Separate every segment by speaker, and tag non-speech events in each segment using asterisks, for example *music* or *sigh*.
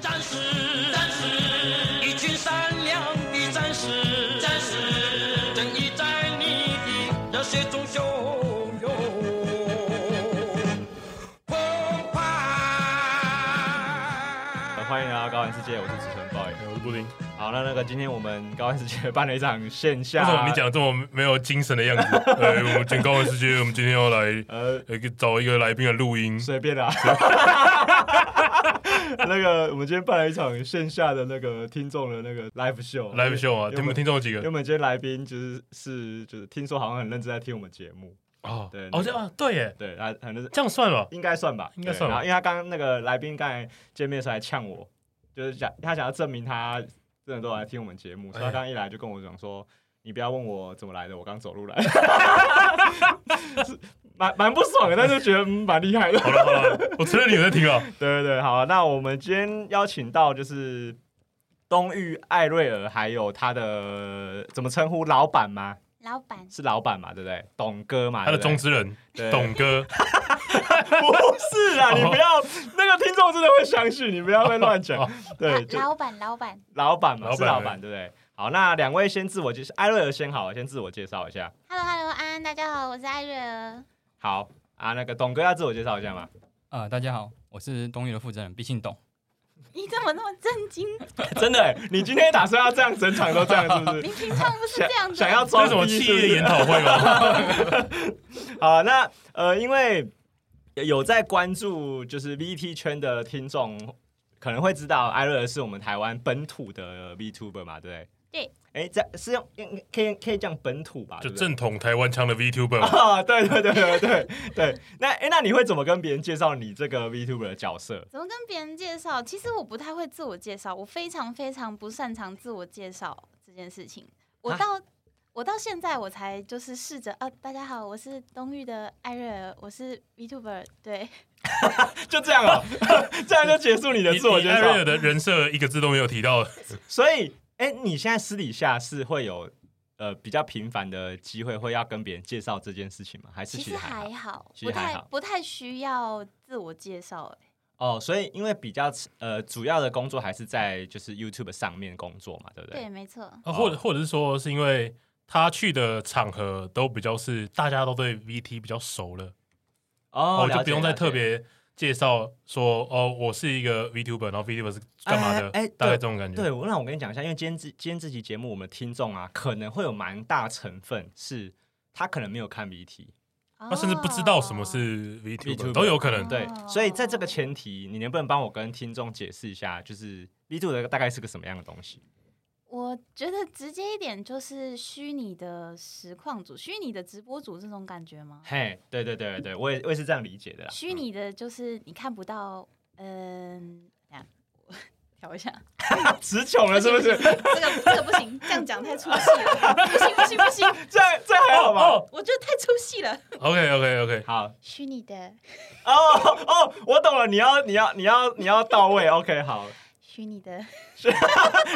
Speaker 1: 战士，战士，一群善良的战士，战士，正义在你的热血中汹涌澎湃。
Speaker 2: 欢迎来啊到高玩世界，我是主持人 boy。
Speaker 3: 我是布丁。
Speaker 2: 好，那那个今天我们高玩世界办了一场线
Speaker 3: 为
Speaker 2: 下，
Speaker 3: 什么你讲得这么没有精神的 *laughs* 样子？呃，我们警告完世界，我们今天要来
Speaker 2: 呃
Speaker 3: 呃找一个来宾来录音。
Speaker 2: 随便啦。 *laughs* 那个我们今天办了一场线下的那个听众的那个 live show
Speaker 3: live show
Speaker 2: 因为我
Speaker 3: 啊，听不
Speaker 2: 们
Speaker 3: 听众有几
Speaker 2: 因为
Speaker 3: 个
Speaker 2: 我？们今天来宾就是是就是听说好像很认真在听我们节目，
Speaker 3: 哦
Speaker 2: 对那
Speaker 3: 哦
Speaker 2: 个
Speaker 3: 这样啊，对耶，
Speaker 2: 对，他很认真，
Speaker 3: 这样算了。
Speaker 2: 应该算吧，
Speaker 3: 应该
Speaker 2: 对
Speaker 3: 算吧
Speaker 2: 然后因为他刚刚那个来宾刚才见面的时候还呛我，就是想他想要证明他真的都来听我们节目，所以他
Speaker 3: 哎
Speaker 2: 刚刚一来就跟我讲说：“你不要问我怎么来的，我刚走路来。” *laughs* 是蛮蛮不爽的，但是觉得嗯蛮厉害的。
Speaker 3: 好了好了，我承认你有在 *laughs* 听啊。
Speaker 2: 对对对，好、啊，那我们今天邀请到就是东域艾瑞尔，还有他的怎么称呼老板吗？
Speaker 4: 老板，
Speaker 2: 是老板嘛，对不对？董哥嘛，
Speaker 3: 他的
Speaker 2: 对不对
Speaker 3: 中之人
Speaker 2: 对
Speaker 3: 董哥，
Speaker 2: *laughs* 不是啊，
Speaker 3: 哦
Speaker 2: 你不要那个听众真的会相信，你不要会乱讲
Speaker 3: 哦。
Speaker 2: 对，就
Speaker 4: 啊老老板，老板，
Speaker 2: 老板嘛，
Speaker 3: 老板
Speaker 2: 是老板对不对？好，那两位先自我介绍，艾瑞尔先好了，先自我介绍一下。
Speaker 4: ，Hello Hello，安安，大家好，我是艾瑞儿。
Speaker 2: 好啊，那个董哥要自我介绍一下嘛。
Speaker 5: 啊、大家好，我是东宇的负责人毕信董。
Speaker 4: *laughs* 你怎么那么震
Speaker 2: *laughs*
Speaker 4: 惊？
Speaker 2: *laughs* 真的欸，你今天打算要这样整场都这样是不是？
Speaker 4: 你平常不是
Speaker 2: 想
Speaker 4: 这样子
Speaker 2: 想要
Speaker 3: 这
Speaker 2: 装
Speaker 3: 是什么
Speaker 2: 逼
Speaker 3: 企
Speaker 2: 是不
Speaker 3: 业
Speaker 2: 是
Speaker 3: 研讨会 *laughs* 吗？
Speaker 2: *laughs* 好，那呃，因为有在关注就是 VT 圈的听众，可能会知道艾瑞尔是我们台湾本土的 VTuber 嘛，对不对？
Speaker 4: 对。
Speaker 2: 哎，这样是用应可以可以讲本土吧？
Speaker 3: 就
Speaker 2: 对不对
Speaker 3: 正统台湾腔的 *laughs* VTuber，
Speaker 2: 啊，对对对对对对。那哎，那你会怎么跟别人介绍你这个 VTuber 的角色？
Speaker 4: 怎么跟别人介绍？其实我不太会自我介绍，我非常非常不擅长自我介绍这件事情。我
Speaker 2: 啊
Speaker 4: 到我到现在我才就是试着啊，大家好，我是东玉的艾瑞儿，我是 Vtuber，对，
Speaker 2: 就这样哦， *laughs* 这样就结束你的
Speaker 3: 你
Speaker 2: 自我
Speaker 3: 你
Speaker 2: 介
Speaker 3: 艾瑞尔
Speaker 2: 绍。
Speaker 3: 的人设一个字都没有提到，
Speaker 2: 所以，哎，你现在私底下是会有呃比较频繁的机会会要跟别人介绍这件事情吗？还是
Speaker 4: 其
Speaker 2: 其实
Speaker 4: 实
Speaker 2: 还好
Speaker 4: 还好，
Speaker 2: 其
Speaker 4: 不
Speaker 2: 实还
Speaker 4: 太
Speaker 2: 好
Speaker 4: 不太需要自我介绍、欸。
Speaker 2: 哦，所以因为比较呃主要的工作还是在就是 YouTube 上面工作嘛，对不对？
Speaker 4: 对，没错，
Speaker 3: 啊或者或者是说是因为他去的场合都比较是大家都对 VT 比较熟了。
Speaker 2: 哦
Speaker 3: 哦，就不用再特。
Speaker 2: 了解
Speaker 3: 别介绍说哦，我是一个 VTuber，然后 VTuber 是干嘛的？
Speaker 2: 哎哎
Speaker 3: 大概
Speaker 2: 对
Speaker 3: 这种感觉。
Speaker 2: 对，我那我跟你讲一下，因为今天这今天这期节目，我们的听众啊，可能会有蛮大成分是他可能没有看 VT，
Speaker 4: 他
Speaker 3: 他甚至不知道什么
Speaker 2: 哦
Speaker 3: 是 VTuber，
Speaker 2: VTuber
Speaker 3: 都有可能。
Speaker 2: 对
Speaker 4: 哦，
Speaker 2: 所以在这个前提，你能不能帮我跟听众解释一下，就是 V two 的大概是个什么样的东西？
Speaker 4: 我觉得直接一点就是虚拟的实况组、虚拟的直播组这种感觉吗？
Speaker 2: 嘿，对对对对对，我也我也是这样理解的
Speaker 3: 啊
Speaker 2: 啦。
Speaker 4: 虚
Speaker 3: 嗯
Speaker 4: 拟的就是你看不到，嗯、等一下我 *laughs*
Speaker 3: *laughs*
Speaker 4: 调一下，
Speaker 2: 啊词穷了是不是？
Speaker 4: 这个这个不行，这样讲太出戏
Speaker 3: *laughs*
Speaker 4: 了，不行不行不行，
Speaker 2: 这样这样还
Speaker 3: 哦
Speaker 2: 好吧？
Speaker 4: 我觉得太出戏了。 *laughs*
Speaker 3: OK OK OK，
Speaker 2: 好
Speaker 4: 虚拟的
Speaker 2: 哦哦，我懂了，你要你要你要你要到位，OK，好，
Speaker 4: 虚拟的，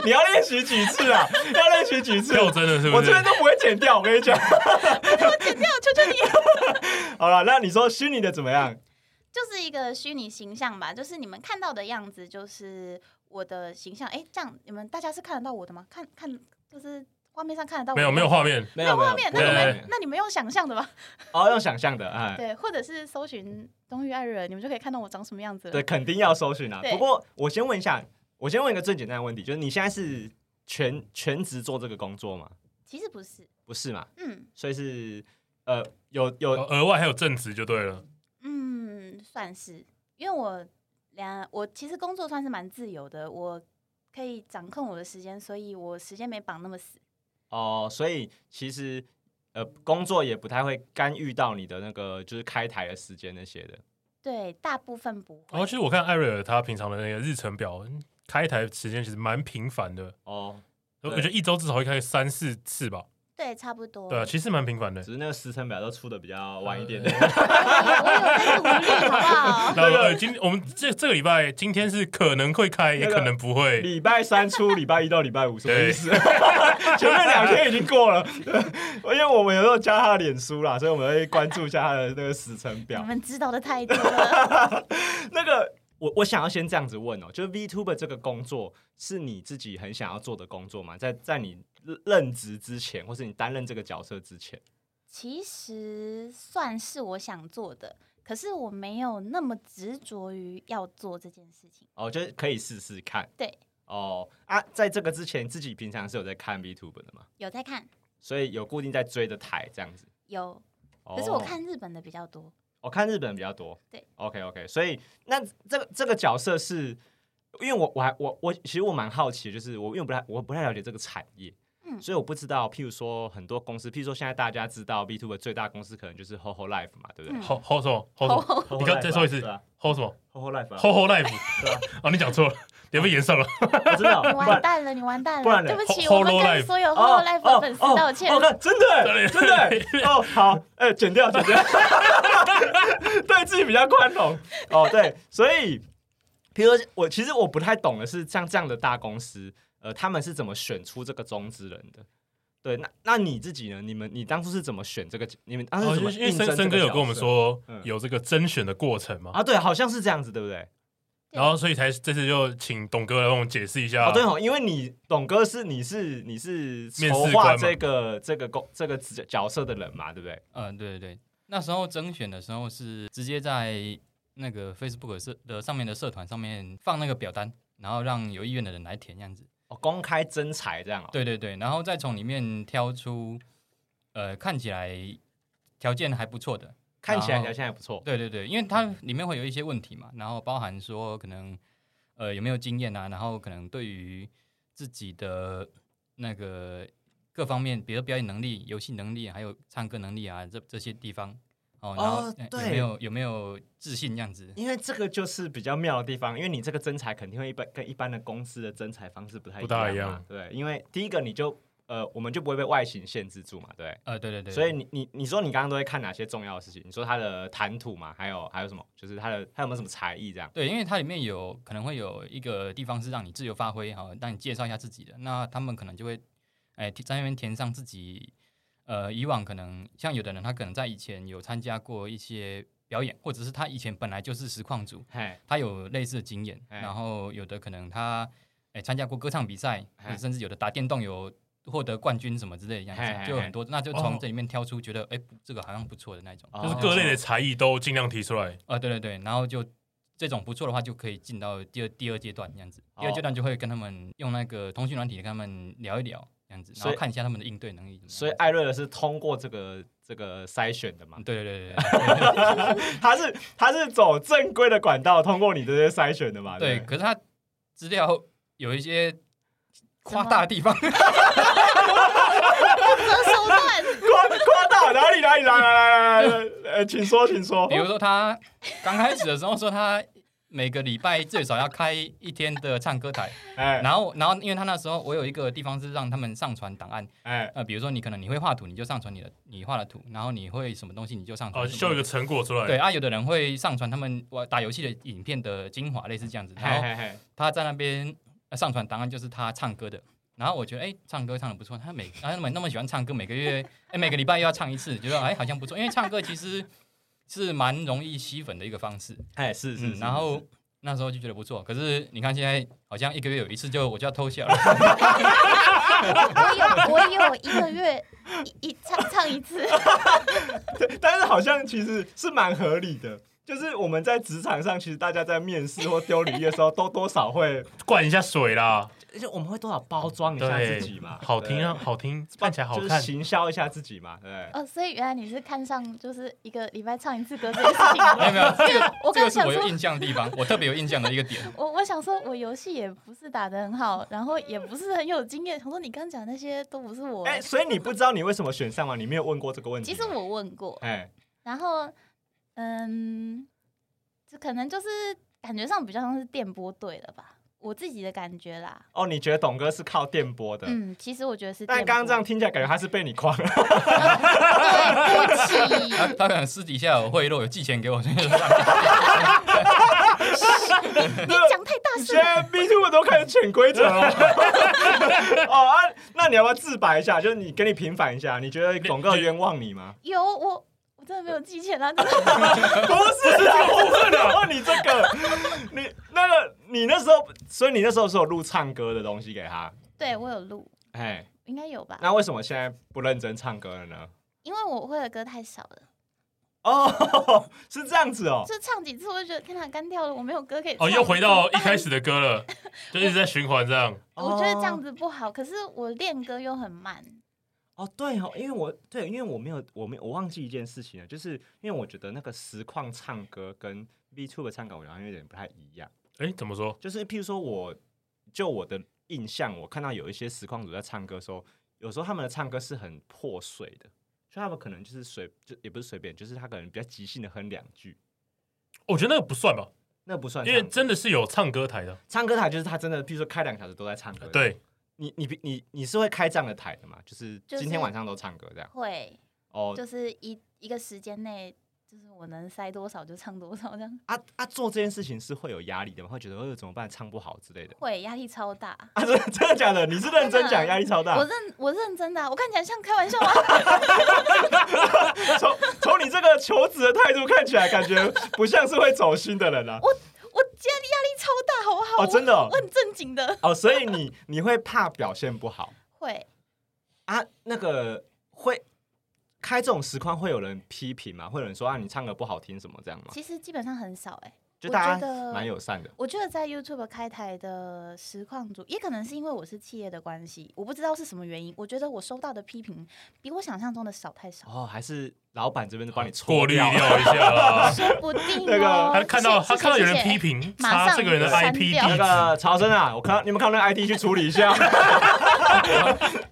Speaker 2: 你要练习几次啊？要练习几次？
Speaker 3: 跳针了是
Speaker 2: 我
Speaker 3: 不
Speaker 2: 这边
Speaker 3: 是？
Speaker 2: 都不会剪掉，我跟你讲。
Speaker 4: *laughs* 我求求你， *laughs*
Speaker 2: 好了，那你说虚拟的怎么样？
Speaker 4: 就是一个虚拟形象吧，就是你们看到的样子，就是我的形象。哎，这样你们大家是看得到我的吗？看看，就是画面上看得到我
Speaker 3: 没
Speaker 4: 的
Speaker 3: 有
Speaker 4: 吗
Speaker 3: 没有画面，
Speaker 2: 没
Speaker 4: 有画面，那
Speaker 3: 有没有
Speaker 4: 你们那你们用想象的吧？
Speaker 2: 哦，用想象的，哎，
Speaker 4: 对，或者是搜寻“东域爱人”，你们就可以看到我长什么样子了。
Speaker 2: 对，肯定要搜寻啊。
Speaker 4: 对
Speaker 2: 不过我先问一下，我先问一个最简单的问题，就是你现在是全全职做这个工作吗？
Speaker 4: 其实不是，
Speaker 2: 不是嘛？
Speaker 4: 嗯
Speaker 2: 所以是呃，有有
Speaker 3: 哦额外还有正职就对了。
Speaker 4: 嗯，算是，因为我两我其实工作算是蛮自由的，我可以掌控我的时间，所以我时间没绑那么死。
Speaker 2: 哦，所以其实呃，工作也不太会干预到你的那个就是开台的时间那些的。
Speaker 4: 对，大部分不
Speaker 3: 然
Speaker 4: 会。
Speaker 3: 后哦其实我看艾瑞尔他平常的那个日程表，嗯开台时间其实蛮频繁的，
Speaker 2: 哦，
Speaker 3: 我
Speaker 2: 对哦
Speaker 3: 觉得一周至少会开三四次吧。
Speaker 4: 对，差不多。
Speaker 3: 对啊，其实蛮频繁的
Speaker 2: 只。是那个时辰表都出的比较晚一
Speaker 3: 呃
Speaker 2: 点点。
Speaker 4: 我有在努力，好
Speaker 3: *laughs*
Speaker 4: 不好？
Speaker 3: 那呃，今我们这这个礼拜今天是可能会开，也
Speaker 2: 那个
Speaker 3: 可能不会。
Speaker 2: 礼拜三出，礼拜一到礼拜五，什么
Speaker 3: 对
Speaker 2: 意思？ *laughs* 前面两天已经过了， *laughs* 因为我们有时候加他的脸书啦，所啊以我们会关注一下他的那个时辰
Speaker 4: 你
Speaker 2: 表。
Speaker 4: 们知道的太多了。
Speaker 2: 那个我我想要先这样子问哦，就是 VTuber 这个工作是你自己很想要做的工作吗？在在你任职之前，或是你担任这个角色之前，
Speaker 4: 其实算是我想做的，可是我没有那么执着于要做这件事情。
Speaker 2: 哦，就是可以试试看
Speaker 4: 对，
Speaker 2: 哦啊，在这个之前，自己平常是有在看 VTuber 的嘛，
Speaker 4: 有在看，
Speaker 2: 所以有固定在追的台这样子。
Speaker 4: 有，
Speaker 2: 哦
Speaker 4: 可是我看日本的比较多。
Speaker 2: 我哦看日本比较多。
Speaker 4: 对
Speaker 2: ，OK OK，所以那这个这个角色是，因为我我还我我其实我蛮好奇的，就是我因为我不太我不太了解这个产业，
Speaker 4: 嗯
Speaker 2: 所以我不知道，譬如说很多公司，譬如说现在大家知道 B two 的最大公司可能就是 HoHo Life 嘛，对不对
Speaker 4: 嗯
Speaker 3: 吼吼什么？吼什么？
Speaker 2: 吼
Speaker 3: 你刚再说一次
Speaker 2: 对啊
Speaker 3: 吼什么？
Speaker 2: ？HoHo Life，啊
Speaker 3: 吼吼 life 哦，你讲错了，你被延上了。
Speaker 2: 我知道，
Speaker 4: *laughs* 你
Speaker 2: 不
Speaker 4: 完
Speaker 2: 然。
Speaker 4: 蛋了，你完蛋
Speaker 2: 不
Speaker 4: 了！
Speaker 2: 然
Speaker 4: 对
Speaker 2: 嘞
Speaker 4: 不起，
Speaker 3: Ho-
Speaker 4: 我们
Speaker 3: Hololive
Speaker 4: 跟所有 h o
Speaker 2: 哦
Speaker 4: l i
Speaker 2: 哦
Speaker 4: f 粉丝道歉
Speaker 2: 哦，。看真的真
Speaker 3: *laughs*
Speaker 2: 的哦，好，哎，剪掉剪掉， *laughs* 对自己比较宽容哦，对，所以，譬如说我其实我不太懂的是，像这样的大公司，呃，他们是怎么选出这个中之人的？对，那那你自己呢？你们你当初是怎么选这个？你们当初
Speaker 3: 哦
Speaker 2: 是怎
Speaker 3: 因
Speaker 2: 么
Speaker 3: 为因为
Speaker 2: 应征
Speaker 3: 森
Speaker 2: 这
Speaker 3: 森
Speaker 2: 个
Speaker 3: 哥有跟我们
Speaker 2: 角色
Speaker 3: 说
Speaker 2: 嗯
Speaker 3: 有这个甄选的过程嘛，
Speaker 2: 啊，对，好像是这样子，对不对？
Speaker 3: 然后所以才这次就请董哥来帮我们解释一下。
Speaker 2: 哦，对哦，因为你董哥是你是你是
Speaker 3: 啊面试
Speaker 2: 筹
Speaker 3: 官
Speaker 2: 划
Speaker 3: 嘛
Speaker 2: 这个这个工这个角角色的人嘛，对不对？
Speaker 5: 嗯，对对对，那时候征选的时候是直接在那个 Facebook 的社的上面的社团上面放那个表单，然后让有意愿的人来填，这样子。
Speaker 2: 哦，公开征才这样哦。
Speaker 5: 对对对，然后再从里面挑出呃看起来条件还不错的。
Speaker 2: 看起来
Speaker 5: 然后
Speaker 2: 条件还不错。
Speaker 5: 对对对，因为它里面会有一些问题嘛，然后包含说可能呃有没有经验啊，然后可能对于自己的那个各方面，比如表演能力、游戏能力，还有唱歌能力啊，这这些地方哦，然后、
Speaker 2: 哦
Speaker 5: 呃
Speaker 2: 对
Speaker 5: 有没有有没有自信这样子？
Speaker 2: 因为这个就是比较妙的地方，因为你这个征才肯定会一般跟一般的公司的征才方式不太
Speaker 3: 不大
Speaker 2: 一
Speaker 3: 一
Speaker 2: 样嘛
Speaker 3: 样
Speaker 2: 对，因为第一个你就呃，我们就不会被外形限制住嘛，对。
Speaker 5: 呃，对对对，
Speaker 2: 所以你你你说你刚刚都会看哪些重要的事情？你说他的谈吐嘛，还有还有什么？就是他的他有没有什么才艺这样？
Speaker 5: 对，因为它里面有可能会有一个地方是让你自由发挥，哈，让你介绍一下自己的。那他们可能就会，哎，在那边填上自己，呃，以往可能像有的人，他可能在以前有参加过一些表演，或者是他以前本来就是实况组，
Speaker 2: 嘿，
Speaker 5: 他有类似的经验。
Speaker 2: 哎
Speaker 5: 然后有的可能他，哎，参加过歌唱比赛，或者
Speaker 2: 哎
Speaker 5: 甚至有的打电动有获得冠军什么之类的样
Speaker 2: 哎哎
Speaker 5: 子，就有
Speaker 2: 哎
Speaker 5: 很多。那就
Speaker 3: 哦
Speaker 5: 从这里面挑出觉得，哎，不这个好像不错的那种。
Speaker 2: 哦
Speaker 3: 就是各类的才艺都尽量提出来。
Speaker 5: 啊，对对对，然后就这种不错的话，就可以进到第二第二阶段这样子。第二
Speaker 2: 哦
Speaker 5: 阶段就会跟他们用那个通讯软体跟他们聊一聊这样子，然
Speaker 2: 所
Speaker 5: 后
Speaker 2: 以
Speaker 5: 看一下他们的应对能力怎么样。
Speaker 2: 所以艾瑞尔是通过这个这个筛选的嘛
Speaker 5: 嗯，？对
Speaker 2: *laughs*
Speaker 5: 对对对嗯
Speaker 2: 他是他是走正规的管道，通过你这些筛选的嘛？
Speaker 5: 对，
Speaker 2: 不
Speaker 5: 对，可是他资料有一些夸大的地方，
Speaker 3: *laughs*
Speaker 4: 折手段，
Speaker 2: 夸夸大哪里哪里来来来来来，呃，请说，请说。
Speaker 5: 比如说他刚开始的时候说他。每个礼拜最少要开一天的唱歌
Speaker 2: *laughs*
Speaker 5: 台，
Speaker 2: 哎
Speaker 5: 然后，然后，因为他那时候我有一个地方是让他们上传档案，
Speaker 2: 哎，
Speaker 5: 呃，比如说你可能你会画图，你就上传你的你画的图，然后你会什么东西你就上传
Speaker 3: 哦，
Speaker 5: 什么
Speaker 3: 秀一
Speaker 5: 东西
Speaker 3: 个成果出来。
Speaker 5: 对啊，有的人会上传他们玩打游戏的影片的精华，类似这样子。
Speaker 2: 嘿
Speaker 5: 然后
Speaker 2: 嘿嘿，
Speaker 5: 他在那边呃上传档案就是他唱歌的。然后我觉得，哎、唱歌唱的不错。他每他们那么喜欢唱歌，每个月，哎、每个礼拜又要唱一次，觉得哎、好像不错。因为唱歌其实是蛮容易吸粉的一个方式。
Speaker 2: 哎是是
Speaker 5: 嗯，
Speaker 2: 是，
Speaker 5: 然后那时候就觉得不错。可是你看现在好像一个月有一次就我就要偷笑了。
Speaker 4: 我有我有一个月一一唱唱一次，
Speaker 2: 对但是好像其实是蛮合理的。就是我们在职场上，其实大家在面试或丢履历的时候，都多少会，
Speaker 3: 灌一下水啦，
Speaker 2: 而且我们会多少包装一下
Speaker 3: 对
Speaker 2: 自己嘛，
Speaker 3: 好听啊，
Speaker 2: 对，
Speaker 3: 好听，看起来好
Speaker 2: 就是
Speaker 3: 看。
Speaker 2: 行销一下自己嘛，对不对。
Speaker 4: 哦，所以原来你是看上就是一个礼拜唱一次歌这件事情。
Speaker 5: 没有没有，这个
Speaker 4: *laughs* 我
Speaker 5: 这
Speaker 4: 刚
Speaker 5: 个是
Speaker 4: 想
Speaker 5: 我有
Speaker 4: 说，
Speaker 5: 印象的地方，我特别有印象的一个点。
Speaker 4: 我我想说，我游戏也不是打的很好，然后也不是很有经验。想说你刚讲那些都不是我。
Speaker 2: 哎，所以你不知道你为什么选上吗？你没有问过这个问题
Speaker 4: 其
Speaker 2: 吗。
Speaker 4: 实我问过，
Speaker 2: 哎，
Speaker 4: 然后，嗯，这可能就是感觉上比较像是电波队了吧，我自己的感觉啦。
Speaker 2: 哦，你觉得董哥是靠电波的？
Speaker 4: 嗯，其实我觉得是电波。
Speaker 2: 但刚刚这样听起来，感觉他是被你框了。
Speaker 4: 对不起，
Speaker 2: *laughs*
Speaker 5: 他他可能私底下有贿赂，有寄钱给我，所以就
Speaker 4: 你讲太大声
Speaker 2: 现
Speaker 4: 了。
Speaker 2: 在 B two 都开始潜规则 *laughs* 了。哦啊，那你要不要自白一下？就是你跟你平反一下，你觉得董哥有冤枉你吗？
Speaker 4: 有我，我真的没有寄钱啊，真的。
Speaker 2: 不是啊， *laughs* 我问了，问你这个，你那个你那时候，所以你那时候是有录唱歌的东西给他，
Speaker 4: 对我有录，
Speaker 2: 哎，
Speaker 4: 应该有吧？
Speaker 2: 那为什么现在不认真唱歌了呢？
Speaker 4: 因为我会的歌太少了，
Speaker 2: 哦， *laughs* 是这样子哦，
Speaker 4: 就唱几次我就觉得天哪，干掉了，我没有歌可以唱。
Speaker 3: 哦，又回到一开始的
Speaker 2: *laughs*
Speaker 3: 歌了，就一直在循环这样。
Speaker 4: 我觉得这样子不好，可是我练歌又很慢。
Speaker 2: 哦，对哦，因为我对，因为我没有，我没有我忘记一件事情了，就是因为我觉得那个实况唱歌跟 B Two 的唱歌，我好像有点不太一样。
Speaker 3: 哎，怎么说？
Speaker 2: 就是譬如说我，就我的印象，我看到有一些实况组在唱歌的时候，有时候他们的唱歌是很破碎的，就他们可能就是随，就也不是随便，就是他可能比较即兴的哼两句，
Speaker 3: 我觉得那个不算吧，
Speaker 2: 那不算
Speaker 3: 因
Speaker 2: 唱歌。
Speaker 3: 为真的是有唱歌台的。
Speaker 2: 唱歌台就是他真的，譬如说开两个小时都在唱歌。，
Speaker 3: 对，
Speaker 2: 你你你你是会开这样的台的嘛？就是
Speaker 4: 就是
Speaker 2: 今天晚上都唱歌这样。
Speaker 4: 会，
Speaker 2: 哦
Speaker 4: 就是一一个时间内，就是我能塞多少就唱多少，这样
Speaker 2: 啊啊！做这件事情是会有压力的吗？会觉得呃怎么办，唱不好之类的
Speaker 4: 会压力超大。
Speaker 2: 啊？真的真的假的？你是认真
Speaker 4: 真
Speaker 2: 讲，
Speaker 4: 的啊
Speaker 2: 压力超大
Speaker 4: 我。认我认真的啊、我看起来像开玩笑吗？
Speaker 2: *laughs* 从从你这个求职的态度看起来，感觉不像是会走心的人啊。
Speaker 4: 我压力压力超大，好不好？
Speaker 2: 哦真的哦
Speaker 4: 我我很正经的。
Speaker 2: 哦，所以你你会怕表现不好
Speaker 4: 会，
Speaker 2: 啊？那个会开这种实况会有人批评吗？会有人说啊你唱歌不好听什么这样吗？
Speaker 4: 其实基本上很少哎、
Speaker 2: 就大
Speaker 4: 我觉
Speaker 2: 家
Speaker 4: 得
Speaker 2: 蛮友善的。
Speaker 4: 我觉得在 YouTube 开台的实况组，也可能是因为我是企业的关系，我不知道是什么原因。我觉得我收到的批评比我想象中的少
Speaker 2: *laughs*
Speaker 4: 太少，
Speaker 2: 哦，还是老板这边帮你搓
Speaker 3: 过滤
Speaker 2: 掉
Speaker 3: 掉一下啊啦。
Speaker 4: 说不定
Speaker 2: 那
Speaker 4: 哦
Speaker 2: 个。
Speaker 3: 他看到
Speaker 4: 谢
Speaker 3: 他看到有人批，
Speaker 4: 谢谢谢谢
Speaker 3: 评，
Speaker 4: 马
Speaker 3: 他
Speaker 4: 上
Speaker 3: 这个人的
Speaker 4: 删
Speaker 3: IP
Speaker 4: 掉
Speaker 2: *laughs* 那
Speaker 3: 地址，
Speaker 2: 个曹生啊，我看你们看那 ID 去处理一 *laughs* 下。
Speaker 5: *laughs*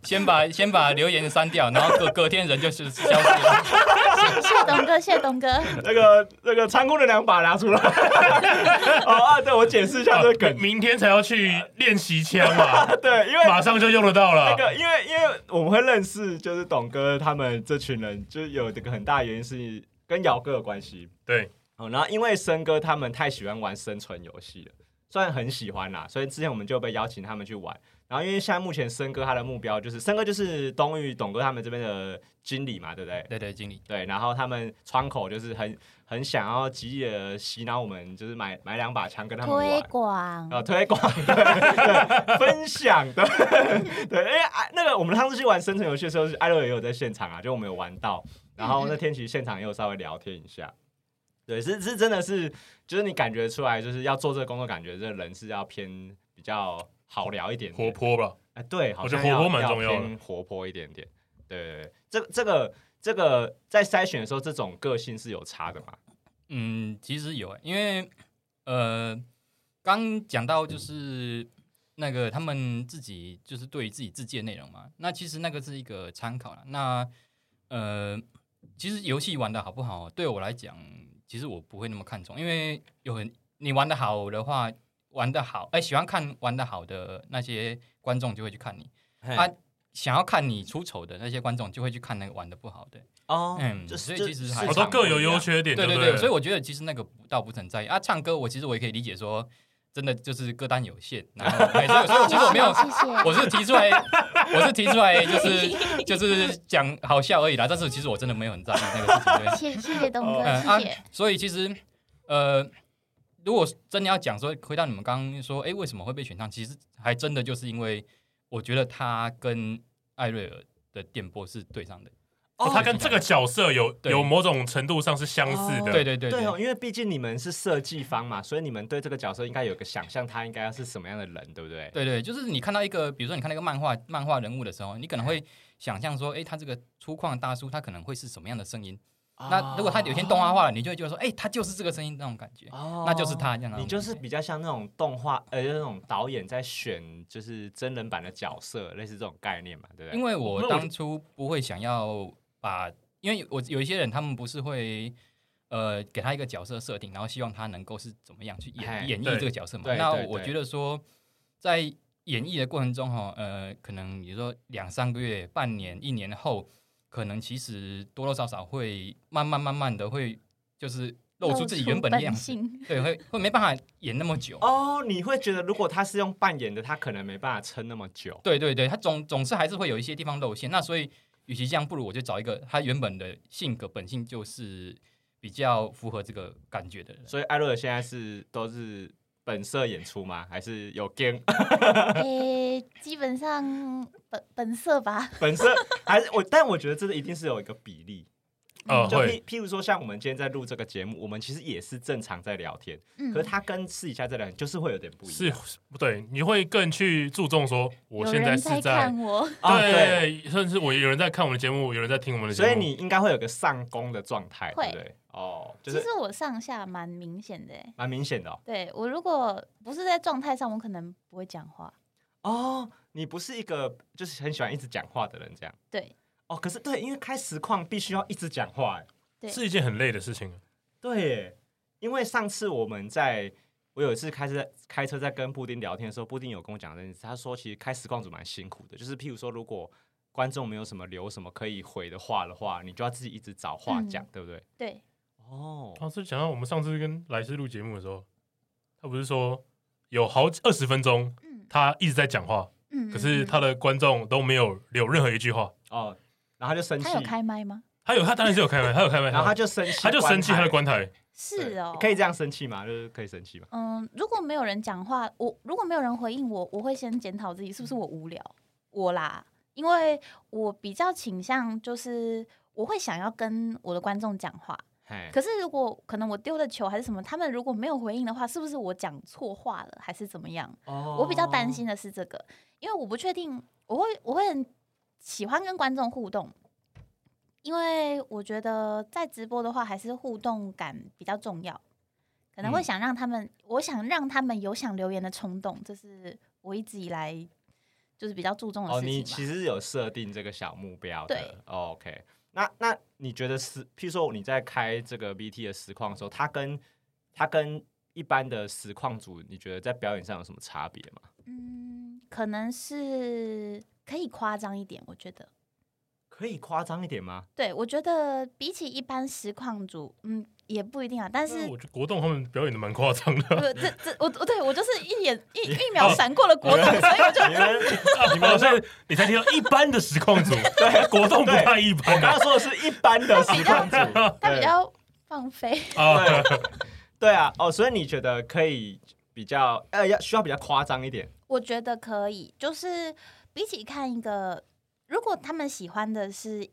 Speaker 5: 先把先把留言删掉，然后隔 *laughs* 隔天人就是消失了。
Speaker 4: 谢谢东哥，谢谢
Speaker 5: *laughs*
Speaker 4: 东哥。
Speaker 2: 那个那个仓库的两把拿出来。 *laughs* 哦啊，对我解释一下这个
Speaker 3: 啊
Speaker 2: 梗。
Speaker 3: 明天才要去练习枪嘛，
Speaker 2: *laughs* 对，因为
Speaker 3: 马上就用得到
Speaker 2: 那
Speaker 3: 了。
Speaker 2: 个，因为因为我们会认识，就是董哥他们这群人，就是有这个很大原因是跟姚哥有关系。
Speaker 3: 对，
Speaker 2: 哦，然后因为森哥他们太喜欢玩生存游戏了，虽然很喜欢啦，所以之前我们就被邀请他们去玩。然后因为现在目前森哥他的目标就是森哥就是东玉董哥他们这边的经理嘛，对不对？
Speaker 5: 对对，经理，
Speaker 2: 对，然后他们窗口就是很很想要极力的洗脑我们，就是买买两把枪跟他们
Speaker 4: 推
Speaker 2: 玩。
Speaker 5: 嗯
Speaker 4: 广
Speaker 2: 啊，推广对对分享的，对， *laughs* 因为啊，那个我们上次去玩生存游戏的时候，艾乐也有在现场啊，就我们有玩到，然后那天其实现场也有稍微聊天一下，对，是是真的是，就是你感觉出来，就是要做这个工作，感觉这人是要偏比较好聊一点点
Speaker 3: 活泼吧，
Speaker 2: 哎，对，好
Speaker 3: 我觉
Speaker 2: 像
Speaker 3: 得活泼
Speaker 2: 要
Speaker 3: 蛮重要的，
Speaker 2: 偏活泼一点点，对对对，这这个这个在筛选的时候，这种个性是有差的嘛？
Speaker 5: 嗯，其实有欸，因为呃，刚讲到就是那个他们自己就是对于自己自荐内容嘛，那其实那个是一个参考了。那呃，其实游戏玩的好不好，对我来讲，其实我不会那么看重，因为有很你玩的好的话，玩的好，哎、喜欢看玩的好的那些观众就会去看你啊，想要看你出丑的那些观众就会去看那个玩的不好的。
Speaker 2: 哦
Speaker 5: 嗯
Speaker 2: 就
Speaker 5: 所以
Speaker 2: 就
Speaker 5: 其实
Speaker 2: 市
Speaker 5: 还
Speaker 2: 场
Speaker 5: 好
Speaker 3: 我
Speaker 5: 多
Speaker 3: 都各
Speaker 2: 不
Speaker 3: 有
Speaker 2: 一
Speaker 3: 优
Speaker 2: 样
Speaker 3: 缺点，
Speaker 5: 对
Speaker 3: 对不
Speaker 5: 对对，所以我觉得其实那个不倒不曾在意啊。唱歌我其实我也可以理解说，真的就是歌单有限，然后、哎所以所以我其实我
Speaker 4: *laughs*
Speaker 5: 没有，
Speaker 4: 谢谢。
Speaker 5: 我是提出来，我是提出
Speaker 4: *laughs*
Speaker 5: 来就是就是讲好笑而已啦。但是其实我真的没有很在意那个事情。对
Speaker 4: 谢谢谢东
Speaker 2: 哦
Speaker 4: 哥， *laughs*
Speaker 5: 嗯
Speaker 4: 谢谢。
Speaker 5: 所以其实呃，如果真的要讲说，回到你们刚刚说，哎、为什么会被选上？其实还真的就是因为我觉得他跟艾瑞尔的电波是对上的。
Speaker 3: 哦他跟这个角色有
Speaker 5: 对
Speaker 3: 有某种程度上是相似
Speaker 2: 对
Speaker 3: 的。
Speaker 5: 对对对
Speaker 2: 对哦，因为毕竟你们是设计方嘛，所以你们对这个角色应该有个想象，他应该要是什么样的人，对不对？
Speaker 5: 对对，就是你看到一个，比如说你看到一个漫画漫画人物的时候，你可能会想象说，哎，他这个粗犷大叔，他可能会是什么样的声音？
Speaker 2: 啊
Speaker 5: 那如果他有一天动画化了，你就会觉得说，哎，他就是这个声音那种感觉，
Speaker 2: 哦
Speaker 5: 那就是他这样。啊
Speaker 2: 你就是比较像那种动画，呃，就是那种导演在选就是真人版的角色，类似这种概念嘛，对啊不对？
Speaker 5: 因为
Speaker 3: 哦
Speaker 5: 我
Speaker 3: 那我
Speaker 5: 当初不会想要把，因为我有一些人他们不是会。呃，给他一个角色设定，然后希望他能够是怎么样去
Speaker 2: 哎
Speaker 5: 演演
Speaker 3: 对
Speaker 5: 绎这个角色嘛
Speaker 2: 对？
Speaker 5: 那
Speaker 2: 对
Speaker 5: 我
Speaker 2: 对
Speaker 5: 觉得说，在演绎的过程中哈，呃，可能比如说两三个月、半年、一年后，可能其实多多少少会慢慢慢慢的会就是露出自己原本的样子，
Speaker 4: 性。
Speaker 5: 对，会会没办法演那么久。
Speaker 2: 哦，你会觉得如果他是用扮演的，他可能没办法撑那么久。
Speaker 5: 对对对，他总总是还是会有一些地方露馅。那所以与其这样，不如我就找一个他原本的性格本性就是比较符合这个感觉的人。
Speaker 2: 所以艾瑞尔现在是都是本色演出吗？还是有 g a m
Speaker 4: 诶、基本上本本色吧，
Speaker 2: *laughs* 本色？还是我？但我觉得这个一定是有一个比例。
Speaker 5: 哦
Speaker 3: 呃，
Speaker 2: 就
Speaker 3: 会
Speaker 2: 譬譬如说，像我们今天在录这个节目，我们其实也是正常在聊天，
Speaker 4: 嗯
Speaker 2: 可是他跟私底下在聊天就是会有点不一
Speaker 3: 是
Speaker 2: 样。
Speaker 3: 对，你会更去注重说，我
Speaker 4: 有
Speaker 3: 现在
Speaker 4: 人
Speaker 3: 是
Speaker 4: 看我，
Speaker 2: 啊
Speaker 3: 对，甚至我有人在看我们的节目，有人在听我们的节目，
Speaker 2: 所以你应该会有个上攻的状态，对
Speaker 4: 会
Speaker 2: 不对？哦， *laughs* 就
Speaker 4: 其
Speaker 2: 是
Speaker 4: 实我上下蛮明显的、诶
Speaker 2: 蛮明显的哦。
Speaker 4: 对我如果不是在状态上，我可能不会讲话。
Speaker 2: 哦，你不是一个就是很喜欢一直讲话的人，这样。
Speaker 4: 对，
Speaker 2: 哦，可是对，因为开实况必须要一直讲话，哎，
Speaker 4: 对
Speaker 3: 是一件很累的事情。啊
Speaker 2: 对耶，因为上次我们在我有一次开车在开车在跟布丁聊天的时候，布丁有跟我讲这件事，他说其实开实况组蛮辛苦的，就是譬如说如果观众没有什么留什么可以回的话的话，你就要自己一直找话
Speaker 4: 嗯
Speaker 2: 讲，对不对？
Speaker 4: 对，
Speaker 2: 哦，
Speaker 3: 哦，这讲到我们上次跟莱斯录节目的时候，他不是说有好二十分钟
Speaker 4: 嗯
Speaker 3: 他一直在讲话，
Speaker 4: 嗯。
Speaker 3: 可是
Speaker 4: 嗯
Speaker 3: 他的观众都没有留任何一句话。
Speaker 2: 哦，然后他就生
Speaker 4: 嗯
Speaker 2: 气
Speaker 4: 他，有开麦吗？
Speaker 3: 他有，他当然是
Speaker 2: *laughs*
Speaker 3: 有开麦，他有开麦，
Speaker 2: 然后他
Speaker 3: 他
Speaker 2: 就生气，
Speaker 3: 他就生气，
Speaker 2: 关
Speaker 3: 他就
Speaker 2: 台
Speaker 3: 关台。
Speaker 4: 是哦，
Speaker 2: 可以这样生气吗？就是可以生气吗？
Speaker 4: 嗯，如果没有人讲话，我如果没有人回应我，我会先检讨自己是不是我无聊，我啦，因为我比较倾向就是我会想要跟我的观众讲话，
Speaker 2: 嘿，
Speaker 4: 可是如果可能我丢的球还是什么，他们如果没有回应的话，是不是我讲错话了，还是怎么样？
Speaker 2: 哦
Speaker 4: 我比较担心的是这个，因为我不确定，我会我会很喜欢跟观众互动，因为我觉得在直播的话，还是互动感比较重要，可能会
Speaker 3: 嗯
Speaker 4: 想让他们，我想让他们有想留言的冲动，这是我一直以来就是比较注重的
Speaker 2: 哦，
Speaker 4: 事
Speaker 2: 你
Speaker 4: 情
Speaker 2: 其
Speaker 4: 吧。
Speaker 2: 实有设定这个小目标的。
Speaker 4: 对
Speaker 2: 哦 OK，那那你觉得实，譬如说你在开这个 BT 的实况的时候，它跟它跟一般的实况组，你觉得在表演上有什么差别吗？
Speaker 4: 嗯，可能是可以夸张一点，我觉得。
Speaker 2: 可以夸张一点
Speaker 4: *laughs*
Speaker 2: 吗？
Speaker 4: 对，我觉得比起一般实况组，嗯，也不一定啊。但是
Speaker 3: 但我觉得国栋他们表演的蛮夸张的，
Speaker 4: 不，这这我我对我就是一眼一一秒闪过了国栋，所以我就
Speaker 2: 你们
Speaker 4: *laughs*
Speaker 3: 你们好像 *laughs* 你才听到一般的实
Speaker 2: *laughs*
Speaker 3: 况组，对，国栋不太一
Speaker 2: 我
Speaker 3: 般啊
Speaker 2: 刚刚说的是一般的实况组，
Speaker 3: *laughs*
Speaker 2: *laughs*
Speaker 4: 他
Speaker 2: 对
Speaker 4: 比较放飞。 *laughs*
Speaker 3: 啊。
Speaker 2: 对啊，哦，所以你觉得可以比较呃，要需要比较夸张一点
Speaker 4: 我觉得可以，就是比起看一个，如果他们喜欢的是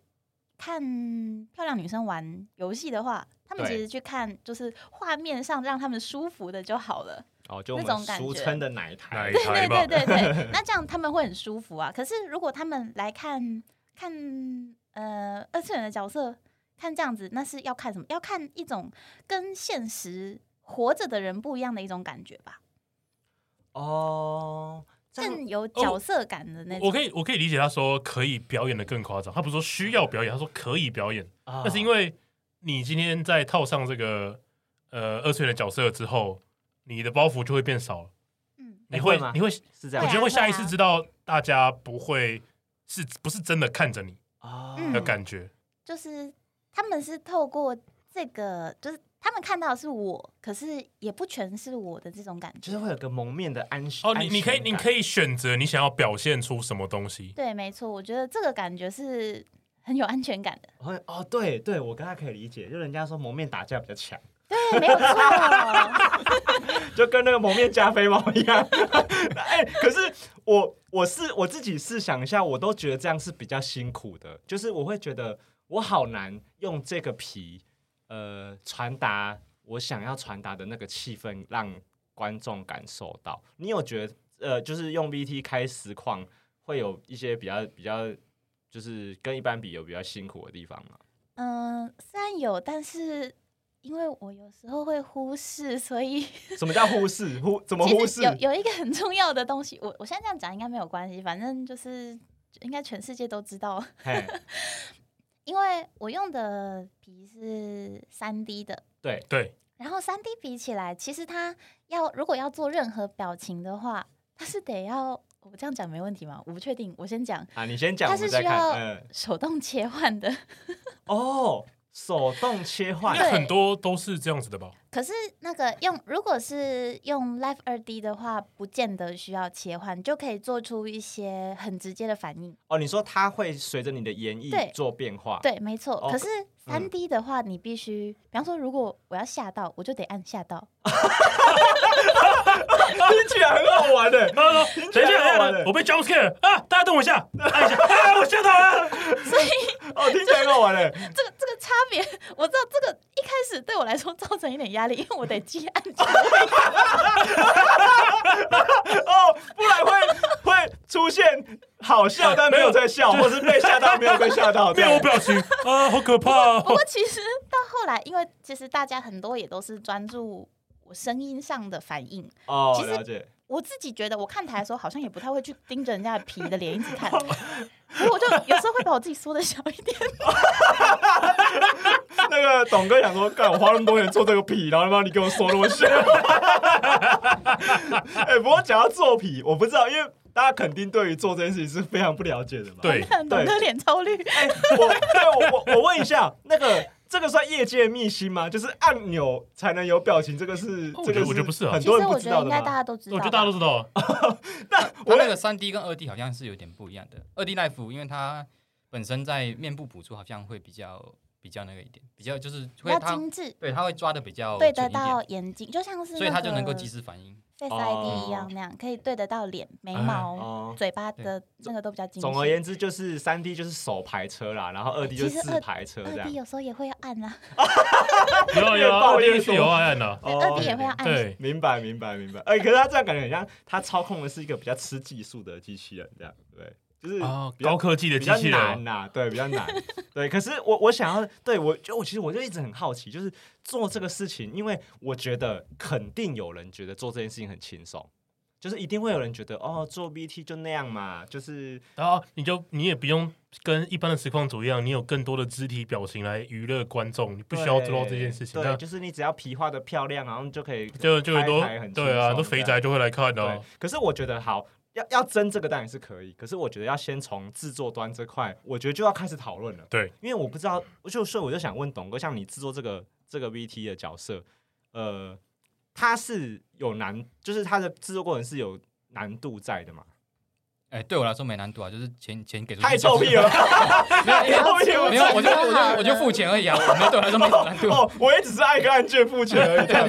Speaker 4: 看漂亮女生玩游戏的话，他们
Speaker 2: 对
Speaker 4: 其实去看就是画面上让他们舒服的就好了。
Speaker 2: 哦，就我
Speaker 4: 那
Speaker 2: 们
Speaker 4: 种感觉
Speaker 2: 俗称的奶台
Speaker 3: 奶
Speaker 4: 对
Speaker 3: 台
Speaker 4: 对
Speaker 3: 吧
Speaker 4: 对对对，那这样他们会很舒服啊。可是如果他们来看看呃二次元的角色，看这样子，那是要看什么？要看一种跟现实活着的人不一样的一种感觉吧，
Speaker 2: 哦，这样
Speaker 4: 更有角色感的那种。
Speaker 3: 我可以，我可以理解他说可以表演的更夸张，他不是说需要表演，他说可以表演，
Speaker 2: 啊
Speaker 3: 那是因为你今天在套上这个呃二次元的角色之后，你的包袱就会变少了，
Speaker 4: 嗯，
Speaker 3: 你
Speaker 2: 哎
Speaker 3: 会
Speaker 2: 会吗
Speaker 3: 你会，
Speaker 2: 是这
Speaker 4: 对
Speaker 3: 我
Speaker 2: 样
Speaker 4: 啊
Speaker 3: 觉得会下意识
Speaker 4: 对啊
Speaker 3: 知道大家不会是不是真的看着你
Speaker 2: 啊
Speaker 4: 嗯
Speaker 3: 的感觉，
Speaker 4: 就是他们是透过这个，就是他们看到的是我，可是也不全是我的这种感
Speaker 2: 就是
Speaker 4: 觉。
Speaker 2: 会有个蒙面的安
Speaker 3: 哦，你你可以你可
Speaker 2: 以
Speaker 3: 以选择你想要表现出什么东西，
Speaker 4: 对，没错，我觉得这个感觉是很有安全感的。
Speaker 2: 哦，对对，我刚才可以理解，就人家说蒙面打架比较强，
Speaker 4: 对，没有错。
Speaker 2: 就跟那个蒙面加菲猫一样。 *laughs* 哎、可是我我是我自己试想一下，我都觉得这样是比较辛苦的，就是我会觉得我好难用这个皮呃传达我想要传达的那个气氛，让观众感受到。你有觉得呃，就是用 VT 开实况会有一些比较比较，就是跟一般比有比较辛苦的地方吗？
Speaker 4: 嗯，虽然有，但是因为我有时候会忽视，所以
Speaker 2: 什么叫忽视？忽怎么忽
Speaker 4: 其
Speaker 2: 视
Speaker 4: 实？有有一个很重要的东西，我我现在这样讲应该没有关系，反正就是应该全世界都知道， *laughs*
Speaker 2: 嘿，
Speaker 4: 因为我用的皮是三 D 的，
Speaker 2: 对，
Speaker 3: 对，
Speaker 4: 然后三 D 比起来，其实它要如果要做任何表情的话，它是得要我这样讲没问题吗？我不确定，我先讲
Speaker 2: 啊，你先讲，我
Speaker 4: 它是
Speaker 2: 们再
Speaker 4: 需
Speaker 2: 看。
Speaker 4: 要
Speaker 2: 嗯，
Speaker 4: 手动切换的，
Speaker 2: 哦，手动切换
Speaker 3: 应，该很多都是这样子的吧？
Speaker 4: 可是那个用，如果是用 Live 二 D 的话，不见得需要切换，就可以做出一些很直接的反应。
Speaker 2: 哦，你说它会随着你的演绎
Speaker 4: 对
Speaker 2: 做变化，， *laughs*
Speaker 4: 对，没错。
Speaker 2: 哦
Speaker 4: 可是三 D 的话，你必须，比方说，如果我要吓到，我就得按吓到。
Speaker 2: 哦听起来很好玩欸的。
Speaker 3: 等一下，等一下，我被 jump scare 了啊！大家等我一下，按一下，啊，我吓到了。
Speaker 2: 哦，听起来很好玩的。
Speaker 4: 这个这个差别，我知道这个一开始对我来说造成一点压力，因为我得记按键。
Speaker 2: 哦，不然会会出现好 *laughs* 笑但没有在笑，或是被吓到没有被吓 *laughs* 到，这
Speaker 3: 面
Speaker 2: 样
Speaker 3: 无表情啊，好可怕
Speaker 4: 不
Speaker 3: 哦！
Speaker 4: 过其实到后来，因为其实大家很多也都是专注我声音上的反应。
Speaker 2: 哦
Speaker 4: 其，实
Speaker 2: 了解。
Speaker 4: 我自己觉得，我看台的时候好像也不太会去盯着人家的皮的脸一直看，所以我就有时候会把我自己缩的小一点。
Speaker 2: 那个董哥想说，干我花那么多钱做这个皮，然后他妈你给我说那么凶。 *laughs* 哎、不过讲到做皮，我不知道，因为大家肯定对于做这件事情是非常不了解的嘛。
Speaker 3: 对，
Speaker 4: 看董哥脸超绿，
Speaker 2: 哎、我对我我我问一下，那个这个算业界秘辛吗？就是按钮才能有表情，这个是
Speaker 3: 我
Speaker 2: 这
Speaker 3: 觉得
Speaker 2: 个
Speaker 3: 我觉得不是啊
Speaker 2: 很
Speaker 4: 其
Speaker 2: 多
Speaker 4: 实
Speaker 2: 人不
Speaker 4: 我
Speaker 2: 知
Speaker 4: 觉得
Speaker 2: 道
Speaker 4: 应
Speaker 2: 的
Speaker 4: 该大
Speaker 2: 吗？
Speaker 4: 家都知道
Speaker 3: 我
Speaker 4: 吧。
Speaker 3: 觉得大家都知道，
Speaker 5: 它那个三 D 跟二 D 好像是有点不一样的。二 D Life 因为它本身在面部捕捉好像会比较比较那个一点，比较就是
Speaker 4: 比
Speaker 5: 会
Speaker 4: 较
Speaker 5: 它
Speaker 4: 精致，
Speaker 5: 对它会抓的比较
Speaker 4: 对
Speaker 5: 准
Speaker 4: 得
Speaker 5: 一点
Speaker 4: 到眼睛，就像是
Speaker 5: 所以它就能够及
Speaker 4: 及
Speaker 5: 时反应。
Speaker 4: Face
Speaker 2: 哦
Speaker 4: ID 一样那样，可以对得到脸、眉毛、
Speaker 2: 哦，
Speaker 4: 嘴巴的那个都比较精细。
Speaker 2: 总而言之，就是三 D 就是手排车啦，然后二 D 就是
Speaker 4: 其实
Speaker 2: 自排车这
Speaker 4: 二
Speaker 2: 样。
Speaker 4: D 有时候也会要按啊，
Speaker 3: 有
Speaker 2: *laughs*
Speaker 3: 啊有啊，第一是有啊按的，
Speaker 4: 对二 D 也会要按。
Speaker 3: 对，
Speaker 2: 明白明白明白。哎、可是他这样感觉很像，他操控的是一个比较吃技术的机器人，这样对，就是
Speaker 3: 啊，
Speaker 2: 比较
Speaker 3: 高科技的
Speaker 2: 比
Speaker 3: 机
Speaker 2: 较
Speaker 3: 器
Speaker 2: 难
Speaker 3: 人，
Speaker 2: 呐、对，比较
Speaker 3: *laughs*
Speaker 2: 难。对，可是我我想要，对我就我其实我就一直很好奇，就是做这个事情，因为我觉得肯定有人觉得做这件事情很轻松，就是一定会有人觉得哦，做 BT 就那样嘛，就是
Speaker 3: 然后你就你也不用跟一般的实况组一样，你有更多的肢体表情来娱乐观众，你不需要
Speaker 2: 对
Speaker 3: 知道这件事情，
Speaker 2: 对，
Speaker 3: 那
Speaker 2: 就是你只要皮画的漂亮，然后你就可以
Speaker 3: 就就很多
Speaker 2: 拍一排很轻松
Speaker 3: 对啊，很多肥
Speaker 2: 这样
Speaker 3: 宅就会来看的
Speaker 2: 对
Speaker 3: 啊，，
Speaker 2: 可是我觉得好。要要争这个当然是可以，可是我觉得要先从制作端这块，我觉得就要开始讨论了。
Speaker 3: 对，
Speaker 2: 因为我不知道，就所以我就想问董哥，像你制作这个这个 VT 的角色，呃，他是有难，就是他的制作过程是有难度在的嘛？
Speaker 5: 哎、对我来说没难度啊，就是钱钱给出去
Speaker 2: 太臭屁
Speaker 5: 了，
Speaker 2: 了，
Speaker 5: *laughs* 没有因为
Speaker 2: 臭屁了
Speaker 5: 没有，我就
Speaker 4: 钱就
Speaker 5: 我
Speaker 4: 好了
Speaker 5: 就我就付钱而已啊，我没有对我来说没什么难度。
Speaker 2: 哦，我也只是按一个按键付钱而已。这
Speaker 5: *laughs*
Speaker 2: 样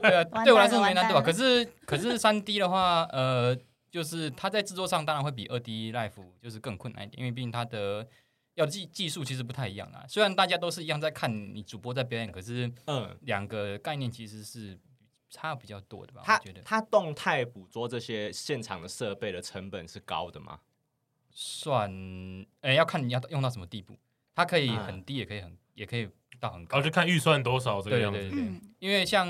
Speaker 5: 对啊，
Speaker 4: 完
Speaker 5: 对我来
Speaker 4: 蛋了
Speaker 5: 说没
Speaker 4: 完
Speaker 5: 难
Speaker 4: 蛋
Speaker 5: 度啊。
Speaker 4: 了
Speaker 5: 可是 *laughs* 可是三 D 的话，呃，就是它在制作上当然会比二 D Life 就是更困难一点，因为毕竟它的要技技术其实不太一样啊。虽然大家都是一样在看你主播在表演，可是
Speaker 2: 嗯，
Speaker 5: 两个概念其实是差比较多的吧？
Speaker 2: 他
Speaker 5: 我觉得
Speaker 2: 他动态捕捉这些现场的设备的成本是高的吗？
Speaker 5: 算，哎、要看你要用到什么地步，它可以
Speaker 2: 嗯
Speaker 5: 很低，也可以很也可以到很
Speaker 3: 然
Speaker 5: 高
Speaker 3: 哦后。就看预算多少这个
Speaker 5: 对对
Speaker 3: 样
Speaker 5: 对
Speaker 3: 子，
Speaker 5: 对，
Speaker 4: 嗯
Speaker 5: 因为像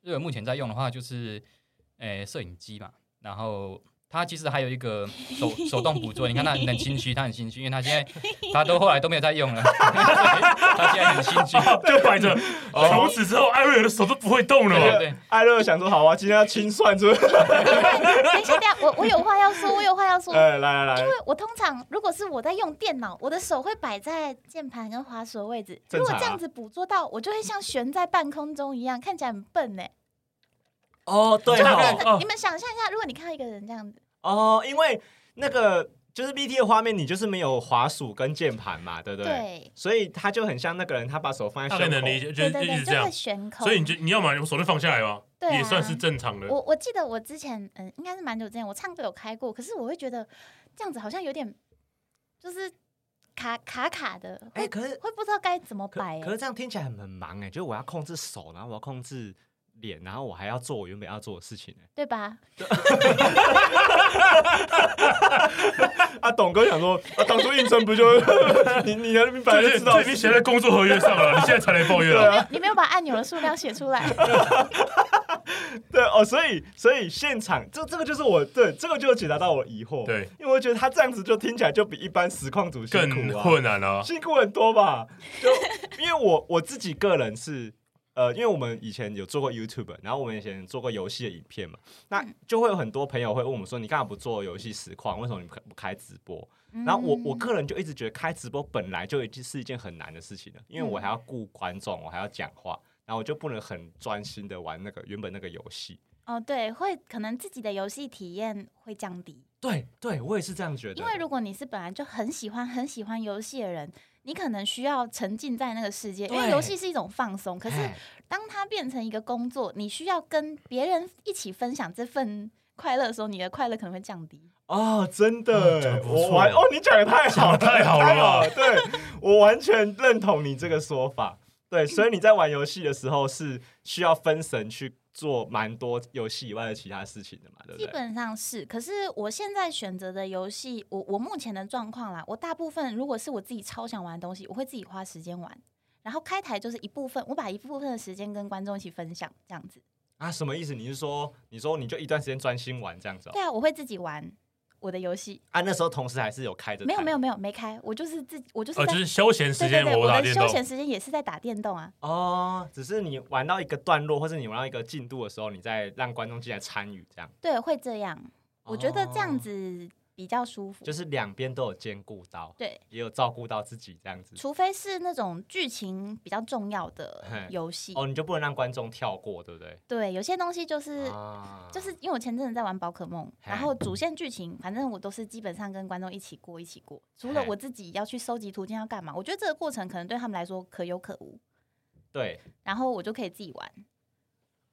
Speaker 5: 日本目前在用的话，就是诶摄、影机嘛，然后它其实还有一个手手动捕捉，你看它很心虚，它很心虚，因为它现在它都后来都没有在用了， *laughs* 它现在很心虚。
Speaker 3: 就摆 *laughs* 着，哦从此之后艾瑞尔的手都不会动了
Speaker 5: 对
Speaker 3: 嘛
Speaker 5: 哦对，对，
Speaker 2: 艾乐想说，好啊，今天要清算，是不 *laughs* 是？
Speaker 4: 等一下，等一下，我我有话要说，我有话要说。
Speaker 2: 哎，来来来
Speaker 4: 因，为我通常如果是我在用电脑，我的手会摆在键盘跟滑鼠的位置。
Speaker 2: 正
Speaker 4: 如果
Speaker 2: 常啊
Speaker 4: 这样子捕捉到，我就会像悬在半空中一样，看起来很笨呢。
Speaker 2: 哦，对
Speaker 3: 就
Speaker 2: 哦
Speaker 3: 好哦
Speaker 4: 你们想象一下，如果你看到一个人这样子，
Speaker 2: 哦，因为那个就是 BT 的画面，你就是没有滑鼠跟键盘嘛，对不对？
Speaker 4: 对
Speaker 2: 所以他就很像那个人，他把手放在
Speaker 3: 大概
Speaker 2: 胸
Speaker 3: 能
Speaker 2: 口。
Speaker 3: 理解，就
Speaker 4: 对
Speaker 3: 是
Speaker 4: 对
Speaker 3: 一
Speaker 4: 对，
Speaker 3: 直
Speaker 4: 就
Speaker 3: 这样
Speaker 4: 会，悬空。
Speaker 3: 所以你就你要嘛用手就放下来嘛，
Speaker 4: 对啊
Speaker 3: 也算是正常的。
Speaker 4: 我我记得我之前嗯，应该是蛮久之前，我唱歌有开过，可是我会觉得这样子好像有点就是卡卡卡的，
Speaker 2: 哎、
Speaker 4: 会、
Speaker 2: 可是
Speaker 4: 会不知道该怎么
Speaker 2: 可
Speaker 4: 摆、
Speaker 2: 可
Speaker 4: 欸
Speaker 2: 是。这样听起来很很忙哎、就是我要控制手，然后我要控制脸，然后我还要做我原本要做的事情哎、
Speaker 4: 对吧？
Speaker 2: 啊，董哥想说，啊，当初应征不 *laughs* 就你你能明白
Speaker 3: 这
Speaker 2: 就是知道
Speaker 3: 这已经写在工作合约上了，你现在才来抱怨
Speaker 2: 对
Speaker 3: 啊？
Speaker 2: 啊，
Speaker 4: 你没有把按钮的数量写出来，
Speaker 2: 对哦，所以所以现场这这个就是我对这个就解答到我疑惑，，
Speaker 3: 对，
Speaker 2: 因为我觉得他这样子就听起来就比一般实况组辛
Speaker 3: 更
Speaker 2: 苦啊， *laughs*
Speaker 3: 困难啊！
Speaker 2: 辛苦很多吧？就因为我我自己个人是，呃，因为我们以前有做过 YouTube，然后我们以前做过游戏的影片嘛，那
Speaker 4: 嗯
Speaker 2: 就会有很多朋友会问我们说，你干嘛不做游戏实况？为什么你不不开直播？ *laughs* 然后我我
Speaker 4: 嗯
Speaker 2: 个人就一直觉得开直播本来就已经是一件很难的事情了，因为我还要顾观众，我还要讲话，然后我就不能很专心的玩那个原本那个游戏。
Speaker 4: 哦，对，会可能自己的游戏体验会降低，
Speaker 2: 对对，我也是这样觉得的。
Speaker 4: 因为如果你是本来就很喜欢很喜欢游戏的人，你可能需要沉浸在那个世界，因为
Speaker 2: 对
Speaker 4: 游戏是一种放松。可是
Speaker 2: 哎
Speaker 4: 当它变成一个工作，你需要跟别人一起分享这份快乐的时候，你的快乐可能会降低。
Speaker 2: 哦，真
Speaker 3: 哦
Speaker 2: 的
Speaker 3: 讲，不
Speaker 2: 我
Speaker 3: 错
Speaker 2: 完哦，你讲的太好了，
Speaker 3: 讲得太好了吧
Speaker 2: 太对我完全认同你这个说法。对，所以你在玩游戏的时候是需要分神去做蛮多游戏以外的其他事情的嘛，对不
Speaker 4: 基
Speaker 2: 对？
Speaker 4: 本上是，可是我现在选择的游戏，我我目前的状况啦，我大部分如果是我自己超想玩的东西，我会自己花时间玩。然后开台就是一部分，我把一部分的时间跟观众一起分享，这样子。
Speaker 2: 啊，什么意思？你是说，你说你就一段时间专心玩这样子、哦？
Speaker 4: 对啊，我会自己玩我的游戏。
Speaker 2: 啊，那时候同时还是有开着台，
Speaker 4: 没有没有没有没开，我就是自己，我就是
Speaker 3: 呃，
Speaker 4: 在、
Speaker 3: 就是休闲时
Speaker 4: 对
Speaker 3: 间
Speaker 4: 对对，我
Speaker 3: 打
Speaker 4: 的
Speaker 3: 电
Speaker 4: 休
Speaker 3: 动，
Speaker 4: 闲时间也是在打电动啊。
Speaker 2: 哦，只是你玩到一个段落，或是你玩到一个进度的时候，你再让观众进来参与，这样
Speaker 4: 对，会这样，我觉得这样
Speaker 2: 哦
Speaker 4: 子比较舒服。
Speaker 2: 就是两边都有兼顾到，
Speaker 4: 对，
Speaker 2: 也有照顾到自己这样子。
Speaker 4: 除非是那种剧情比较重要的
Speaker 2: 嘿
Speaker 4: 游戏。
Speaker 2: 哦，你就不能让观众跳过，对不对？
Speaker 4: 对，有些东西就是、
Speaker 2: 啊
Speaker 4: 就是因为我前阵子在玩宝可梦，
Speaker 2: 嘿
Speaker 4: 然后主线剧情，反正我都是基本上跟观众一起过，一起过。除了
Speaker 2: 嘿
Speaker 4: 我自己要去收集图鉴要干嘛，我觉得这个过程可能对他们来说可有可无，
Speaker 2: 对
Speaker 4: 然后我就可以自己玩。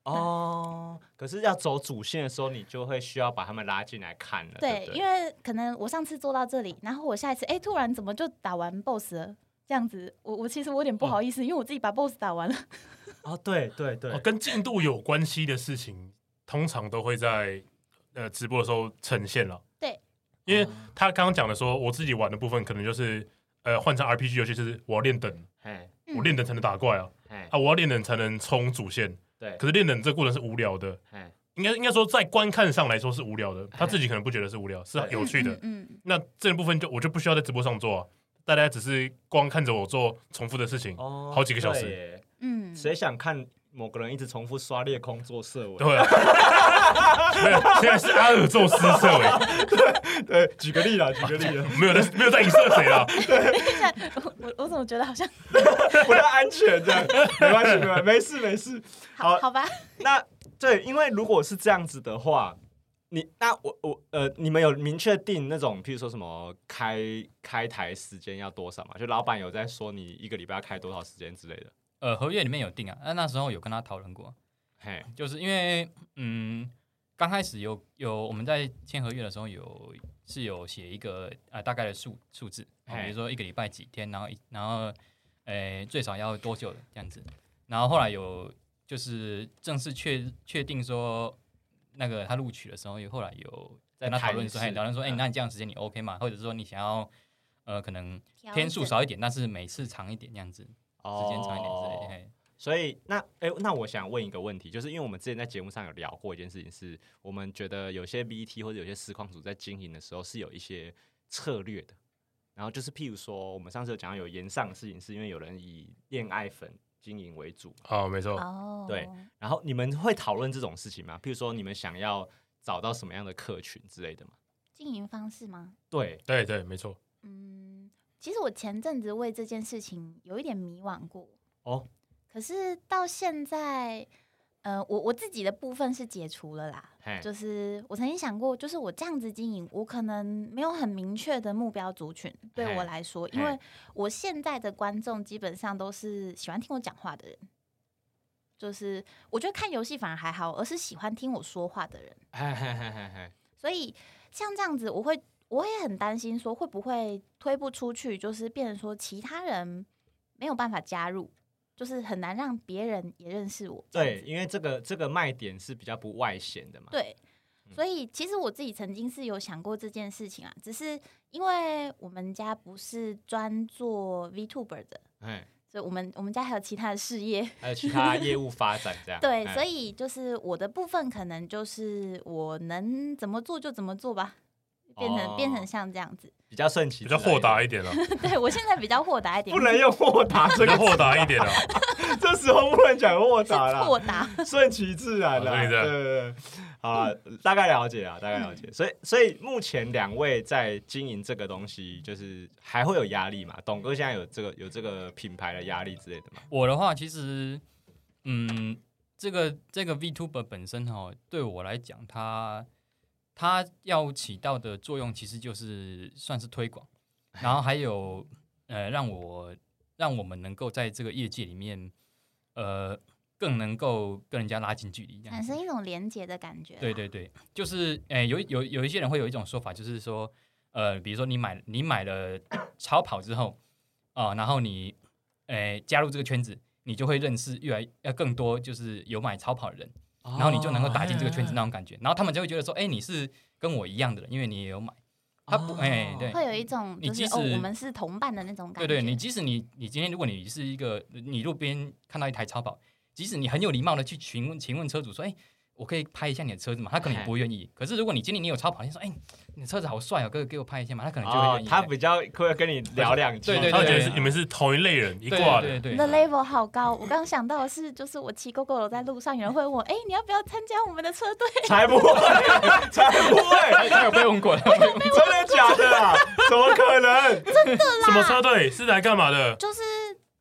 Speaker 2: 哦。可是要走主线的时候，你就会需要把他们拉进来看了，对
Speaker 4: 对
Speaker 2: 不，对，
Speaker 4: 因为可能我上次做到这里，然后我下一次，哎，突然怎么就打完 BOSS 了？这样子，我我其实我有点不好意思，因为我自己把 BOSS 打完了。
Speaker 2: 哦，对对对
Speaker 3: 哦，跟进度有关系的事情，通常都会在呃直播的时候呈现了。
Speaker 4: 对，
Speaker 3: 因
Speaker 2: 哦
Speaker 3: 为他刚刚讲的说，我自己玩的部分可能就是呃换成 RPG 游戏，就是我要练等，
Speaker 2: 哎
Speaker 4: 嗯
Speaker 3: 我练等才能打怪啊，
Speaker 2: 哎
Speaker 3: 啊，我要练等才能冲主线。
Speaker 2: 对
Speaker 3: 可是练等这个过程是无聊的，
Speaker 2: 哎
Speaker 3: 应该应该说在观看上来说是无聊的，他自己可能不觉得是无聊，是
Speaker 2: 对
Speaker 3: 有趣的。
Speaker 4: 嗯，嗯
Speaker 3: 那这部分就我就不需要在直播上做啊，大家只是光看着我做重复的事情，
Speaker 2: 哦
Speaker 3: 好几个小时
Speaker 2: 对耶
Speaker 4: 嗯，
Speaker 2: 谁想看某个人一直重复刷裂空做色尾？
Speaker 3: 对啊，没有，现在是阿尔宙斯社会，
Speaker 2: *laughs* 对，举个例啦，举个
Speaker 3: *laughs*
Speaker 2: 例啦，
Speaker 3: 没有在没有在影射谁啦。
Speaker 4: 等一下，我我我怎么觉得
Speaker 2: *laughs*
Speaker 4: 好像
Speaker 2: 不太安全这样，没关系，没关系，没事没事。
Speaker 4: 好
Speaker 2: 好
Speaker 4: 好吧？
Speaker 2: *laughs* 那对，因为如果是这样子的话，你那我我呃，你们有明确定那种，譬如说什么开开台时间要多少嘛？就老板有在说你一个礼拜要开多少时间之类的。
Speaker 5: 呃，合约里面有定啊，那那时候有跟他讨论过，
Speaker 2: 嘿，
Speaker 5: 就是因为嗯，刚开始有有我们在签合约的时候有是有写一个呃大概的数数字，啊
Speaker 2: 嘿
Speaker 5: 比如说一个礼拜几天，然后一然后呃最少要多久这样子，然后后来有就是正式确确定说那个他录取的时候，后来有跟他讨论说，
Speaker 2: 再谈一次
Speaker 5: 嘿讨论说，哎、
Speaker 2: 嗯
Speaker 5: 那你这样时间你 OK 吗？或者是说你想要呃可能
Speaker 4: 调
Speaker 5: 天数
Speaker 4: 整
Speaker 5: 少一点，但是每次长一点这样子，时间长一点之类的。嘿
Speaker 2: 哦所以那哎、那我想问一个问题，就是因为我们之前在节目上有聊过一件事情是，我们觉得有些 BT 或者有些实况组在经营的时候是有一些策略的。然后就是譬如说，我们上次有讲到有延上的事情，是因为有人以恋爱粉经营为主嘛
Speaker 3: 哦，没错，
Speaker 4: 哦，
Speaker 2: 对然后你们会讨论这种事情吗？譬如说，你们想要找到什么样的客群之类的吗？
Speaker 4: 经营方式吗？
Speaker 2: 对，
Speaker 3: 对对，没错。
Speaker 4: 嗯，其实我前阵子为这件事情有一点迷惘过，
Speaker 2: 哦，
Speaker 4: 可是到现在，呃，我我自己的部分是解除了啦。
Speaker 2: 嘿，
Speaker 4: 就是我曾经想过，就是我这样子经营，我可能没有很明确的目标族群，对我
Speaker 2: 嘿
Speaker 4: 来说，
Speaker 2: 嘿
Speaker 4: 因为我现在的观众基本上都是喜欢听我讲话的人，就是我觉得看游戏反而还好，而是喜欢听我说话的人。
Speaker 2: 嘿嘿嘿嘿嘿，
Speaker 4: 所以像这样子，我会我也很担心说会不会推不出去，就是变成说其他人没有办法加入，就是很难让别人也认识我。
Speaker 2: 对，，因为这个这个卖点是比较不外显的嘛。
Speaker 4: 对
Speaker 2: 嗯，
Speaker 4: 所以其实我自己曾经是有想过这件事情啊，只是因为我们家不是专做 VTuber 的，
Speaker 2: 嘿，
Speaker 4: 所以我们我们家还有其他的事业，
Speaker 2: 还有其他业务发展
Speaker 5: 啊
Speaker 2: 这样。
Speaker 4: *laughs* 对，
Speaker 5: 哎
Speaker 4: 所
Speaker 2: 以
Speaker 4: 以就是我的部分可能就是我能怎么做就怎么做吧。变成、
Speaker 2: 哦
Speaker 4: 变成像这样子。 *laughs*
Speaker 2: 比较顺其
Speaker 3: 比
Speaker 2: 自然
Speaker 3: 较豁达，一点了，
Speaker 4: 对我现在比较豁达一点，
Speaker 2: 不
Speaker 4: *laughs*
Speaker 2: 能用豁达这个
Speaker 3: *laughs* 比较
Speaker 2: 字
Speaker 3: 豁达一点了。
Speaker 2: 这时候不能讲豁
Speaker 4: 是
Speaker 2: 达啦，
Speaker 4: 豁
Speaker 5: *laughs*
Speaker 4: 达。
Speaker 2: *laughs* 顺其自然啦。啊
Speaker 3: 哦顺
Speaker 2: 对
Speaker 3: 其自然
Speaker 2: 对对，啊，大概了解啊，大概了
Speaker 5: 嗯
Speaker 2: 解。所以，所以目前两位在经营这个东西，就是还会有压力嘛？董哥现在有这个有这个品牌的压力之类的嘛？
Speaker 5: 我的话，其实，嗯，这个这个 VTuber 本身哈、哦，对我来讲，它它要起到的作用，其实就是算是推广， *laughs* 然后还有呃，让我让我们能够在这个业界里面，呃，更能够跟人家拉近距离，这样
Speaker 4: 产
Speaker 5: 子
Speaker 4: 生一种连结的感觉。啊
Speaker 5: 对，对对，就是诶、呃有一有有一些人会有一种说法，就是说，呃，比如说你买你买了超跑之后，啊、然后你诶、呃加入这个圈子，你就会认识越来呃更多就是有买超跑的人，然后你就能够打进这个
Speaker 1: 哦
Speaker 5: 圈子那种感觉，然后他们就会觉得说，哎、你是跟我一样的人，因为你也有买，他不哎、对。
Speaker 4: 会有一种
Speaker 5: 你
Speaker 4: 就是
Speaker 5: 即
Speaker 4: 哦，
Speaker 5: 使
Speaker 4: 我们是同伴的那种感
Speaker 5: 对
Speaker 4: 觉。
Speaker 5: 对，你即使你你今天如果你是一个你路边看到一台超跑，即使你很有礼貌的去询问询问车主说，哎，我可以拍一下你的车子吗？他可能也不会愿意。可是如果你今天你有超跑，你说，哎，你的车子好帅哦，哥哥给我拍一下嘛，他可能就会
Speaker 2: 哦
Speaker 5: 愿，意。
Speaker 2: 他比较会跟你聊两句，
Speaker 5: 对对
Speaker 3: 他们
Speaker 5: 对
Speaker 3: 觉
Speaker 5: 对
Speaker 3: 得是你
Speaker 5: *laughs*
Speaker 3: 们是同一类人，一
Speaker 5: 对
Speaker 3: 挂
Speaker 5: 对
Speaker 3: 的。
Speaker 5: 对
Speaker 4: 你
Speaker 2: 啊
Speaker 5: 对
Speaker 4: 的 level 好高，我刚想到的是，就是我骑 GoGo 在路上，有人会问我，哎、你要不要参加我们的车队？
Speaker 2: 才不会，才不会，
Speaker 5: 他有被问过，他有被问过
Speaker 2: 真的假的啊？怎么可能？
Speaker 3: 什么车队是来干嘛的？
Speaker 4: *laughs* 就是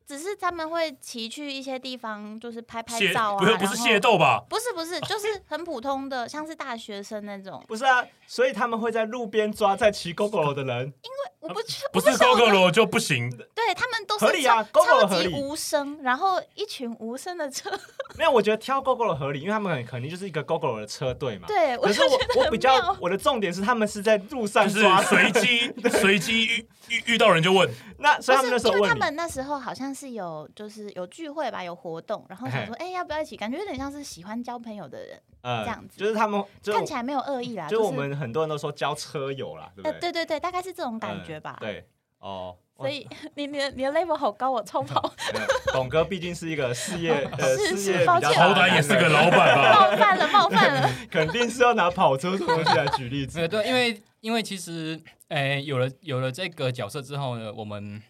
Speaker 4: 只是他们会骑去一些地方，就是拍拍
Speaker 3: 械
Speaker 4: 照啊，
Speaker 3: 不是不是
Speaker 4: 然
Speaker 3: 械
Speaker 4: 后
Speaker 3: 斗吧？
Speaker 4: 不是不是，就是很普通的，像是大学生那种。
Speaker 2: 不是啊，所以他们会在路边抓在骑 GoGo 的人，
Speaker 4: 我不去，
Speaker 3: 不
Speaker 4: 我
Speaker 3: 是
Speaker 4: 晓得
Speaker 3: GoGo 罗就不行，
Speaker 4: 对他们都
Speaker 2: 合
Speaker 4: 是
Speaker 2: 理
Speaker 4: 超、
Speaker 2: 啊，GoGo
Speaker 4: 超
Speaker 2: 合
Speaker 4: 级
Speaker 2: 理啊
Speaker 4: 无声，然后一群无声的车。
Speaker 2: 没有，我觉得挑 GoGo 的合理，因为他们很肯定就是一个 GoGo 的车队嘛。。
Speaker 4: 对，我
Speaker 2: 可
Speaker 4: 就是觉得
Speaker 2: 我我
Speaker 4: 很
Speaker 2: 比较
Speaker 4: 妙
Speaker 2: 我的重点是他们是在路上
Speaker 3: 就是
Speaker 2: 抓的，
Speaker 3: 随机随机遇遇遇到人就问，
Speaker 2: 那所以他们那
Speaker 4: 不
Speaker 2: 时
Speaker 4: 是
Speaker 2: 候
Speaker 4: 因
Speaker 2: 问
Speaker 4: 为他
Speaker 2: 你，
Speaker 4: 们那时候好像是有就是有聚会吧，有活动，然后想说哎、要不要一起？感觉有点像是喜欢交朋友的人，
Speaker 2: 呃
Speaker 4: 这样子
Speaker 2: 就是他们就
Speaker 4: 看起
Speaker 2: 是
Speaker 4: 来没有恶意啦，
Speaker 2: 就是
Speaker 4: 是
Speaker 2: 我们很多人都说交车友啦，对不
Speaker 4: 呃
Speaker 2: 对？
Speaker 4: 对对对，大概是这种感
Speaker 2: 嗯
Speaker 4: 觉吧。
Speaker 2: 对，哦，
Speaker 4: 所以你你的你的 level 好高，我哦超跑
Speaker 2: 呃董哥毕竟是一个事业呃
Speaker 4: 哦是
Speaker 2: 事业
Speaker 4: 是
Speaker 2: 比较
Speaker 4: 抱
Speaker 2: 大
Speaker 4: 歉
Speaker 2: 的
Speaker 3: 好歹也是个老板
Speaker 4: *laughs*
Speaker 3: 吧？
Speaker 4: 冒犯了，冒犯了。
Speaker 2: 肯定是要拿跑车这种东西来举例
Speaker 5: 没 *laughs*
Speaker 2: 子
Speaker 5: 有 *laughs* 对，因为因为其实，诶、有了有了这个角色之后呢，我们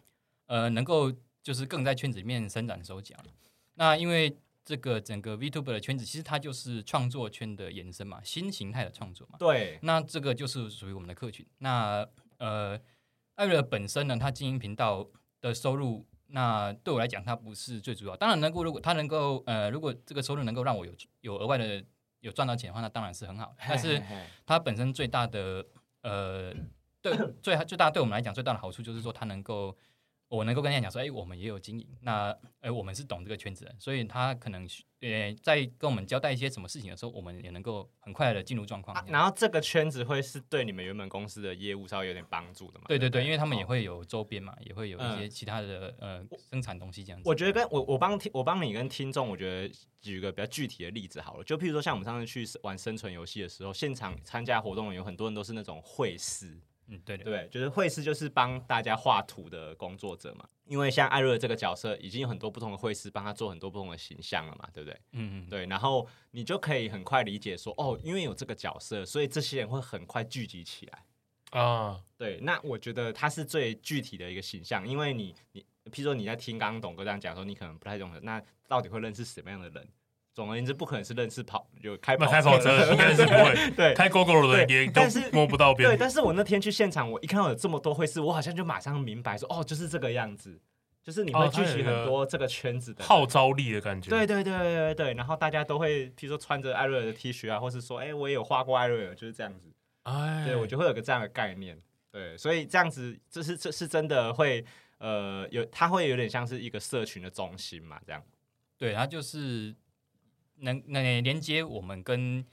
Speaker 5: 呃能够就是更在圈子里面伸展手脚了。那因为这个整个 VTuber 的圈子，其实它就是创作圈的延伸嘛，新形态的创作嘛。
Speaker 2: 对，
Speaker 5: 那这个就是属于我们的客群。那呃，艾瑞尔本身呢，他经营频道的收入，那对我来讲，它不是最主要。当然，能够如果他能够呃，如果这个收入能够让我有有额外的有赚到钱的话，那当然是很好。但是
Speaker 2: 嘿嘿嘿
Speaker 5: 它本身最大的呃，对最最大对我们来讲最大的好处就是说，它能够我能够跟人家讲说，哎、我们也有经营，那哎、我们是懂这个圈子的，所以他可能呃在跟我们交代一些什么事情的时候，我们也能够很快的进入状况
Speaker 2: 啊。
Speaker 5: 这样
Speaker 2: 然后这个圈子会是对你们原本公司的业务稍微有点帮助的嘛？
Speaker 5: 对对
Speaker 2: 不
Speaker 5: 对，因为他们
Speaker 2: 哦
Speaker 5: 也会有周边嘛，也会有一些
Speaker 2: 嗯
Speaker 5: 其他的呃生产东西这样子。
Speaker 2: 我觉得跟我我帮听我帮你跟听众，我觉得举一个比较具体的例子好了，就譬如说像我们上次去玩生存游戏的时候，现场参加活动的有很多人都是那种会师，
Speaker 5: 嗯，对
Speaker 2: 对
Speaker 5: 对
Speaker 2: 不对？就是会师就是帮大家画图的工作者嘛。因为像艾瑞这个角色，已经有很多不同的会师帮他做很多不同的形象了嘛，对不对？
Speaker 5: 嗯嗯对
Speaker 2: 对，然后你就可以很快理解说，哦，因为有这个角色，所以这些人会很快聚集起来。
Speaker 3: 啊，
Speaker 2: 对，那我觉得它是最具体的一个形象，因为你你，譬如说你在听刚刚董哥这样讲说，你可能不太懂得，那到底会认识什么样的人？总而言之，不可能是认识跑有开
Speaker 3: 那
Speaker 2: 跑
Speaker 3: 开跑车的应该是不会，
Speaker 2: 对。
Speaker 3: 开 GoGo 罗的
Speaker 2: 对
Speaker 3: 也都
Speaker 2: 但是
Speaker 3: 摸不到边
Speaker 2: 对，。但是我那天去现场，我一看到有这么多会师，我好像就马上明白说，哦，就是这个样子，就是你会
Speaker 3: 哦
Speaker 2: 聚
Speaker 3: 它有
Speaker 2: 集
Speaker 3: 一个
Speaker 2: 很多这个圈子的人
Speaker 3: 号召力的感觉。
Speaker 2: 对对对对对对，然后大家都会，譬如说穿着艾瑞尔的 T 恤啊，或是说，哎、我也有画过艾瑞尔，就是这样子。
Speaker 3: 哎，
Speaker 2: 对，我
Speaker 3: 就
Speaker 2: 就会有个这样的概念。对，所以这样子，这是这是真的会，呃，有它会有点像是一个社群的中心嘛，这样。
Speaker 5: 对，它就是能能连接我们跟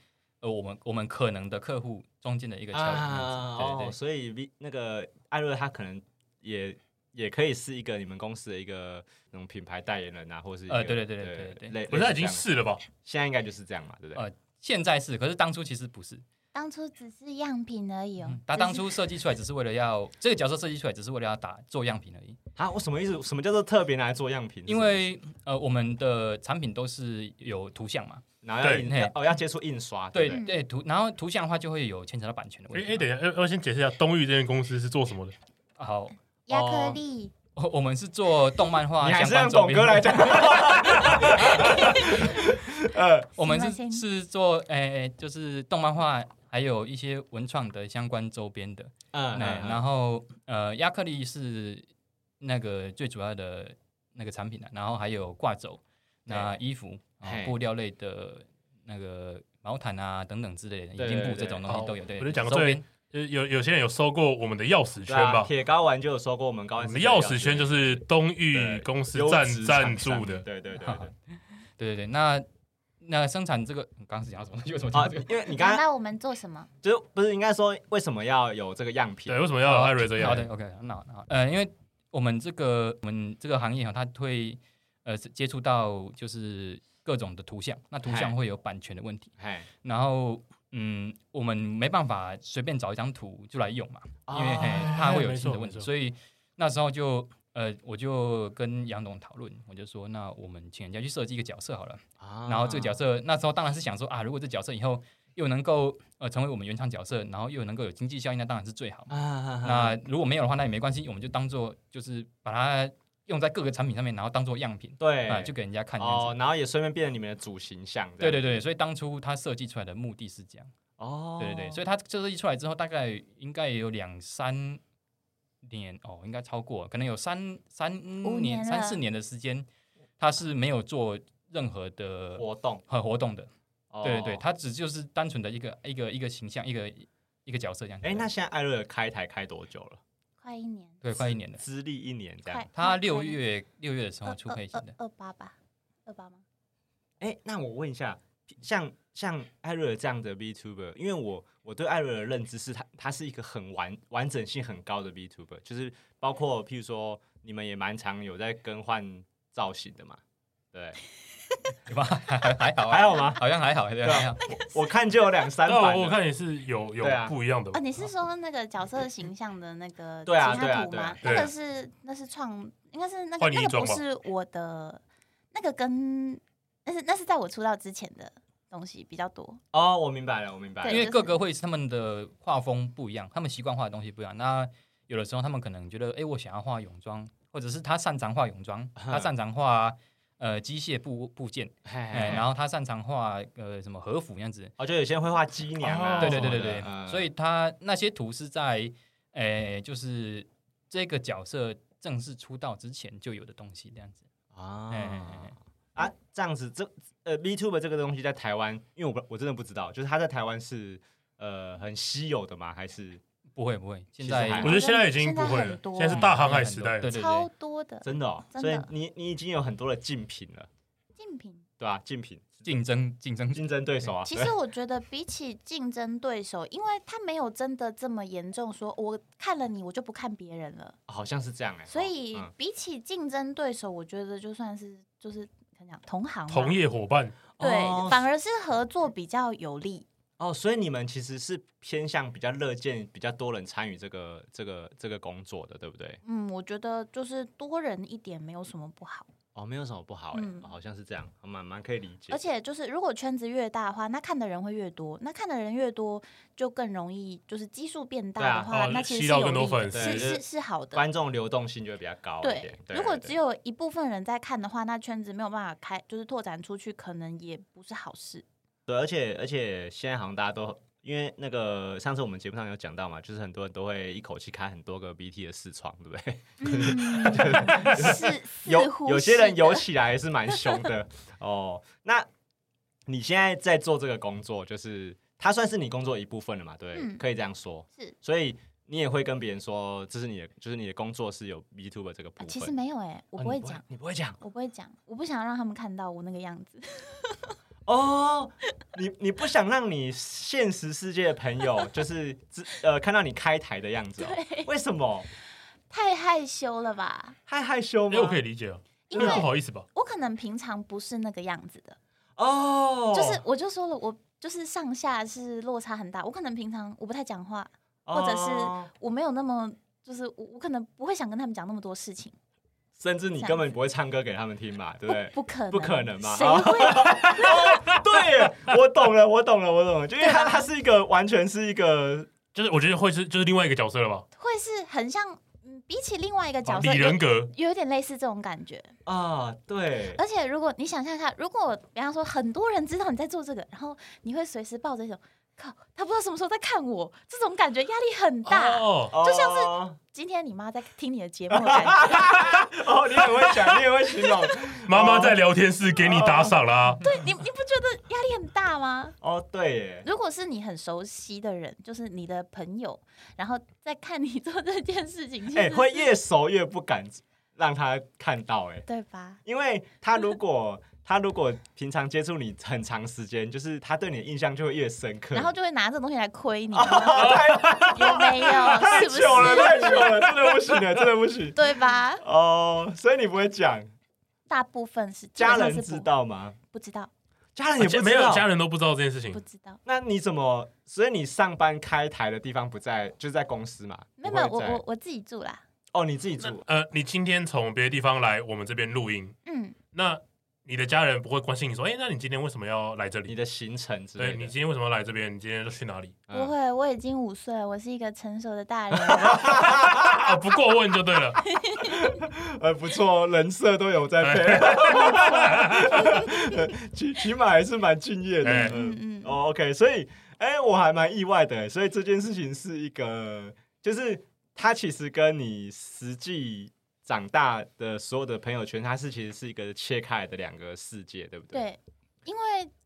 Speaker 5: 呃我们我们可能的客户中间的一个桥梁这样子。对对
Speaker 2: 啊哦，所以 V 那个艾瑞他可能也也可以是一个你们公司的一个那种品牌代言人啊，或是一
Speaker 5: 呃
Speaker 2: 个
Speaker 5: 对对对对对对
Speaker 2: 类
Speaker 3: 我现在
Speaker 2: 类似
Speaker 3: 已经
Speaker 2: 这样
Speaker 3: 试了吧？
Speaker 2: 啊呃现在应该就是这样嘛，对不对？
Speaker 5: 呃，现在是，可是当初其实不是。
Speaker 4: 当初只是样品而已哦
Speaker 5: 嗯。他当初设计出来只是为了要这个角色设计出来只是为了要打做样品而已。
Speaker 2: 啊，我什么意思？什么叫做特别拿来做样品？
Speaker 5: 因为呃，我们的产品都是有图像嘛，
Speaker 2: 然后要
Speaker 3: 对
Speaker 2: 印
Speaker 5: 嘿
Speaker 2: 哦要接触印刷，
Speaker 5: 对
Speaker 2: 不
Speaker 4: 嗯
Speaker 5: 对图，然后图像的话就会有牵扯到版权的问
Speaker 3: 哎
Speaker 5: 题嘛。
Speaker 3: 哎，等一下，要要先解释一下东玉这间公司是做什么的。
Speaker 5: 好，
Speaker 4: 亚
Speaker 5: 哦
Speaker 4: 克力，
Speaker 5: 我我们是做动漫画
Speaker 2: 你还
Speaker 5: 相
Speaker 2: 是让
Speaker 5: 关周
Speaker 2: 董
Speaker 5: 边，
Speaker 2: 哥来讲。 *laughs* 呃，
Speaker 5: 我们
Speaker 4: 行
Speaker 5: 是
Speaker 4: 了行
Speaker 5: 是做诶、就是动漫画还有一些文创的相关周边的。
Speaker 2: 嗯，
Speaker 5: 对，然
Speaker 2: 后
Speaker 5: 后呃，亚克力是那个最主要的那个产品了、啊然后还有挂轴、那衣服、啊
Speaker 2: 嘿
Speaker 5: 布料类的那个毛毯啊等等之类的，
Speaker 2: 对
Speaker 5: 衣
Speaker 2: 对
Speaker 5: 布
Speaker 2: 对
Speaker 5: 这种东
Speaker 3: 哦
Speaker 5: 西都有。对，
Speaker 3: 我就讲过
Speaker 5: 周
Speaker 3: 最
Speaker 5: 边
Speaker 3: 就是有有些人有收过我们的钥匙
Speaker 2: 对
Speaker 3: 圈
Speaker 2: 啊，
Speaker 3: 吧？
Speaker 2: 铁睾丸就有说过我们高
Speaker 3: 我
Speaker 2: 丸
Speaker 3: 们的钥匙圈就是是东玉公司赞赞助的，
Speaker 2: 对对对对。
Speaker 3: *laughs*
Speaker 5: 对对对，那那生产这个刚刚是讲到什么？ *laughs* 为什么讲
Speaker 2: 啊
Speaker 5: 到这个？，
Speaker 2: 因为你刚
Speaker 4: 讲
Speaker 2: 刚
Speaker 4: 到我们做什么？
Speaker 2: 就是不是应该说为什么要有这个样品
Speaker 3: 对，？为什么要哦有艾瑞这
Speaker 5: 好
Speaker 3: 样？
Speaker 5: 的，OK，那好那好，呃，因为我们这个我们这个行业哈，它会呃接触到就是各种的图像，那图像
Speaker 2: 嗨
Speaker 5: 会有版权的问题，
Speaker 2: 哎，
Speaker 5: 然后嗯，我们没办法随便找一张图就来用嘛，因为嘿
Speaker 2: 哦
Speaker 5: 怕会有
Speaker 3: 没
Speaker 5: 新
Speaker 3: 错
Speaker 5: 的问
Speaker 3: 啊没
Speaker 5: 题，
Speaker 3: 错
Speaker 5: 所以那时候就呃我就跟杨董讨论，我就说那我们请人家去设计一个角色好了，
Speaker 2: 啊
Speaker 3: 啊
Speaker 5: 然后这个角色那时候当然是想说啊，如果这角色以后又能够呃成为我们原创角色，然后又能够有经济效应，那当然是最好嘛。
Speaker 2: 啊，
Speaker 5: 那如果没有的话，那也没关系，我们就当做就是把它用在各个产品上面，然后当做样品，啊、
Speaker 2: 对，
Speaker 5: 就给人家看这样子。
Speaker 2: 哦，然后也顺便变成你们的主形象，这样
Speaker 5: 对对，对，所以当初他设计出来的目的是这样，
Speaker 2: 哦，
Speaker 5: 对对对，所以他设计出来之后，大概应该也有两三年哦，应该超过，可能有三三
Speaker 4: 五年
Speaker 5: 年、
Speaker 4: 了
Speaker 5: 三四年的时间，他是没有做任何的
Speaker 2: 活动，
Speaker 5: 和活动的，
Speaker 2: 哦
Speaker 5: 对对对，。他只就是单纯的一个一个一个形象，一个一个角色这样子。
Speaker 2: 哎，那现在艾瑞开台开多久了？
Speaker 4: 快一年，
Speaker 5: 对，快一年了，
Speaker 2: 资历一年这样
Speaker 4: 快。。
Speaker 5: 他
Speaker 4: 快
Speaker 5: 六
Speaker 4: 快一年
Speaker 5: 月六月的时
Speaker 4: 二
Speaker 5: 候
Speaker 2: 呃
Speaker 5: 出配型的。
Speaker 4: 二二二八吧，二八吗？
Speaker 2: 哎，那我问一下，像像艾瑞尔这样的 VTuber，因为我我对艾瑞尔的认知是他他是一个很完完整性很高的 VTuber，就是包括譬如说你们也蛮常有在更换造型的嘛，对，
Speaker 5: 有吧？还好啊，
Speaker 2: 还好吗？
Speaker 5: 好像还好，对，
Speaker 2: 对啊
Speaker 5: 还好。
Speaker 2: 我看就有两
Speaker 5: *laughs*
Speaker 2: 三
Speaker 3: 但
Speaker 2: 版了，
Speaker 3: 我我看也是有有
Speaker 2: 对啊
Speaker 3: 不一样的
Speaker 4: 哦，你是说那个角色形象的那个
Speaker 2: 对啊
Speaker 4: 其
Speaker 2: 对啊
Speaker 4: 他图
Speaker 2: 对啊
Speaker 4: 吗？
Speaker 3: 对
Speaker 4: 那
Speaker 3: 啊
Speaker 4: 个是那是创，应该是那个
Speaker 3: 换你
Speaker 4: 那
Speaker 3: 一
Speaker 4: 个
Speaker 3: 装
Speaker 4: 不
Speaker 3: 吧
Speaker 4: 是我的，那个跟那是那是在我出道之前的东西比较多。
Speaker 2: 哦，我明白了，我明白了
Speaker 5: 因
Speaker 4: 对。
Speaker 5: 为
Speaker 4: 就是
Speaker 5: 各个会他们的画风不一样，他们习惯画的东西不一样。那有的时候他们可能觉得，哎，我想要画泳装，或者是他擅长画
Speaker 2: *laughs*
Speaker 5: 泳装，他擅长画呃机械部部件，哎，
Speaker 2: *laughs*
Speaker 5: 然
Speaker 2: 后
Speaker 5: 后他擅长画呃什么和服那
Speaker 2: *laughs*
Speaker 5: 样子。
Speaker 2: 哦，就有些人会画鸡娘啊，
Speaker 3: 哦
Speaker 5: 对对
Speaker 2: 什
Speaker 5: 对
Speaker 2: 么
Speaker 5: 对
Speaker 2: 的
Speaker 5: 对，
Speaker 2: 嗯
Speaker 5: 所以他那些图是在哎就是这个角色正式出道之前就有的东西，这样子。哎哎
Speaker 2: 啊
Speaker 5: 哎
Speaker 2: 啊，这样子，这呃 v t u b e 这个东西在台湾，因为我不我真的不知道，就是它在台湾是呃很稀有的吗？还是
Speaker 5: 不会不会，现
Speaker 2: 其实还
Speaker 5: 在
Speaker 2: 好
Speaker 3: 我觉得现在已经不会
Speaker 4: 现在
Speaker 3: 了
Speaker 4: 很，多
Speaker 3: 现在是大航海时代了。
Speaker 5: 对对对
Speaker 4: 超。多的
Speaker 2: 真的哦？
Speaker 4: 真
Speaker 2: 所
Speaker 4: 的
Speaker 2: 以你你已经有很多的竞品了，
Speaker 4: 竞品。
Speaker 2: 对吧、竞品
Speaker 5: 竞争竞争
Speaker 2: 竞争对手啊，
Speaker 4: 嗯其
Speaker 2: 对
Speaker 4: 实我觉得比起竞争对手，因为他没有真的这么严重说我看了你我就不看别人了。
Speaker 2: 好像是这样哎、
Speaker 4: 所以
Speaker 3: 嗯
Speaker 2: 哦
Speaker 4: 比起竞争对手，我觉得就算是就是怎么讲同行吧
Speaker 3: 同业嗯伙伴，
Speaker 4: 对，啊
Speaker 2: 哦
Speaker 4: 反而是合作比较有利。
Speaker 2: 嗯、哦，所以你们其实是偏向比较乐见比较多人参与这个这个这个工作的，对不对？
Speaker 4: 嗯，我觉得就是多人一点没有什么不好，
Speaker 2: 哦，没有什么不好哎、
Speaker 4: 嗯
Speaker 2: 哦好像是这样，蛮蛮可以理解。
Speaker 4: 而且就是如果圈子越大的话，那看的人会越多，那看的人越多就更容易就是基数变大的
Speaker 2: 对
Speaker 4: 话，
Speaker 3: 啊哦
Speaker 4: 那其实
Speaker 3: 吸
Speaker 4: 是
Speaker 3: 到
Speaker 4: 有
Speaker 3: 更多
Speaker 4: 利
Speaker 3: 粉
Speaker 4: 的
Speaker 2: 丝
Speaker 4: 是
Speaker 2: 对
Speaker 4: 是是好的。
Speaker 2: 观众流动性就会比较高一
Speaker 4: 对
Speaker 2: 点。，
Speaker 4: 如果只
Speaker 2: 有
Speaker 4: 有一部分人在看的话，那圈子没有办法开，就是拓展出去，可能也不是好事。
Speaker 2: 对，而且而且现在好像大家都因为那个上次我们节目上有讲到嘛，就是很多人都会一口气开很多个 BT 的视窗，对不对？
Speaker 4: 嗯，是似
Speaker 2: 有
Speaker 4: 乎
Speaker 2: 有些人
Speaker 4: 是
Speaker 2: 游
Speaker 4: 的
Speaker 2: 起来也是蛮凶
Speaker 4: *laughs*
Speaker 2: 的哦。那你现在在做这个工作，就是它算是你工作一部分了嘛？对不对，
Speaker 4: 嗯
Speaker 2: 可以这样说。
Speaker 4: 是
Speaker 2: 所以你也会跟别人说，这是你的，就是你的工作是有 B two 的这个部分。
Speaker 4: 啊其实没有哎、我
Speaker 2: 哦
Speaker 4: 不会
Speaker 2: 你
Speaker 4: 讲，
Speaker 2: 你不会讲
Speaker 4: 我不会讲，我不想让他们看到我那个样子。 *laughs*
Speaker 2: 哦。你你不想让你现实世界的朋
Speaker 4: *laughs*
Speaker 2: 友，就是知呃看到你开台的样子、哦，
Speaker 4: 对，
Speaker 2: 为什么？
Speaker 4: 太害羞了吧？
Speaker 2: 太害羞吗？
Speaker 3: 哎，我可以理解啊，
Speaker 4: 因
Speaker 3: 因
Speaker 4: 为
Speaker 3: 为不好意思吧，
Speaker 4: 我可能平常不是那个样子的，
Speaker 2: 哦，
Speaker 4: 就是我就说了，我就是上下是落差很大。我可能平常我不太讲话，
Speaker 2: 哦
Speaker 4: 或者是我没有那么就是我我可能不会想跟他们讲那么多事情，
Speaker 2: 甚至你根本不会唱歌给他们听嘛，对
Speaker 4: 不
Speaker 2: 不对？
Speaker 4: 不可能
Speaker 2: 不可能嘛
Speaker 4: 谁会？
Speaker 2: *laughs* 对耶，我懂了，我懂了，我懂了，就因为他
Speaker 4: 对吧啊
Speaker 2: 他是一个完全是一个
Speaker 3: 就是我觉得会是就是另外一个角色了吧，
Speaker 4: 会是很像，嗯，比起另外一个
Speaker 3: 啊
Speaker 4: 角
Speaker 3: 李
Speaker 2: 哦
Speaker 4: 色，有
Speaker 3: 人格
Speaker 4: 有一点类似这种感觉。
Speaker 2: 啊，对，
Speaker 4: 而且如果你想象一下，如果比方说很多人知道你在做这个，然后你会随时抱着一种靠，他不知道什么时候在看我，这种感觉压力很大。
Speaker 3: 哦，
Speaker 2: 就
Speaker 4: 就像是
Speaker 2: 是
Speaker 4: 今天你妈在听你的节目的感觉，
Speaker 2: *laughs*
Speaker 4: *laughs*
Speaker 2: 哦，你很会讲，你很会形容。
Speaker 3: 妈妈在聊天室给你打赏啦，
Speaker 4: 哦对你你不觉得压力很大吗？
Speaker 2: 哦，对耶，
Speaker 4: 如果是你很熟悉的人，就是你的朋友，然后在看你做这件事情，其
Speaker 2: 哎、
Speaker 4: 实
Speaker 2: 会
Speaker 4: 是
Speaker 2: 越熟越不敢让他看到，哎，
Speaker 4: 对吧？
Speaker 2: 因为他如
Speaker 4: *laughs*
Speaker 2: 果他如果平常接触你很长时间，就是他对你的印象就会越深刻。
Speaker 4: 然后就会拿这东西来
Speaker 2: *laughs*
Speaker 4: 亏你，
Speaker 2: 太
Speaker 4: 有没有？
Speaker 2: 哦啊太
Speaker 4: 是不
Speaker 2: 久了，太
Speaker 4: 是？
Speaker 2: 久了，真的不行了，真的不行。
Speaker 4: 对吧？
Speaker 2: 哦，所以你不会讲，
Speaker 4: 大部分是
Speaker 2: 家
Speaker 4: 基本
Speaker 2: 人
Speaker 4: 上是
Speaker 2: 知
Speaker 4: 不
Speaker 2: 道吗？
Speaker 4: 不知道，
Speaker 2: 家人也不知道，
Speaker 3: 啊没有家人都不知道这件事
Speaker 2: 嗯
Speaker 3: 情
Speaker 4: 不，知道。
Speaker 2: 那你怎么？所以你上班开台的地方不在，就是在公司嘛？
Speaker 4: 没有没有，
Speaker 2: 不
Speaker 4: 我
Speaker 2: 会在
Speaker 4: 我我自己住啦。
Speaker 2: 哦，你自己住
Speaker 3: 呃，你今天从别的地方来我们这边录音，
Speaker 4: 嗯，
Speaker 3: 那你的家人不会关心你说，哎，那你今天为什么要来这
Speaker 2: 你
Speaker 3: 里？
Speaker 2: 的行程之类
Speaker 3: 对
Speaker 2: 的。
Speaker 3: 你今天为什么要来这边？你今天要去哪里？
Speaker 2: 嗯
Speaker 4: 不会，我已经五岁了，我是一个成熟的大人了。
Speaker 3: 啊，不过问就对了。
Speaker 2: *laughs*
Speaker 3: *laughs*
Speaker 2: 呃，不错，人设都有在配，
Speaker 4: *laughs*
Speaker 2: 起起码还是蛮敬业的。
Speaker 3: 哎
Speaker 2: 嗯
Speaker 4: 嗯嗯
Speaker 2: 哦，OK，所以，哎、我还蛮意外的，所以这件事情是一个，就是它其实跟你实际长大的所有的朋友圈，它是其实是一个切开来的两个世界，对不对？
Speaker 4: 对，因为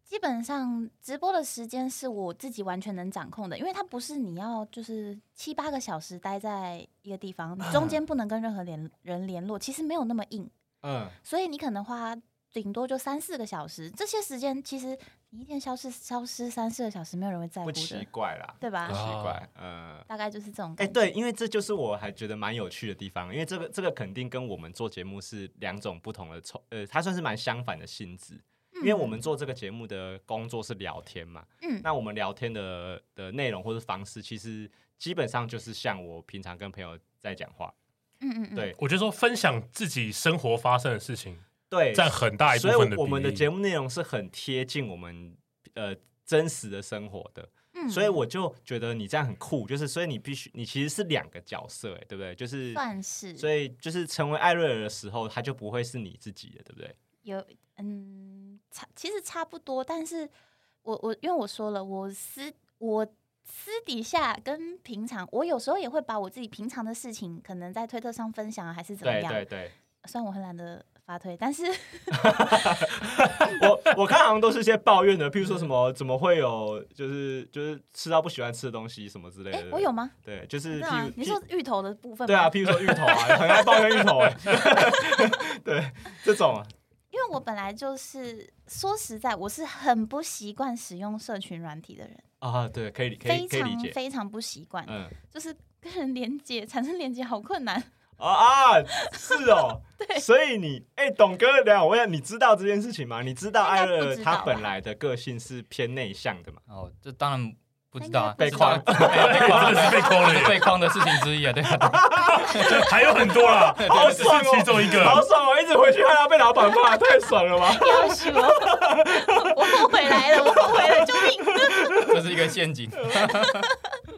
Speaker 4: 基本上直播的时间是我自己完全能掌控的，因为它不是你要就是七八个小时待在一个地方，你
Speaker 2: *laughs*
Speaker 4: 中间不能跟任何联人联络，其实没有那么硬，
Speaker 2: 嗯，
Speaker 4: 所以你可能花顶多就三四个小时，这些时间其实你一天消失消失三四个小时，没有人会在乎
Speaker 2: 不奇
Speaker 4: 的，
Speaker 2: 怪啦，
Speaker 4: 对吧
Speaker 2: 不？奇怪
Speaker 3: 啊，
Speaker 2: 嗯。
Speaker 4: 大概就是这种
Speaker 2: 哎、
Speaker 4: 感觉。
Speaker 2: 对，因为这就是我还觉得蛮有趣的地方，因为这个这个肯定跟我们做节目是两种不同的抽，呃，它算是蛮相反的性质。因为
Speaker 3: 嗯
Speaker 2: 我们做这个节目的工作是聊天嘛，
Speaker 4: 嗯
Speaker 2: 那我们聊天的的内容或是方式，其实基本上就是像我平常跟朋友在讲话，
Speaker 4: 嗯嗯嗯，
Speaker 2: 对
Speaker 3: 我觉得说分享自己生活发生的事情
Speaker 2: 对，
Speaker 3: 占很大一部
Speaker 2: 所
Speaker 3: 分
Speaker 2: 以
Speaker 3: 的
Speaker 2: 我们的
Speaker 3: 比例
Speaker 2: 节目内容是很贴近我们呃真实的生活的，
Speaker 4: 嗯
Speaker 2: 所以我就觉得你这样很酷，就是所以你必须你其实是两个角色、哎，对不对？就是
Speaker 4: 算是
Speaker 2: 所以就是成为艾瑞尔的时候，他就不会是你自己的，对不对？
Speaker 4: 有，嗯，差其实差不多，但是我我因为我说了，我私我私底下跟平常，我有时候也会把我自己平常的事情，可能在推特上分享啊，还是怎么
Speaker 2: 对
Speaker 4: 样。
Speaker 2: 对 *laughs* 对，
Speaker 4: 虽然我很懒得发推，但是
Speaker 2: 我我看好像都是一些抱怨的，譬如
Speaker 4: 嗯
Speaker 2: 说什么怎么会有就是就是吃到不喜欢吃的东西什么之类
Speaker 4: 哎、
Speaker 2: 的。
Speaker 4: 我有吗？
Speaker 2: 对，就是
Speaker 4: 对
Speaker 2: 譬
Speaker 4: 啊
Speaker 2: 如，
Speaker 4: 你
Speaker 2: 譬
Speaker 4: 说芋头的部分
Speaker 2: 对啊，
Speaker 4: 吗
Speaker 2: 譬如说芋头啊，很爱抱怨芋头哎、 *laughs* 对这种啊
Speaker 4: 因为我本来就是说实在，我是很不习惯使用社群软体的人，
Speaker 2: 啊，对，可以可以
Speaker 4: 非
Speaker 2: 可以理
Speaker 4: 常
Speaker 2: 解，
Speaker 4: 非常不习惯，
Speaker 2: 嗯
Speaker 4: 就是跟人连接产生连接好困难。
Speaker 2: 啊啊是
Speaker 4: *laughs*
Speaker 2: 哦，所以你哎、董哥，等一下我问你知道这件事情吗？你知道艾
Speaker 4: 应该
Speaker 2: 瑞
Speaker 4: 不知道
Speaker 2: 他
Speaker 4: 吧
Speaker 2: 本来的个性是偏内向的嘛？
Speaker 5: 哦，这当然不知道啊，
Speaker 2: 被
Speaker 5: 知道
Speaker 2: 框
Speaker 5: 被被框啊
Speaker 3: 真的是被框了耶，
Speaker 5: *laughs* 被框的事情之一啊，对啊，
Speaker 3: *laughs* 还有很多啦，
Speaker 2: 好
Speaker 3: 这
Speaker 2: 爽
Speaker 3: 是
Speaker 2: 哦
Speaker 3: 其！中一
Speaker 2: 好
Speaker 3: 个。
Speaker 2: 爽！我一直回去看他被老板骂， *laughs* 太爽了吧？
Speaker 4: 要求， *laughs* 我后悔来了，我后悔了，救命！
Speaker 5: 这是一个
Speaker 4: *laughs*
Speaker 5: 陷阱。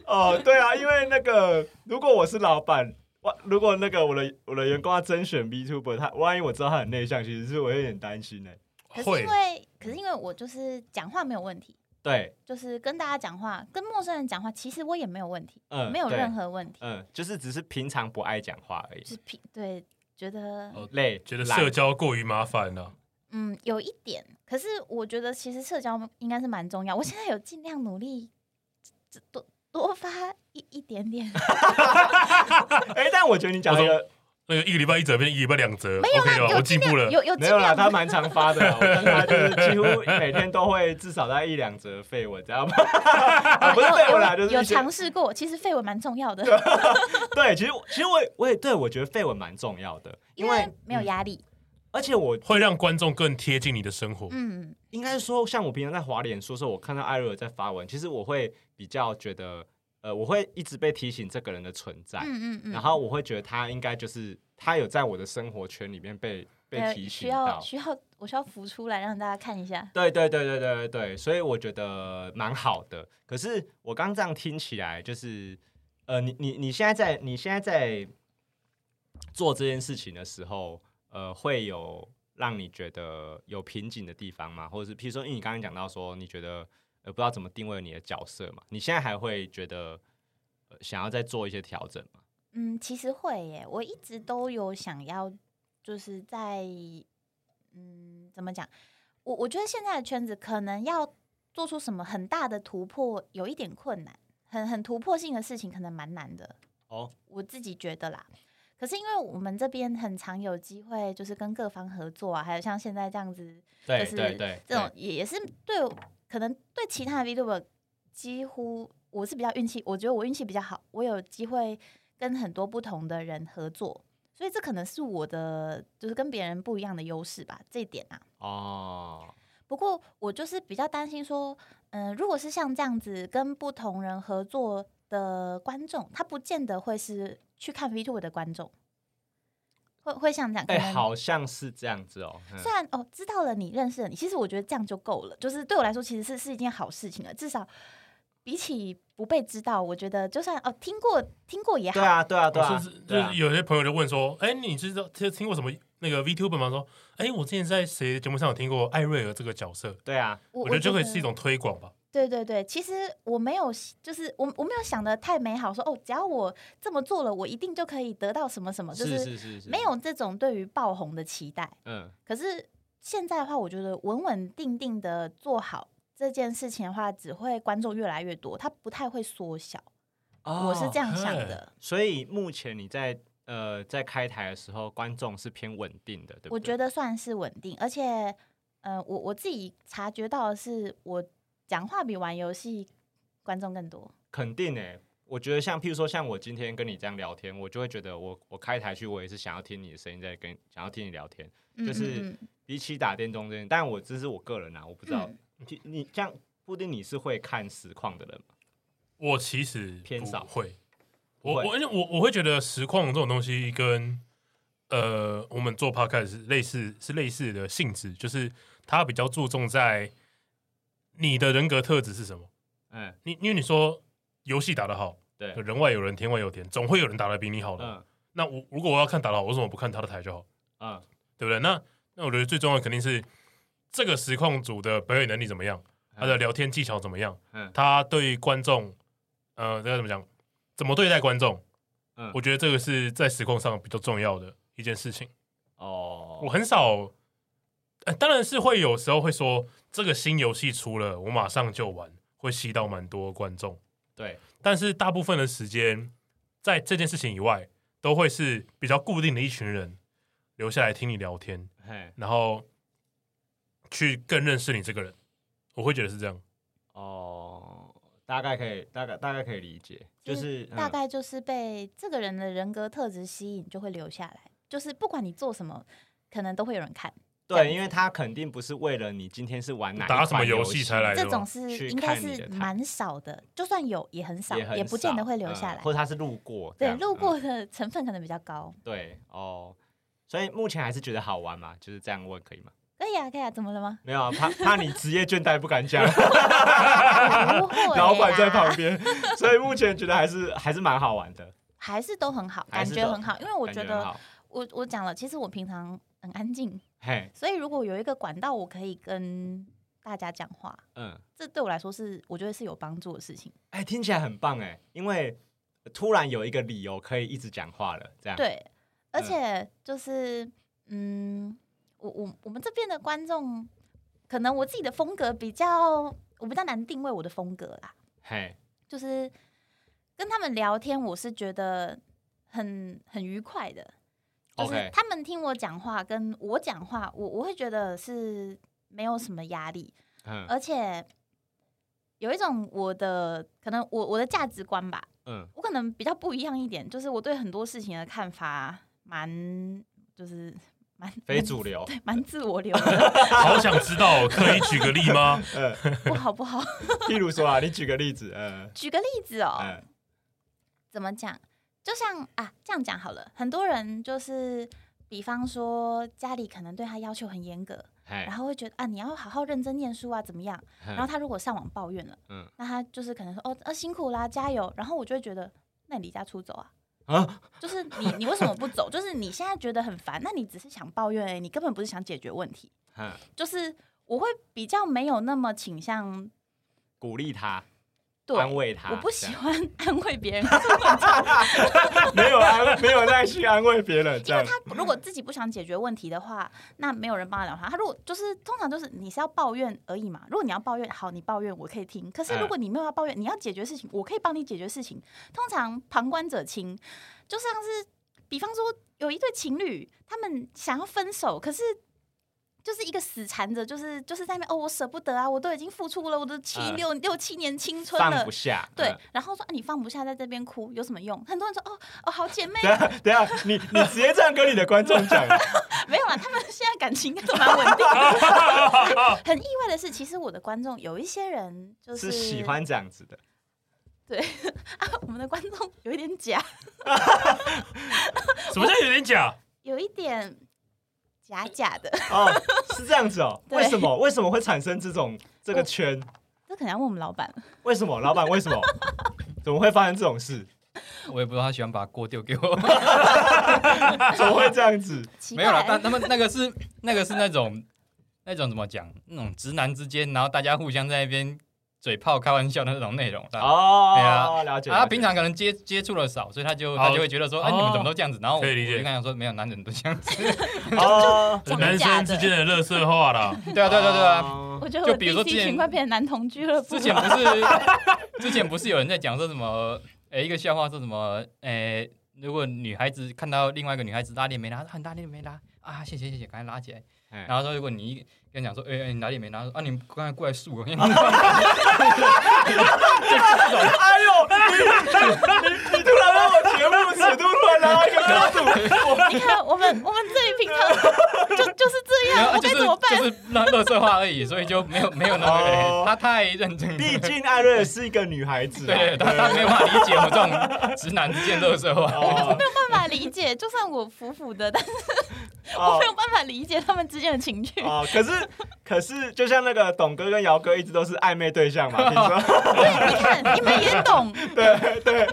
Speaker 2: 哦，对啊，因为那个如果我是老板，我如果那个我的我的员工要甄选 B Tuber，他万一我知道他很内向，其实是我有点担心呢、
Speaker 4: 可是
Speaker 3: 会
Speaker 4: 因为，可是因为我就是讲话没有问题，
Speaker 2: 对，
Speaker 4: 就是跟大家讲话，跟陌生人讲话，其实我也没有问题，
Speaker 2: 嗯
Speaker 4: 没有
Speaker 2: 对
Speaker 4: 任何问题，
Speaker 2: 嗯，就是只是平常不爱讲话而已
Speaker 4: 就，是平对，觉得
Speaker 5: 哦
Speaker 2: 累，
Speaker 3: 觉得
Speaker 2: 懒
Speaker 3: 社交过于麻烦啊了，
Speaker 4: 嗯有一点，可是我觉得其实社交应该是蛮重要，我现在有尽量努力，这多多发一一点点，
Speaker 2: 哎、但我觉得你讲了一个
Speaker 3: 那个一个礼拜一折变一个礼拜两折
Speaker 4: 没有
Speaker 2: 哎
Speaker 3: ，OK
Speaker 4: 啦，
Speaker 3: 吧？
Speaker 4: *laughs* 有
Speaker 3: 我进
Speaker 4: 尽量
Speaker 3: 步了。
Speaker 4: 有有
Speaker 2: *laughs* 没
Speaker 4: 尽
Speaker 2: 有啦，
Speaker 4: 量
Speaker 2: 他蛮常发的
Speaker 4: *laughs*
Speaker 2: 啦，我看他就是几乎每天都会至少在一两则绯闻，知道吗？ *laughs*
Speaker 4: *laughs*
Speaker 2: 啊不是绯闻啦，
Speaker 4: 有
Speaker 2: 就是
Speaker 4: 有
Speaker 2: 一些 *laughs*
Speaker 4: 尝试过，其实绯闻蛮重要的，
Speaker 2: 对，其实我其实我也我也对我觉得绯闻蛮重要的，
Speaker 4: 嗯因为没有压力，
Speaker 2: 而且我
Speaker 3: 会让观众更贴近你的生活。
Speaker 4: 嗯，
Speaker 2: 应该说，像我平常在滑脸说说，我看到艾瑞尔在发文，其实我会比较觉得，呃，我会一直被提醒这个人的存在，
Speaker 4: 嗯嗯嗯，
Speaker 2: 然后我会觉得他应该就是他有在我的生活圈里面被被
Speaker 4: 呃
Speaker 2: 提
Speaker 4: 需
Speaker 2: 醒
Speaker 4: 要
Speaker 2: 到。
Speaker 4: 需要我需要浮出来让大家看一下，
Speaker 2: 对对对对对对对，所以我觉得蛮好的。可是我刚这样听起来，就是呃，你你你现在在你现在在做这件事情的时候，呃，会有让你觉得有瓶颈的地方吗？或者是譬如说，因为你刚刚讲到说，你觉得呃不知道怎么定位你的角色嘛，你现在还会觉得、呃、想要再做一些调整吗？
Speaker 4: 嗯，其实会耶，我一直都有想要，就是在嗯，怎么讲？我我觉得现在的圈子可能要做出什么很大的突破，有一点困难，很很突破性的事情可能蛮难的。
Speaker 2: 哦，
Speaker 4: 我自己觉得啦。可是因为我们这边很常有机会，就是跟各方合作啊，还有像现在这样子，
Speaker 2: 对
Speaker 4: 就是
Speaker 2: 对对，
Speaker 4: 这种也也是对我，可能对其他的 Vtuber 几乎我是比较运气，我觉得我运气比较好，我有机会跟很多不同的人合作，所以这可能是我的就是跟别人不一样的优势吧，这一点啊。
Speaker 2: 哦，
Speaker 4: 不过我就是比较担心说，嗯、如果是像这样子跟不同人合作的观众，他不见得会是去看 v t u b e 的观众，会会像这样。可
Speaker 2: 哎、
Speaker 4: 能
Speaker 2: 好像是这样子哦。嗯
Speaker 4: 虽然哦，知道了你，认识了你，其实我觉得这样就够了。就是对我来说，其实是是一件好事情了。至少比起不被知道，我觉得就算哦听过听过也好，
Speaker 2: 对啊，对啊，对啊，
Speaker 3: 甚至就
Speaker 2: 对啊
Speaker 3: 哦是有些朋友就问说：“哎、你知道听听过什么那个 VTuber 吗？”说：“哎、我之前在谁的节目上有听过艾瑞尔这个角色？”
Speaker 2: 对啊，
Speaker 4: 我
Speaker 3: 我觉得这
Speaker 4: 就
Speaker 3: 个是一种推广吧。
Speaker 4: 对对对，其实我没有，就是我我没有想的太美好，说哦，只要我这么做了，我一定就可以得到什么什么，就是
Speaker 2: 是是是，
Speaker 4: 没有这种对于爆红的期待。
Speaker 2: 嗯，
Speaker 4: 可是现在的话，我觉得稳稳定定的做好这件事情的话，只会观众越来越多，它不太会缩小。哦我
Speaker 5: 哦
Speaker 4: 是这
Speaker 2: 样。
Speaker 4: 样想的，
Speaker 2: 所以目前你在呃在开台的时候，观众是偏稳定的，对不对？
Speaker 4: 我觉
Speaker 2: 得
Speaker 4: 得算是稳定，而且，呃，我我自己察觉到的是，我讲话比玩游戏观众更多。
Speaker 2: 肯定诶、我觉得像譬如说像我今天跟你这样聊天，我就会觉得我我开台去，我也是想要听你的声音，在跟想要听你聊天。
Speaker 4: 嗯
Speaker 2: 就是
Speaker 4: 嗯嗯
Speaker 2: 比起打电动这件，但我这是我个人啊，我不知道、你你像布丁，你是会看实况的人吗？
Speaker 3: 我其实
Speaker 2: 偏少
Speaker 3: 不会，
Speaker 2: 不
Speaker 3: 我
Speaker 2: 会
Speaker 3: 我而且我我会觉得实况这种东西跟呃我们做 podcast 是类似是类似的性质，就是它比较注重在你的人格特质是什么。
Speaker 2: 嗯，
Speaker 3: 你因为你说游戏打得好，
Speaker 2: 对，
Speaker 3: 人外有人，天外有天，总会有人打得比你好的。
Speaker 2: 嗯
Speaker 3: 那我如果我要看打得好，我为什么不看他的台就好？
Speaker 2: 嗯，
Speaker 3: 对不对？那那我觉得最重要的肯定是这个实况组的表演能力怎么样，他的聊天技巧怎么样，
Speaker 2: 嗯
Speaker 3: 他对观众，呃，这个怎么讲，怎么对待观众，
Speaker 2: 嗯
Speaker 3: 我觉得这个是在实况上比较重要的一件事情。
Speaker 2: 哦，
Speaker 3: 我很少，呃，当然是会有时候会说这个新游戏出了，我马上就玩，会吸到蛮多观众，
Speaker 2: 对
Speaker 3: 但是大部分的时间在这件事情以外，都会是比较固定的一群人留下来听你聊天。
Speaker 2: 嘿
Speaker 3: 然后去更认识你这个人，我会觉得是这样。
Speaker 2: 哦，大概可以大概大概可以理解，
Speaker 4: 其
Speaker 2: 就
Speaker 4: 实
Speaker 2: 是
Speaker 4: 大
Speaker 2: 嗯
Speaker 4: 概就是被这个人的人格特质吸引，就会留下来。就是不管你做什么，可能都会有人看。这样
Speaker 2: 对，因为他肯定不是为了你今天是玩哪一
Speaker 3: 打什么
Speaker 2: 款
Speaker 3: 游
Speaker 2: 游
Speaker 3: 戏才来哎
Speaker 4: 这
Speaker 3: 对吧
Speaker 4: 种是
Speaker 2: 去
Speaker 4: 应该
Speaker 2: 看你
Speaker 4: 是
Speaker 2: 的台
Speaker 4: 蛮少的，就算有也很少，
Speaker 2: 也很
Speaker 4: 也不见得
Speaker 2: 少
Speaker 4: 会留下
Speaker 2: 嗯
Speaker 4: 来。
Speaker 2: 或者他是路过这
Speaker 4: 对，
Speaker 2: 样，嗯
Speaker 4: 路过的成分可能比较高。
Speaker 2: 对哦，所以目前还是觉得好玩嘛，就是这样问可以吗？
Speaker 4: 可以啊，可以啊，怎么
Speaker 2: *laughs*
Speaker 4: 了吗？
Speaker 2: 没有啊，
Speaker 4: *laughs*
Speaker 2: 怕怕你职业倦怠不敢讲，
Speaker 4: 啊哎不会啦
Speaker 2: 老板在旁边，所以目前觉得还是还是蛮好玩的，
Speaker 4: 还是都很好，
Speaker 2: 还
Speaker 4: 感
Speaker 2: 是
Speaker 4: 觉
Speaker 2: 都
Speaker 4: 很好。因为我
Speaker 2: 感
Speaker 4: 觉
Speaker 2: 觉很
Speaker 4: 得
Speaker 2: 好
Speaker 4: 我我讲了，其实我平常很安静，
Speaker 2: 嘿，
Speaker 4: 所以如果有一个管道，我可以跟大家讲话，
Speaker 2: 嗯，
Speaker 4: 这对我来说是我觉得是有帮助的事情。
Speaker 2: 哎，听起来很棒哎，因为突然有一个理由可以一直讲话了，这样，
Speaker 4: 对，而
Speaker 2: 嗯
Speaker 4: 且就是嗯，我我我们这边的观众，可能我自己的风格比较，我比较难定位我的风格啦。
Speaker 2: 嘿，
Speaker 4: 就是跟他们聊天，我是觉得很很愉快的。就是
Speaker 2: OK
Speaker 4: 他们听我讲话跟我讲话，我我会觉得是没有什么压力，
Speaker 2: 嗯
Speaker 4: 而且有一种我的可能我我的价值观吧，
Speaker 2: 嗯，
Speaker 4: 我可能比较不一样一点，就是我对很多事情的看法蛮就是蛮
Speaker 2: 非主
Speaker 4: *laughs*
Speaker 2: 流， *laughs*
Speaker 4: 对蛮自我流的，
Speaker 3: 好想知道，可以举个例吗？
Speaker 2: 呃，
Speaker 4: 不好不好。
Speaker 2: 譬如说啊，你举个例子，呃，
Speaker 4: 举个例子哦，
Speaker 2: 呃，
Speaker 4: 怎么讲？就像啊，这样讲好了，很多人就是，比方说家里可能对他要求很严格，
Speaker 2: 哎
Speaker 4: 然，后会觉得啊，你要好好认真念书啊，怎么样？然后他如果上网抱怨了，
Speaker 2: 嗯
Speaker 4: 那他就是可能说哦，啊辛苦啦，加油。然后我就会觉得，那你离家出走啊，
Speaker 2: 啊，
Speaker 4: 就是你你为什么不走？就是你现在觉得很烦，那你只是想抱怨而已，你根本不是想解决问题。
Speaker 2: 嗯
Speaker 4: 就是我会比较没有那么倾向
Speaker 2: *laughs* 鼓励他，
Speaker 4: 对，
Speaker 2: 安慰他，
Speaker 4: 我不喜欢 *laughs* 安慰别人，
Speaker 2: 这样， *laughs* 没有安，没有再去安慰别人，这样，嗯
Speaker 4: 如果自己不想解决问题的话，那没有人帮他聊他。他如果就是通常就是你是要抱怨而已嘛。如果你要抱怨，好，你抱怨我可以听。可是
Speaker 2: 嗯
Speaker 4: 如果你没有要抱怨，你要解决事情，我可以帮你解决事情。通常旁观者清，就像是比方说有一对情侣，他们想要分手，可是。就是一个死缠着，就是就是在那边哦，我舍不得啊，我都已经付出了我的七
Speaker 2: 嗯
Speaker 4: 六六七年青春
Speaker 2: 放
Speaker 4: 了
Speaker 2: 不，下，
Speaker 4: 对
Speaker 2: 嗯。 *laughs*
Speaker 4: 然后说、啊、你放不下，在这边哭有什么用？很多人说哦哦，好姐妹
Speaker 2: 等一下，等一下，你你直接这样跟你的观众
Speaker 4: *laughs*
Speaker 2: 讲，
Speaker 4: 没有啦，他们现在感情都蛮稳定
Speaker 5: *laughs*
Speaker 4: 的。很意外的是，其实我的观众有一些人就
Speaker 2: 是
Speaker 4: 是
Speaker 2: 喜欢这样子的，
Speaker 4: 啊， *laughs* 我们的观众有一点假，
Speaker 3: *laughs* 什么叫有点假？
Speaker 4: 有一点假假
Speaker 5: *laughs*
Speaker 4: 的。
Speaker 2: 哦，是这样子哦，
Speaker 4: 对
Speaker 2: 为什么？为什么会产生这种这个圈？
Speaker 4: 这可能要问我们老板了。
Speaker 2: 为什么？老板为什么？ *laughs* 怎么会发生这种事？
Speaker 5: 我也不知道他喜欢把锅丢给我。
Speaker 2: 怎么会这样子？
Speaker 4: 奇
Speaker 5: 没
Speaker 4: 怪，
Speaker 5: 有了，但他们那个是那个是那种那种怎么讲？那种直男之间，然后大家互相在那边嘴炮开玩笑的那种内容。啊，对
Speaker 2: 哦，
Speaker 5: 啊
Speaker 2: 了解。
Speaker 5: 他
Speaker 2: 了解
Speaker 5: 平常可能接接触的少，所以他就
Speaker 3: 好
Speaker 5: 他就会觉得说，哎，
Speaker 3: 哦
Speaker 5: 你们怎么都这样子？然后我
Speaker 3: 可以理解
Speaker 5: 我就跟他讲说，没有，男人
Speaker 3: *laughs*
Speaker 5: 都这样子。
Speaker 2: 哦，
Speaker 4: 真的
Speaker 3: 男
Speaker 4: 假
Speaker 3: 生
Speaker 4: 的
Speaker 3: 之间的乐色话啦， *laughs*
Speaker 5: 对啊，对啊，对啊对啊。
Speaker 2: 哦
Speaker 4: 我觉得我
Speaker 5: 就比如说
Speaker 4: DC
Speaker 5: 之前
Speaker 4: 群快变成男同俱乐部
Speaker 5: 之
Speaker 4: 了。
Speaker 5: 前不是 *laughs* 之前不是有人在讲说什么？哎，一个笑话说什么？哎，如果女孩子看到另外一个女孩子拉链没拉，很大链没拉啊，谢谢谢谢，赶紧拉起来。
Speaker 2: 哎
Speaker 5: 然后说，如果你一跟他讲说，哎、哎，你哪里没拿？啊，你刚才过
Speaker 2: *laughs*
Speaker 5: 来数我。
Speaker 2: 哎呦，你 *laughs* 你你突然让我节目尺度突然拉到一个高度， *laughs* 我
Speaker 4: 你看，我们我们这里平常 *laughs* 就就是这
Speaker 5: 没有
Speaker 4: 样，
Speaker 5: 啊
Speaker 4: 我该
Speaker 5: 就是
Speaker 4: 怎么办？
Speaker 5: 就是那乐色话而已，所以就没有没有那个
Speaker 2: 哦
Speaker 5: 人，他太认真
Speaker 2: *laughs*
Speaker 5: 了，
Speaker 2: 毕竟艾瑞尔是一个女孩子啊，
Speaker 5: *laughs* 对，他他没有办法理解我们这种直男之间乐色话。
Speaker 4: *laughs*
Speaker 2: 哦，
Speaker 4: 没有办法理解，就算我服服的，但是我
Speaker 2: 哦
Speaker 4: 没有办法理解他们之间的情绪。
Speaker 2: 哦，可是可是，就像那个董哥跟姚哥一直都是暧昧对象
Speaker 4: *laughs*
Speaker 2: 嘛，听说 *laughs*
Speaker 4: 对，你看，你们也懂，
Speaker 2: 对对。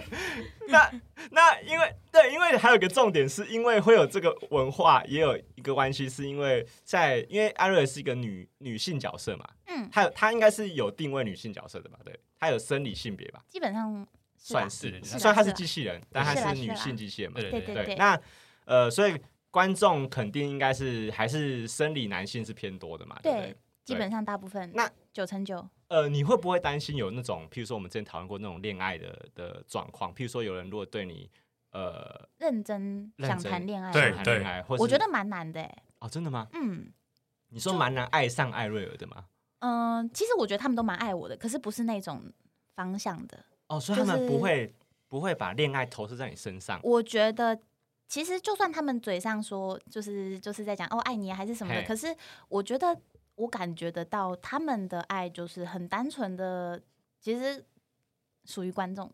Speaker 2: 那那因为对，因为还有一个重点，是因为会有这个文化，也有一个关系，是因为在因为艾瑞尔是一个女女性角色嘛，
Speaker 4: 嗯，
Speaker 2: 她有她应该是有定位女性角色的吧？对，她有生理性别吧？
Speaker 4: 基本上是吧
Speaker 2: 算是，
Speaker 5: 是
Speaker 4: 啦
Speaker 2: 虽然她
Speaker 4: 是
Speaker 2: 是
Speaker 4: 啦
Speaker 2: 机器人，但她
Speaker 4: 是啦
Speaker 2: 是
Speaker 4: 是啊
Speaker 2: 女
Speaker 4: 啦
Speaker 2: 性机器人嘛。
Speaker 5: 对
Speaker 4: 对
Speaker 5: 对
Speaker 4: 对，
Speaker 2: 那呃，所以观众肯定应该是还是生理男性是偏多的嘛，对不对
Speaker 4: 对？基本上大部分
Speaker 2: 那
Speaker 4: 九成九
Speaker 2: 呃，你会不会担心有那种，譬如说我们之前讨论过那种恋爱的的状况，譬如说有人如果对你呃
Speaker 4: 认真
Speaker 2: 认
Speaker 4: 想
Speaker 2: 真
Speaker 4: 谈恋爱，
Speaker 3: 对
Speaker 2: 想谈恋爱，或是
Speaker 4: 我觉得蛮难的欸。
Speaker 2: 哦，真的吗？
Speaker 4: 嗯
Speaker 2: 你说蛮难爱上艾瑞尔的吗？
Speaker 4: 嗯、呃其实我觉得他们都蛮爱我的，可是不是那种方向的。
Speaker 2: 哦，所以他
Speaker 4: 就
Speaker 2: 们不
Speaker 4: 是
Speaker 2: 会不会把恋爱投射在你身上，
Speaker 4: 我觉得其实就算他们嘴上说就是就是在讲哦爱你啊还是什么的，
Speaker 2: 嘿
Speaker 4: 可是我觉得我感觉得到他们的爱就是很单纯的，其实属于观众。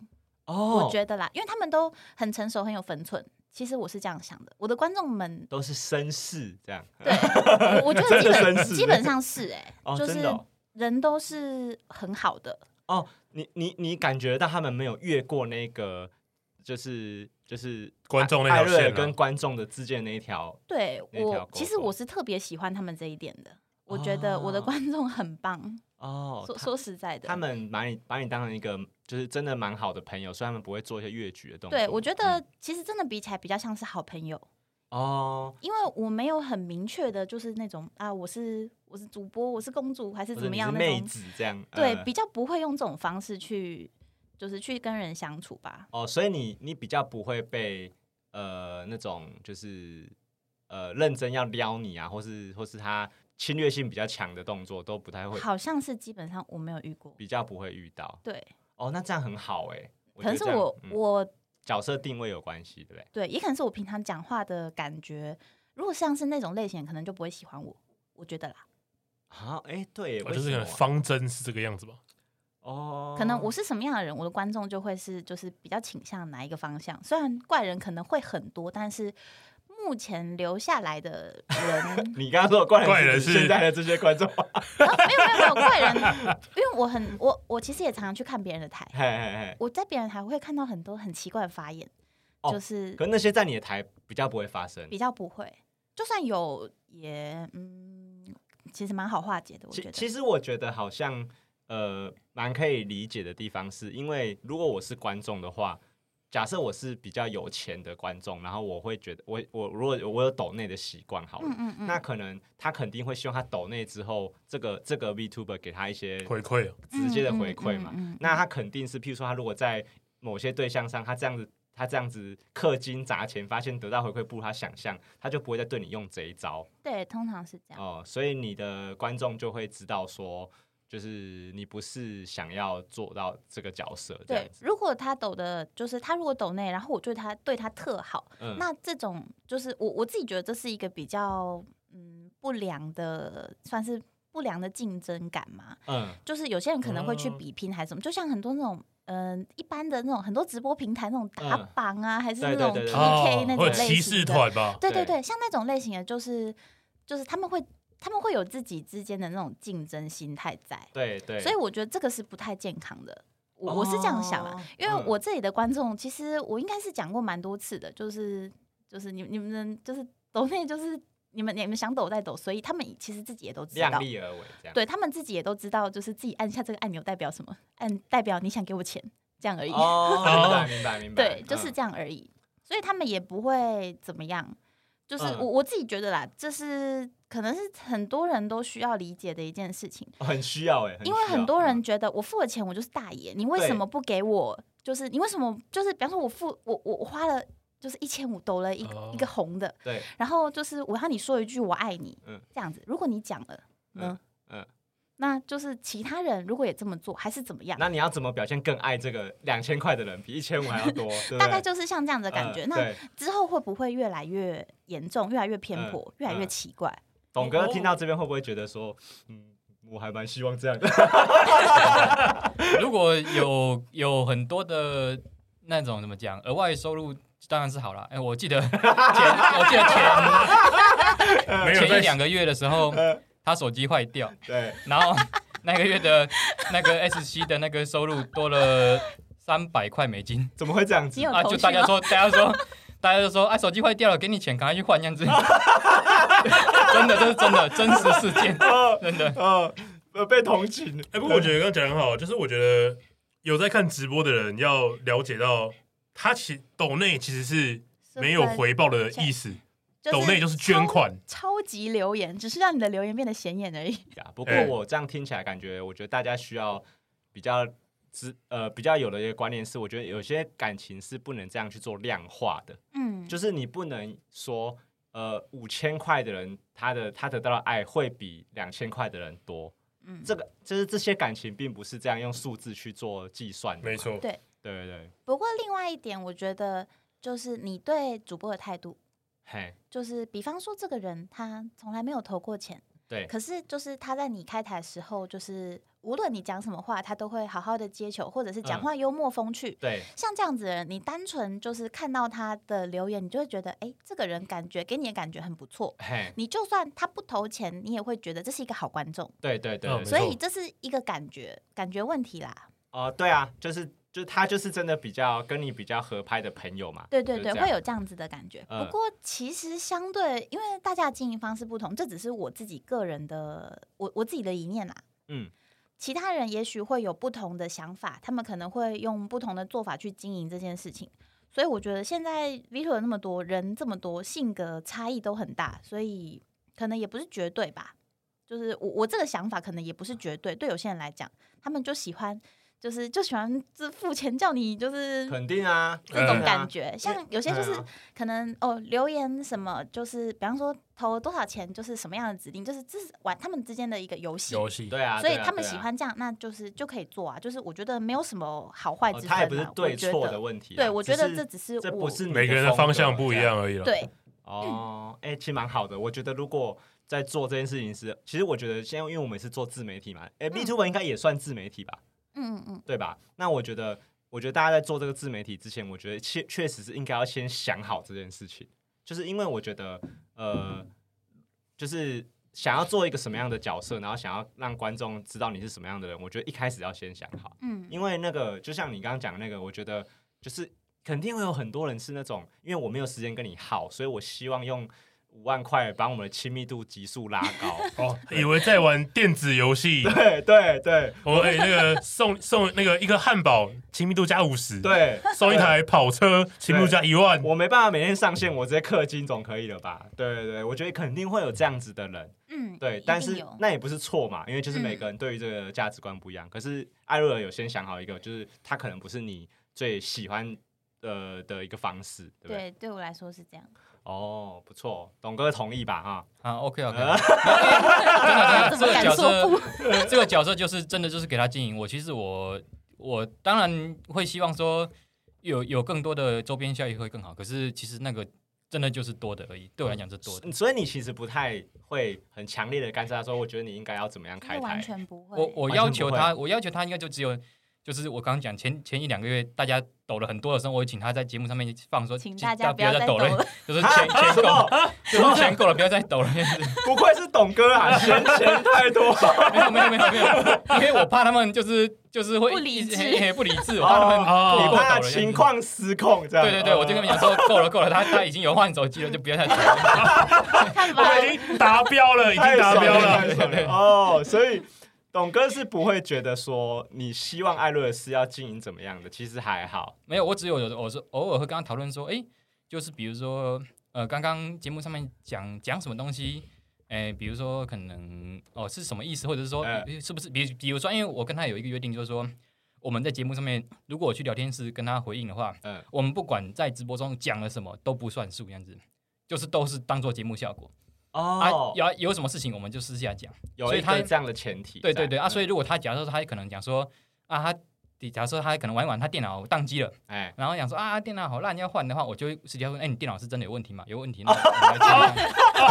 Speaker 2: 哦，
Speaker 4: 我觉得啦，因为他们都很成熟，很有分寸。其实我是这样想的，我的观众们，
Speaker 2: 都是绅士这样，
Speaker 4: 对我我觉得
Speaker 2: *laughs*
Speaker 4: 基
Speaker 2: 真的绅
Speaker 4: 本
Speaker 2: 士
Speaker 4: 基本上是哎、
Speaker 2: 哦，
Speaker 4: 就
Speaker 2: 真
Speaker 4: 是
Speaker 2: 的哦。
Speaker 4: 人都是很好的，
Speaker 2: 哦你你你感觉到他们没有越过那个，就是就是
Speaker 3: 观众那
Speaker 2: 艾
Speaker 3: 条
Speaker 2: 瑞尔
Speaker 3: 线啊
Speaker 2: 跟观众的之间的那一条
Speaker 4: 对
Speaker 2: 那条
Speaker 4: 我
Speaker 2: 狗狗
Speaker 4: 其实我是特别喜欢他们这一点的。我觉得我的观众很棒，
Speaker 2: 哦，
Speaker 4: 说
Speaker 2: 他
Speaker 4: 说实在的，
Speaker 2: 他们把你把你当成一个就是真的蛮好的朋友，所以他们不会做一些越矩的动作。
Speaker 4: 对我觉
Speaker 2: 嗯
Speaker 4: 得其实真的比起来比较像是好朋友，
Speaker 2: 哦，
Speaker 4: 因为我没有很明确的，就是那种啊，我是我是主播，我是公主还是
Speaker 2: 或
Speaker 4: 怎
Speaker 2: 者
Speaker 4: 么
Speaker 2: 你
Speaker 4: 样
Speaker 2: 是
Speaker 4: 那
Speaker 2: 妹
Speaker 4: 种，
Speaker 2: 子这样，
Speaker 4: 对，
Speaker 2: 呃
Speaker 4: 比较不会用这种方式去，就是去跟人相处吧。
Speaker 2: 哦，所以你你比较不会被呃那种就是呃认真要撩你啊，或是或是他侵略性比较强的动作都不太会，
Speaker 4: 好像是基本上我没有遇过，
Speaker 2: 比较不会遇到。
Speaker 4: 对，
Speaker 2: 哦，那这样很好哎、
Speaker 4: 可
Speaker 2: 觉得
Speaker 4: 能是
Speaker 2: 这样
Speaker 4: 我、
Speaker 2: 嗯
Speaker 4: 我
Speaker 2: 角色定位有关系，对不对？
Speaker 4: 对，也可能是我平常讲话的感觉。如果像是那种类型，可能就不会喜欢我，我觉得啦。
Speaker 2: 啊，哎，对耶，
Speaker 3: 啊就是
Speaker 2: 为什
Speaker 3: 可能
Speaker 2: 么啊
Speaker 3: 方针是这个样子吧？
Speaker 2: 哦，，
Speaker 4: 可能我是什么样的人，我的观众就会是就是比较倾向哪一个方向。虽然怪人可能会很多，但是目前留下来的人
Speaker 2: *laughs* 你刚刚说的怪
Speaker 3: 怪
Speaker 2: 人
Speaker 3: 人
Speaker 2: 是
Speaker 3: 是
Speaker 2: 现在的这些观众， *laughs*
Speaker 4: 啊没有没有没有怪人，因为我很我我其实也常常去看别人的台，
Speaker 2: 嘿嘿嘿，
Speaker 4: 我在别人的台会看到很多很奇怪的发言，
Speaker 2: 哦
Speaker 4: 就是
Speaker 2: 可那些在你的台比较不会发生
Speaker 4: 比。较不会，就算有也嗯，其实蛮好化解的，我觉
Speaker 2: 其
Speaker 4: 得。
Speaker 2: 其实我觉得好像呃，蛮可以理解的地方是，因为如果我是观众的话，假设我是比较有钱的观众，然后我会觉得我我如果我有抖内的习惯好了，
Speaker 4: 嗯嗯嗯，
Speaker 2: 那可能他肯定会希望他抖内之后，这个这个 VTuber 给他一些
Speaker 3: 回馈啊
Speaker 2: 直接的回馈嘛。
Speaker 4: 嗯嗯嗯嗯
Speaker 2: 那他肯定是，譬如说他如果在某些对象上，他这样子。他这样子氪金砸钱，发现得到回馈不如他想象，他就不会再对你用这一招。
Speaker 4: 对，通常是这样。
Speaker 2: 哦，所以你的观众就会知道说，就是你不是想要做到这个角色这样
Speaker 4: 对，
Speaker 2: 子。
Speaker 4: 如果他抖的，就是他如果抖内，然后我对他对他特好，
Speaker 2: 嗯，
Speaker 4: 那这种就是我我自己觉得这是一个比较嗯不良的，算是不良的竞争感嘛。
Speaker 2: 嗯
Speaker 4: 就是有些人可能会去
Speaker 3: 哦
Speaker 4: 比拼还是什么，就像很多那种嗯、呃一般的那种很多直播平台那种打
Speaker 2: 嗯
Speaker 4: 榜啊，还是
Speaker 2: 对
Speaker 4: 那
Speaker 2: 对对
Speaker 4: 种
Speaker 2: 对
Speaker 4: PK 那种
Speaker 3: 哦或者
Speaker 4: 类型
Speaker 3: 骑
Speaker 4: 的
Speaker 3: 士团吧，
Speaker 4: 对对
Speaker 2: 对
Speaker 4: 对，像那种类型的，就是就是他们会他们会有自己之间的那种竞争心态在，
Speaker 2: 对对，
Speaker 4: 所以我觉得这个是不太健康的。我我是这样想啊
Speaker 2: 哦，
Speaker 4: 因为我这里的观众，其实我应该是讲过蛮多次的，就是就是你你们就是抖内就是你们你们想抖再抖，所以他们其实自己也都知道
Speaker 2: 量，力而为这样。
Speaker 4: 对他们自己也都知道，就是自己按下这个按钮代表什么，按代表你想给我钱这样而已，
Speaker 2: 哦，明白明白明白，
Speaker 4: 对，就是
Speaker 2: 嗯
Speaker 4: 这样而已，所以他们也不会怎么样。就是
Speaker 2: 嗯
Speaker 4: 我我自己觉得啦，这是可能是很多人都需要理解的一件事情。
Speaker 2: 哦很需要哎，
Speaker 4: 因为
Speaker 2: 需要
Speaker 4: 很多人
Speaker 2: 嗯
Speaker 4: 觉得我付了钱，我就是大爷，你为什么不给我？就是你为什么就是，比方说我付我我我花了就是一千五抖了一、
Speaker 3: 哦
Speaker 4: 一个红的，
Speaker 2: 对，
Speaker 4: 然后就是我要你说一句我爱你，
Speaker 2: 嗯
Speaker 4: 这样子。如果你讲了呢，
Speaker 2: 嗯嗯
Speaker 4: 那就是其他人如果也这么做，还是怎么样？
Speaker 2: 那你要怎么表现更爱这个两千块的人，比一千五还要多？对不
Speaker 4: 大概
Speaker 2: 对
Speaker 4: 就是像这样的感觉。
Speaker 2: 嗯
Speaker 4: 那
Speaker 2: 对
Speaker 4: 之后会不会越来越严重，越来越偏颇，
Speaker 2: 嗯
Speaker 4: 越来越
Speaker 2: 嗯
Speaker 4: 奇怪？
Speaker 2: 董哥听到这边会不会觉得
Speaker 3: 哦
Speaker 2: 说，嗯，我还蛮希望这样的？ *laughs*
Speaker 5: *laughs* 如果有有很多的那种怎么讲，额外收入当然是好了。哎、我记得前我记得
Speaker 3: 没有
Speaker 5: 前前一
Speaker 3: 在
Speaker 5: 两个月的时候，他手机坏掉，
Speaker 2: 对，
Speaker 5: 然后那个月的 *laughs* 那个 S C 的那个收入多了三百块美金
Speaker 2: 怎么会这样子
Speaker 4: 你？有
Speaker 5: 啊！
Speaker 4: 头
Speaker 5: 就
Speaker 4: 绪
Speaker 5: 大家
Speaker 4: 吗
Speaker 5: 说，大
Speaker 4: *laughs*
Speaker 5: 家说，大家就说，啊，手机坏掉了，给你钱，赶快去换这样子。 *laughs* 真的，这是真的真实事件，
Speaker 2: *laughs* 哦
Speaker 5: 真的。
Speaker 2: 哦，呃被同情。
Speaker 3: 哎、不过我觉得刚刚讲得很好，就是我觉得有在看直播的人要了解到，他其抖内其实是没有回报的意思，
Speaker 4: 就
Speaker 3: 抖内就是捐款，
Speaker 4: 超级留言，只是让你的留言变得显眼而已。
Speaker 2: 呀。啊不过
Speaker 3: 哎
Speaker 2: 我这样听起来，感觉我觉得大家需要比较知呃比较有的一个观念是，我觉得有些感情是不能这样去做量化的，
Speaker 4: 嗯，
Speaker 2: 就是你不能说呃五千块的人他的他得到的爱会比两千块的人多，
Speaker 4: 嗯
Speaker 2: 这个就是这些感情并不是这样用数字去做计算的，
Speaker 3: 没，错，
Speaker 4: 对
Speaker 2: 对对对，
Speaker 4: 不过另外一点，我觉得就是你对主播的态度，
Speaker 2: 嘿，
Speaker 4: 就是比方说这个人他从来没有投过钱，
Speaker 2: 对，
Speaker 4: 可是就是他在你开台的时候，就是无论你讲什么话，他都会好好的接球，或者是讲
Speaker 2: 嗯
Speaker 4: 话幽默风趣。
Speaker 2: 对，
Speaker 4: 像这样子的人，你单纯就是看到他的留言，你就会觉得，哎、这个人感觉给你的感觉很不错。
Speaker 2: 嘿，
Speaker 4: 你就算他不投钱，你也会觉得这是一个好观众，
Speaker 2: 对对对
Speaker 3: 嗯
Speaker 2: 对
Speaker 3: 没
Speaker 4: 所
Speaker 3: 错
Speaker 4: 以这是一个感觉感觉问题啦。
Speaker 2: 哦，对啊，就是。就他就是真的比较跟你比较合拍的朋友嘛，
Speaker 4: 对对
Speaker 2: 就
Speaker 4: 对，
Speaker 2: 这样
Speaker 4: 会有这样子的感觉。
Speaker 2: 嗯
Speaker 4: 不过其实相对，因为大家的经营方式不同，这只是我自己个人的，我我自己的理念啦。
Speaker 2: 嗯，
Speaker 4: 其他人也许会有不同的想法，他们可能会用不同的做法去经营这件事情。所以我觉得现在 Vito 那么多人这么多，性格差异都很大，所以可能也不是绝对吧。就是我我这个想法可能也不是绝对，对有些人来讲，他们就喜欢，就是就喜欢这付钱叫你就是
Speaker 2: 肯定啊，
Speaker 4: 这种
Speaker 2: 嗯
Speaker 4: 感觉，像有些就是
Speaker 2: 嗯啊
Speaker 4: 可能哦，留言什么就是，比方说投多少钱，就是什么样的指定，就是这是玩他们之间的一个游戏，
Speaker 3: 游戏
Speaker 2: 对啊，
Speaker 4: 所以
Speaker 2: 对啊
Speaker 4: 他们
Speaker 2: 对啊
Speaker 4: 喜欢这样，那就是就可以做啊。就是我觉得没有什么好坏
Speaker 2: 哦
Speaker 4: 之分、啊
Speaker 2: 它也不是对
Speaker 4: 我觉
Speaker 2: 错
Speaker 4: 得
Speaker 2: 的问题啊，
Speaker 4: 对我觉得
Speaker 2: 只
Speaker 4: 这
Speaker 2: 是
Speaker 4: 只是
Speaker 2: 这
Speaker 4: 我
Speaker 2: 不是你
Speaker 3: 每个人的
Speaker 2: 风格
Speaker 3: 方向不一样而已了。
Speaker 4: 对
Speaker 2: 哦，哎、其实蛮好的。我觉得如果在做这件事情是，其实我觉得现在因为我们是做自媒体嘛，哎、b two 应该也算自媒体吧，
Speaker 4: 嗯嗯嗯，
Speaker 2: 对吧？那我觉得，我觉得大家在做这个自媒体之前，我觉得确确实是应该要先想好这件事情，就是因为我觉得，呃，就是想要做一个什么样的角色，然后想要让观众知道你是什么样的人，我觉得一开始要先想好。
Speaker 4: 嗯，
Speaker 2: 因为那个就像你刚刚讲的那个，我觉得就是肯定会有很多人是那种，因为我没有时间跟你耗，所以我希望用五万块把我们的亲密度急速拉高。
Speaker 3: 哦，以为在玩电子游
Speaker 2: *laughs*
Speaker 3: 戏。
Speaker 2: 对对对
Speaker 3: 我哎、那个送送那个一个汉堡，亲密度加五十，，
Speaker 2: 对，
Speaker 3: 送一台跑车，亲密度加一万，
Speaker 2: *laughs* 我没办法每天上线，我直接氪金总可以了吧？对对对，我觉得肯定会有这样子的人，
Speaker 4: 嗯，
Speaker 2: 对
Speaker 4: 一，
Speaker 2: 但
Speaker 4: 定
Speaker 2: 是
Speaker 4: 有
Speaker 2: 那也不是错嘛，因为就是
Speaker 4: 嗯
Speaker 2: 每个人对于这个价值观不一样。可是艾瑞尔有先想好一个，就是他可能不是你最喜欢呃的一个方式，对不对？
Speaker 4: 对对我来说是这样，
Speaker 2: 哦，不错，董哥同意吧？哈，
Speaker 5: 啊，OK
Speaker 2: *laughs*
Speaker 5: OK，
Speaker 4: 怎
Speaker 5: 真的真的，
Speaker 4: 么
Speaker 5: 这个
Speaker 4: 敢
Speaker 5: 角
Speaker 4: 说不
Speaker 5: 色？ *laughs* 这个角色就是真的就是给他经营。我其实我我当然会希望说有有更多的周边效益会更好，可是其实那个真的就是多的而已，对我来讲是
Speaker 4: 嗯
Speaker 5: 多的。
Speaker 2: 所以你其实不太会很强烈的干涉他说，我觉得你应该要怎么样
Speaker 4: 真
Speaker 2: 开
Speaker 4: 的完
Speaker 2: 台。
Speaker 4: 全不会。
Speaker 5: 我我
Speaker 2: 完
Speaker 5: 要
Speaker 2: 全不
Speaker 5: 求
Speaker 2: 会
Speaker 5: 他，我要求他应该就只有就是我刚刚讲前前一两个月大家抖了很多的时候，我会请他在节目上面放说，
Speaker 4: 请
Speaker 5: 就
Speaker 4: 大家
Speaker 5: 不
Speaker 4: 不要
Speaker 5: 再
Speaker 4: 再
Speaker 5: 抖
Speaker 4: 抖了，
Speaker 5: *laughs* 就是
Speaker 2: 啊
Speaker 5: 钱钱
Speaker 2: *laughs* 什
Speaker 5: 够
Speaker 2: 么
Speaker 5: 了，就是钱够了，不要再抖了。就是
Speaker 2: 不愧是董哥
Speaker 5: *laughs*
Speaker 2: 啊，闲钱太多。
Speaker 5: 没有没有没有没有，因为我怕他们就是就是会
Speaker 4: 不理智
Speaker 5: 嘿嘿不理智，我怕他们
Speaker 3: 哦
Speaker 5: 过
Speaker 2: 你
Speaker 5: 过抖
Speaker 2: 怕
Speaker 5: 了
Speaker 2: 情。况失控这样？
Speaker 5: 对对对，我就跟他们讲说够了够了，他他已经有换手机了，就不要再抖了。
Speaker 2: *laughs*
Speaker 4: 看吧，
Speaker 3: 我已经达标了，已经
Speaker 2: 太
Speaker 3: 达
Speaker 2: 爽
Speaker 3: 标
Speaker 2: 了，
Speaker 3: 了。
Speaker 2: 太爽了哦，所以。董哥是不会觉得说你希望艾瑞斯要经营怎么样的，其实还好。
Speaker 5: 没有，我只有有我说偶尔会跟他讨论说，哎，就是比如说呃，刚刚节目上面讲讲什么东西。哎，比如说可能哦是什么意思，或者是说
Speaker 2: 哎
Speaker 5: 诶是不是，比比如说，因为我跟他有一个约定，就是说我们在节目上面，如果我去聊天室跟他回应的话，
Speaker 2: 嗯，
Speaker 5: 我们不管在直播中讲了什么都不算数，这样子，就是都是当做节目效果、
Speaker 2: 哦
Speaker 5: 啊。有有什么事情我们就私下讲。
Speaker 2: 有
Speaker 5: 所以
Speaker 2: 一
Speaker 5: 他
Speaker 2: 个这样的前提在。嗯
Speaker 5: 对对对啊，所以
Speaker 2: 以
Speaker 5: 如果他假设他可能讲说啊，他假设他可能玩一玩他电脑宕机了，
Speaker 2: 哎，
Speaker 5: 然后讲说啊电脑好烂要换的话，我就会直接问，哎、你电脑是真的有问题吗？有问题那我们来讲。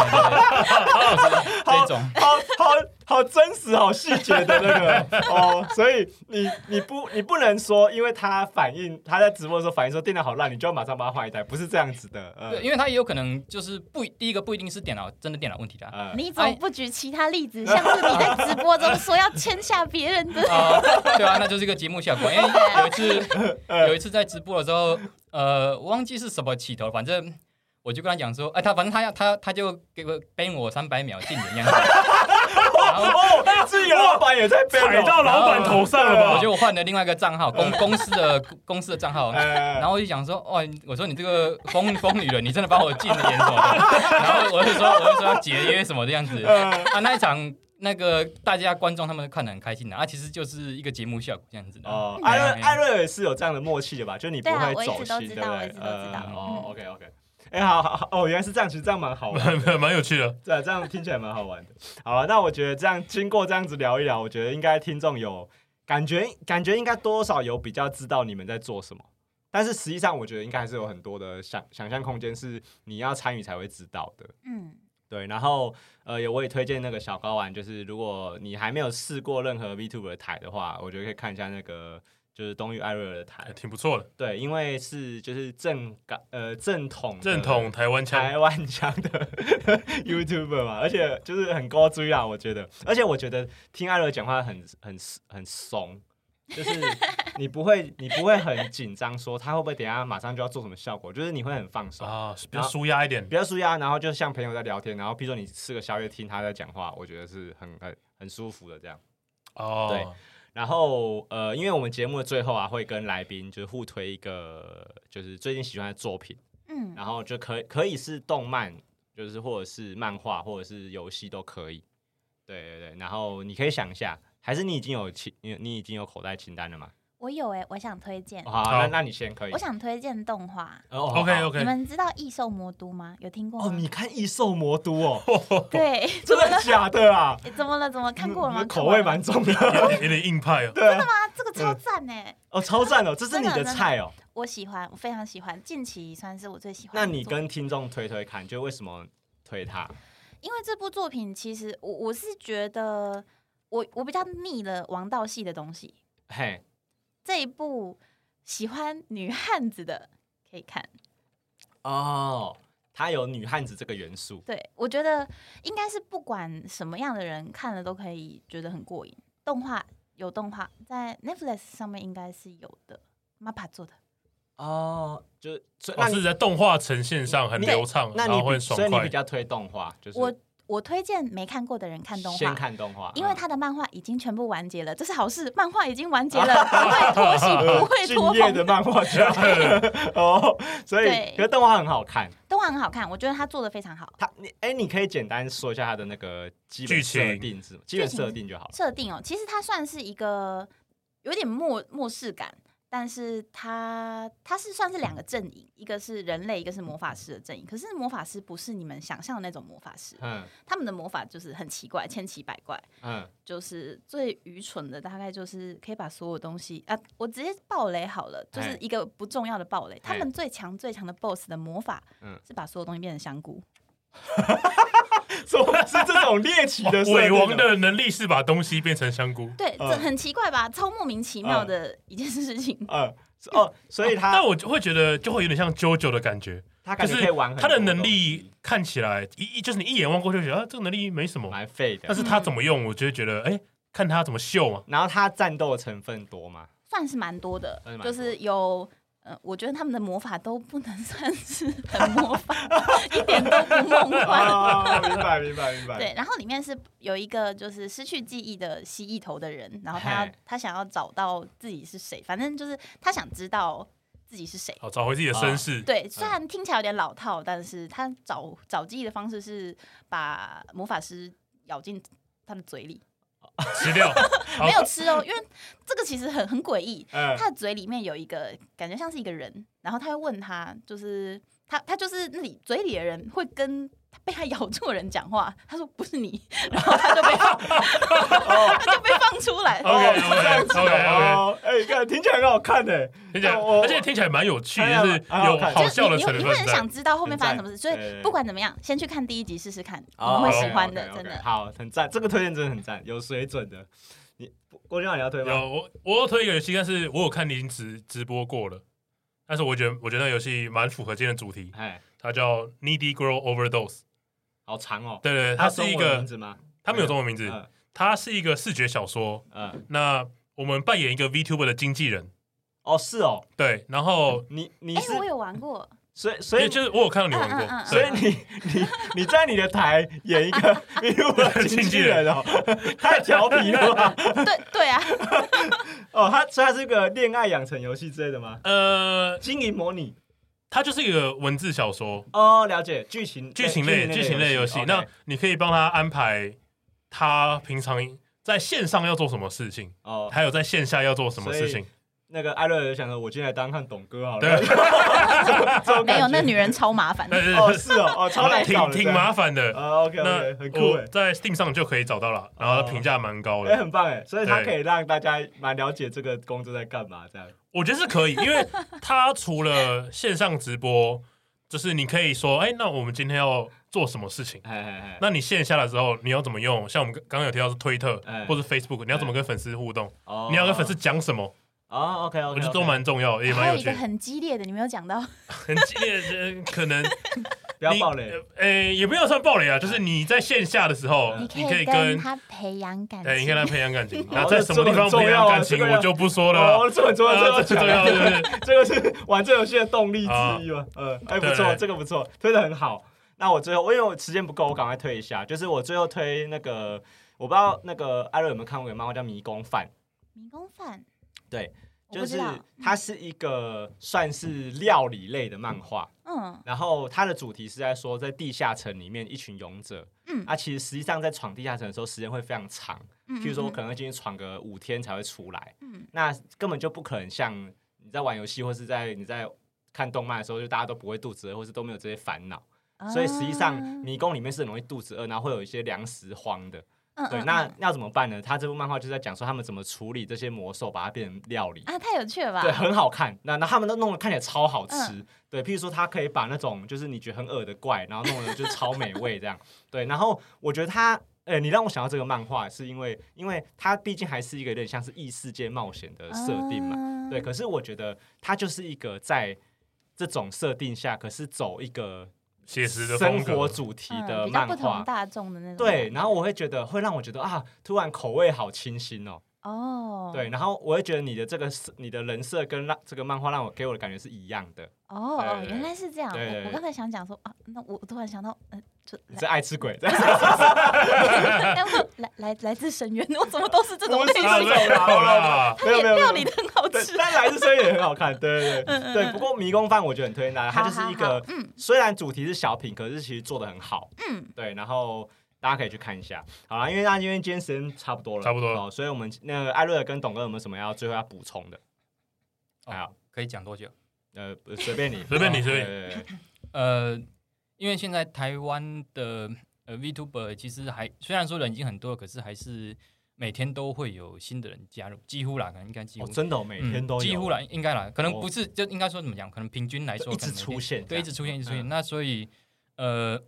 Speaker 5: 对对对就是这种
Speaker 2: 好好好真实、好细节的那 *laughs* 个哦，所以你你不你不能说，因为他反应他在直播的时候反应说电脑好烂，你就要马上把它换一台，不是这样子的。呃
Speaker 5: 对，因为他也有可能就是不第一个不一定是电脑真的电脑问题的啊、
Speaker 2: 呃，
Speaker 4: 你怎么不举其他例子？像是你在直播中说要签下别人的，
Speaker 5: 啊， *laughs* 对啊，那就是一个节目效果。因为哎有一次，有一次在直播的时候，呃，我忘记是什么起头，反正我就跟他讲说，哎、他反正他要他他就给我 ban 我三百秒禁言样子，然后
Speaker 2: 哦，自己的老板也在背
Speaker 3: 踩到老板头上了吧？
Speaker 5: 我
Speaker 2: 啊
Speaker 5: 就换了另外一个账号，公公司的公司的账号。
Speaker 2: 哎
Speaker 5: 然后我就想说，哦，我说你这个疯疯女人，你真的把我禁言什么的。然后我就说，我就说要节约什么的样子。
Speaker 2: 呃
Speaker 5: 啊，那一场那个大家观众他们看得很开心的啊，其实就是一个节目效果这样子的。
Speaker 2: 哦，艾瑞艾瑞也是有这样的默契的吧？就你不
Speaker 4: 对啊
Speaker 2: 会
Speaker 4: 我一
Speaker 2: 走
Speaker 4: 直都
Speaker 2: 心，
Speaker 4: 知
Speaker 2: 不
Speaker 4: 道
Speaker 2: 对
Speaker 4: 我一直？都知道
Speaker 2: 呃哦
Speaker 4: 嗯
Speaker 2: ，OK OK，哎，好好好哦，原来是这样，其实这样蛮好玩的。
Speaker 3: *laughs* 蛮蛮有趣的，
Speaker 2: 对，啊这样听起来蛮好玩的。好了，那我觉得这样经过这样子聊一聊，我觉得应该听众有感觉，感觉应该多少有比较知道你们在做什么。但是实际上，我觉得应该还是有很多的想想象空间，是你要参与才会知道的。
Speaker 4: 嗯，
Speaker 2: 对，然后呃，也我也推荐那个小高玩，就是如果你还没有试过任何 VTuber 的台的话，我觉得可以看一下那个就是东域艾瑞尔的台
Speaker 3: 哎。挺不错的，
Speaker 2: 对，因为是就是正港呃正统的
Speaker 3: 正统台湾腔。
Speaker 2: 台湾腔的 *laughs* YouTuber 嘛，而且就是很高追啊，我觉得，而且我觉得听艾乐讲话很很很怂，就是你不会你不会很紧张，说他会不会等一下马上就要做什么效果，就是你会很放松。
Speaker 3: 啊，比较舒压一点
Speaker 2: 比。较舒压，然后就像朋友在聊天，然后譬如说你吃个宵夜听他在讲话，我觉得是很很很舒服的这样。
Speaker 3: 哦，
Speaker 2: 然后呃，因为我们节目的最后啊，会跟来宾就是互推一个就是最近喜欢的作品，
Speaker 4: 嗯
Speaker 2: 然后就可可以是动漫，就是或者是漫画，或者是游戏都可以。对对对，然后你可以想一下，还是你已经有清，你你已经有口袋清单了吗？
Speaker 4: 我有哎、我想推荐，
Speaker 2: 好，
Speaker 3: 好
Speaker 2: 那那你先可以
Speaker 4: 我。想推荐动画。
Speaker 2: 哦好
Speaker 3: OK
Speaker 2: 好
Speaker 3: OK，
Speaker 4: 你们知道《异兽魔都》吗？有听
Speaker 2: *laughs*
Speaker 4: 过
Speaker 2: 哦，
Speaker 4: 吗？
Speaker 2: 你看《异兽魔都》
Speaker 4: *laughs*
Speaker 2: 哦，
Speaker 4: 对，
Speaker 2: 真的假的啊？
Speaker 4: 诶怎么了？怎么看过了
Speaker 2: 你
Speaker 4: 吗？
Speaker 2: 的口味
Speaker 4: 看过了
Speaker 2: 蛮
Speaker 4: 吗
Speaker 2: 重的。
Speaker 3: 有点硬派哦。
Speaker 2: 对啊，
Speaker 4: 啊，这个超赞哎、 *laughs*
Speaker 2: 哦，超赞哦，这是你的
Speaker 4: 真的
Speaker 2: 菜哦。
Speaker 4: 我喜欢，我非常喜欢，近期算是我最喜欢的
Speaker 2: 那
Speaker 4: 作品。
Speaker 2: 你跟听众推推看，就为什么推他？
Speaker 4: 因为这部作品，其实我我是觉得我我比较腻了王道系的东西，
Speaker 2: 嘿，
Speaker 4: 这一部喜欢女汉子的可以看。
Speaker 2: 哦，他有女汉子这个元素，
Speaker 4: 对，我觉得应该是不管什么样的人看了都可以觉得很过瘾。动画有动画，在 Netflix 上面应该是有的，MAPPA 做的。
Speaker 2: 哦，就是所以
Speaker 3: 哦
Speaker 2: 那
Speaker 3: 是
Speaker 2: 你
Speaker 3: 在动画呈现上很流畅，
Speaker 2: 那
Speaker 3: 然
Speaker 2: 你
Speaker 3: 后会
Speaker 2: 比
Speaker 3: 很爽
Speaker 2: 所以你
Speaker 3: 快
Speaker 2: 比。较推动画，就是
Speaker 4: 我我推荐没看过的人看动
Speaker 2: 先
Speaker 4: 画。
Speaker 2: 看动画，
Speaker 4: 因为
Speaker 2: 嗯
Speaker 4: 他的漫画已经全部完结了，这是好事。漫画已经完
Speaker 2: *laughs*
Speaker 4: 结了，不会拖戏，不会拖
Speaker 2: 呃敬业的
Speaker 4: 棚。
Speaker 2: 漫画家 *laughs*
Speaker 4: *laughs*
Speaker 2: 哦，所以
Speaker 4: 对
Speaker 2: 可是动画很好看。
Speaker 4: 动画很好看，我觉得他做的非常好。
Speaker 2: 它你哎，你可以简单说一下它的那个基本
Speaker 3: 剧情
Speaker 2: 设定是吗基本设定就好了。
Speaker 4: 设定哦，其实它算是一个有点末末世感，但是它它是算是两个阵营，一个是人类，一个是魔法师的阵营。可是魔法师不是你们想象的那种魔
Speaker 2: *laughs*
Speaker 4: 法师，
Speaker 2: 嗯
Speaker 4: 他们的魔法就是很奇怪，千奇百怪，
Speaker 2: 嗯，
Speaker 4: 就是最愚蠢的大概就是可以把所有东西啊，我直接爆雷好了，就是
Speaker 2: 哎
Speaker 4: 一个不重要的爆雷。他们最强最强的 BOSS 的魔法
Speaker 2: 嗯
Speaker 4: 是把所有东西变成香菇，
Speaker 2: 怎么是这种猎奇的设
Speaker 3: 哦伪
Speaker 2: 定哦
Speaker 3: 王
Speaker 2: 呢？
Speaker 3: 的能力是把东西变成香菇，
Speaker 4: 对，这
Speaker 2: 嗯
Speaker 4: 很奇怪吧？超莫名其妙
Speaker 2: 嗯
Speaker 4: 的一件事情。
Speaker 2: 嗯是哦，所以
Speaker 3: 但 *laughs*
Speaker 2: 他
Speaker 3: 我就会觉得就会有点像 JoJo 的感觉，
Speaker 2: 他感
Speaker 3: 就
Speaker 2: 觉
Speaker 3: 是
Speaker 2: 可以玩很
Speaker 3: 他
Speaker 2: 多
Speaker 3: 的
Speaker 2: 东西，
Speaker 3: 能力看起来一一就是你一眼望过去就觉得啊，这个能力没什么，
Speaker 2: 蛮废的
Speaker 3: 但，是他怎么用，我就会觉得哎、看他怎么秀嘛。
Speaker 2: 然后他战斗成分多
Speaker 3: *laughs*
Speaker 2: 吗？
Speaker 4: 算是蛮多的
Speaker 2: 算是，蛮多
Speaker 4: 就
Speaker 2: 的
Speaker 4: 是有。呃，我觉得他们的魔法都不能 *laughs* 算是很魔法， *laughs* 一点都不梦
Speaker 2: *laughs*
Speaker 4: 幻。
Speaker 2: 哦，明
Speaker 3: *laughs*
Speaker 2: 白明白明白。
Speaker 4: 对，然后里面是有一个就是失去记忆的蜥蜴头的人，然后他要
Speaker 2: 嗨
Speaker 4: 他想要找到自己是谁，反正就是他想知道自己是谁。
Speaker 3: 好，哦找回自己的身世。
Speaker 2: 嗯
Speaker 4: 对，虽然听起来有点老套，但是他找找记忆的方式是把魔法师咬进他的嘴
Speaker 2: 哦
Speaker 4: 里，
Speaker 2: *laughs*
Speaker 3: 吃掉，好
Speaker 4: 没有吃哦，因为这个其实很很诡异，
Speaker 2: *laughs* 嗯，
Speaker 4: 他的嘴里面有一个感觉像是一个人，然后他会问他，就是他他就是那里嘴里的人会跟被他咬住的人讲话，他说不是你，然后他就被放 *laughs* 他就被放出来。
Speaker 3: OK OK
Speaker 2: 哦
Speaker 3: OK OK，
Speaker 2: 哎，看听起来很好看欸诶。
Speaker 3: 听起来，
Speaker 2: 我
Speaker 3: 而且听起来蛮有趣，
Speaker 2: 哎呀
Speaker 3: 就是有好
Speaker 4: 就是
Speaker 3: 笑的
Speaker 4: 你
Speaker 3: 成
Speaker 4: 你你会
Speaker 3: 分
Speaker 4: 很
Speaker 3: 在
Speaker 4: 想。知道后面发生什么事，所
Speaker 2: 对对
Speaker 4: 以
Speaker 2: 对
Speaker 4: 不管怎么样，先去看第一集试试看，你
Speaker 2: 哦，
Speaker 4: 会
Speaker 3: 好
Speaker 4: 喜欢的，
Speaker 2: OK，OK，OK，
Speaker 4: 真的。
Speaker 2: 好，很赞，这个推荐真的很赞，有水准的。你郭俊豪你要推吗？
Speaker 3: 有我，我有推一个游戏，但是我有看您直直播过了，但是我觉得我觉得那游戏蛮符合今天的主题，
Speaker 2: 哎，
Speaker 3: 它叫 Needy Girl Overdose。
Speaker 2: 好长哦。
Speaker 3: 对对，对
Speaker 2: 它
Speaker 3: 它
Speaker 2: 有
Speaker 3: 是一
Speaker 2: 中文名
Speaker 3: 个，
Speaker 2: 字吗？
Speaker 3: 它没有中文名字，
Speaker 2: 嗯
Speaker 3: 它是一个视觉小说。
Speaker 2: 嗯，
Speaker 3: 那我们扮演一个 VTuber 的经纪人，
Speaker 2: 哦是哦，
Speaker 3: 对，然后
Speaker 2: 你你
Speaker 4: 哎
Speaker 2: 是，
Speaker 4: 我有玩过，
Speaker 2: 所以所
Speaker 3: 对，
Speaker 2: 以
Speaker 3: 就是我有看到你玩
Speaker 4: 嗯嗯嗯
Speaker 3: 过，
Speaker 4: 嗯
Speaker 2: 所
Speaker 3: 对
Speaker 2: 以你
Speaker 4: *laughs*
Speaker 2: 你你在你的台演一个迷路的经纪人哦， *laughs* 太调皮了吧？
Speaker 4: 对对啊，
Speaker 2: 哦，它所以它是一个恋爱养成游戏之类的吗？
Speaker 3: 呃，
Speaker 2: 经营模拟
Speaker 3: 它就是一个文字小说，
Speaker 2: 哦，了解剧情
Speaker 3: 剧情类剧情类游戏。那
Speaker 2: OK
Speaker 3: 你可以帮他安排他平常在线上要做什么事情，
Speaker 2: 哦，
Speaker 3: 还有在线下要做什么事
Speaker 2: 所以
Speaker 3: 情。
Speaker 2: 那个艾瑞尔想说，我进来当看董哥好了。
Speaker 3: 对，
Speaker 2: 这种感觉
Speaker 4: 没有那女人超麻烦，
Speaker 3: 对对
Speaker 2: 哦，
Speaker 3: 对，
Speaker 2: 是哦，哦，超难搞的，
Speaker 3: 挺挺麻烦的。
Speaker 2: 啊，OK
Speaker 3: 那
Speaker 2: OK，很酷哦
Speaker 3: 我
Speaker 2: 哎，
Speaker 3: 在 Steam 上就可以找到了，然后评价蛮高
Speaker 2: 哎， *laughs*
Speaker 3: 的，
Speaker 2: 很棒哎，所以它
Speaker 3: 对
Speaker 2: 可以让大家蛮了解这个工作在干嘛这样。
Speaker 3: 我觉得是可以，因为它除了线上直播，就是你可以说，哎，那我们今天要做什么事情？
Speaker 2: 哎哎哎，
Speaker 3: 那你线下的时候，你要怎么用？像我们刚刚有提到是推特
Speaker 2: 哎
Speaker 3: 或是 Facebook，你要怎么跟粉丝互动？
Speaker 2: 哦
Speaker 3: 你要跟粉丝讲什么？
Speaker 2: 哦，OK OK，
Speaker 3: 我觉得都蛮重要，也
Speaker 4: 还
Speaker 3: 蛮
Speaker 4: 有
Speaker 3: 有
Speaker 4: 一
Speaker 3: 趣
Speaker 4: 个
Speaker 3: 的，
Speaker 4: 很激烈的，你没有讲到，
Speaker 3: 很激烈。呃可能
Speaker 2: 不要
Speaker 3: 你
Speaker 2: 暴雷，，
Speaker 3: 呃，呃也不要算暴雷啊，
Speaker 2: 哎
Speaker 3: 就是你在线下的时候，
Speaker 4: 你
Speaker 3: 呃你可
Speaker 4: 可
Speaker 3: 以
Speaker 4: 以
Speaker 3: 跟哎
Speaker 4: 跟他培养感
Speaker 3: 对，你
Speaker 4: 情
Speaker 3: 跟。他培养感情，
Speaker 2: 哦
Speaker 3: 那在什么地方培养感情，
Speaker 2: 这个很重要啊
Speaker 3: 我就不说了啊。
Speaker 2: 哦，这很重要，这个
Speaker 3: 啊
Speaker 2: 要
Speaker 3: 这最
Speaker 2: 讲
Speaker 3: 重要，
Speaker 2: 啊
Speaker 3: 对对对
Speaker 2: *laughs* 这个是玩这游戏的动力之一嘛。嗯，哎，不
Speaker 3: 对
Speaker 2: 错，
Speaker 3: 对
Speaker 2: 这个不错，推的很好。那我最后，因为我时间不够，我赶快推一下。就是我最后推那个，我不知道那个艾瑞有没有看过一个漫画叫《迷宫饭》。
Speaker 4: 迷宫饭，
Speaker 2: 对，
Speaker 4: 我
Speaker 2: 就
Speaker 4: 不知
Speaker 2: 是
Speaker 4: 道，
Speaker 2: 它是一个算是料理类的漫画，
Speaker 4: 嗯
Speaker 2: 然后它的主题是在说在地下城里面一群勇者，
Speaker 4: 嗯
Speaker 2: 啊，其实实际上在闯地下城的时候时间会非常长，
Speaker 4: 嗯，
Speaker 2: 譬如说我
Speaker 4: 嗯
Speaker 2: 可能会进去闯个五天才会出来，
Speaker 4: 嗯
Speaker 2: 那根本就不可能像你在玩游戏或是在你在看动漫的时候，就大家都不会肚子饿，或是都没有这些烦恼，所以实际上
Speaker 4: 啊
Speaker 2: 迷宫里面是很容易肚子饿，然后会有一些粮食荒的。
Speaker 4: 嗯
Speaker 2: 对，
Speaker 4: 嗯
Speaker 2: 那
Speaker 4: 嗯
Speaker 2: 那要怎么办呢？他这部漫画就是在讲说他们怎么处理这些魔兽，把它变成料理。
Speaker 4: 啊，太有趣了吧？
Speaker 2: 对，很好看。那那他们都弄得看起来超好吃。
Speaker 4: 嗯
Speaker 2: 对，譬如说他可以把那种就是你觉得很恶的怪，然后弄得就是超美味这样。 *laughs* 对，然后我觉得他。呃，你让我想到这个漫画，是因为因为它毕竟还是一个有点像是异世界冒险的设定嘛，
Speaker 4: 嘛
Speaker 2: 对。可是我觉得它就是一个在这种设定下，可是走一个
Speaker 3: 写实的
Speaker 2: 生
Speaker 3: 风格
Speaker 2: 活主题的
Speaker 4: 嗯比较
Speaker 2: 漫
Speaker 4: 不同
Speaker 2: 画，
Speaker 4: 大众的那种。
Speaker 2: 对。然后我会觉得会让我觉得啊，突然口味好清新哦，
Speaker 4: 哦，
Speaker 2: 对，，然后我会觉得你的这个是你的人设跟让这个漫画让我给我的感觉是一样的。
Speaker 4: 哦，
Speaker 2: 对
Speaker 4: 哦
Speaker 2: 对对
Speaker 4: 原来是这样。
Speaker 2: 对对
Speaker 4: 我我
Speaker 2: 对
Speaker 4: 刚才想讲说啊，那我我突然想到，嗯，就
Speaker 2: 你
Speaker 4: 来
Speaker 2: 是爱吃鬼，
Speaker 4: *laughs* 但我来来来自深渊，我怎么都是这种类
Speaker 2: 不是
Speaker 4: 型？
Speaker 3: 对好啊啦，
Speaker 2: 没有没有没
Speaker 4: 料
Speaker 2: 有
Speaker 4: 理的很好
Speaker 2: 对
Speaker 4: 吃，，
Speaker 2: 但来自深渊也很好看，对对对对。不过迷宫饭我觉得很推荐大家，它
Speaker 4: 好
Speaker 2: 就是一
Speaker 4: 好好
Speaker 2: 个
Speaker 4: 嗯
Speaker 2: 虽然主题是小品，可是其实做的很好，
Speaker 4: 嗯，
Speaker 2: 对，然后。大家可以去看一下，好啦，因为大家因为今天时间差不多了，
Speaker 3: 差不多了
Speaker 2: 哦，所以我们那个艾瑞尔跟董哥有没有什么要最后要补充的？
Speaker 5: 哦
Speaker 2: 好，
Speaker 5: 可以讲多久？
Speaker 2: 呃，随便你，
Speaker 3: 随便你随便
Speaker 2: 对
Speaker 3: 你
Speaker 2: 对对
Speaker 5: 呃，因为现在台湾的呃 VTuber 其实还虽然说人已经很多了，可是还是每天都会有新的人加入，几乎啦，可能应该几
Speaker 2: 哦
Speaker 5: 乎、
Speaker 2: 真的哦每天都有，
Speaker 5: 嗯、几乎啦，应该啦，可能
Speaker 2: 哦
Speaker 5: 不是、就应该说怎么讲，可能平均来说
Speaker 2: 一直
Speaker 5: 可能每天
Speaker 2: 出现这
Speaker 5: 对，
Speaker 2: 样
Speaker 5: 一直出现，一直出现。
Speaker 2: 嗯
Speaker 5: 那所以呃，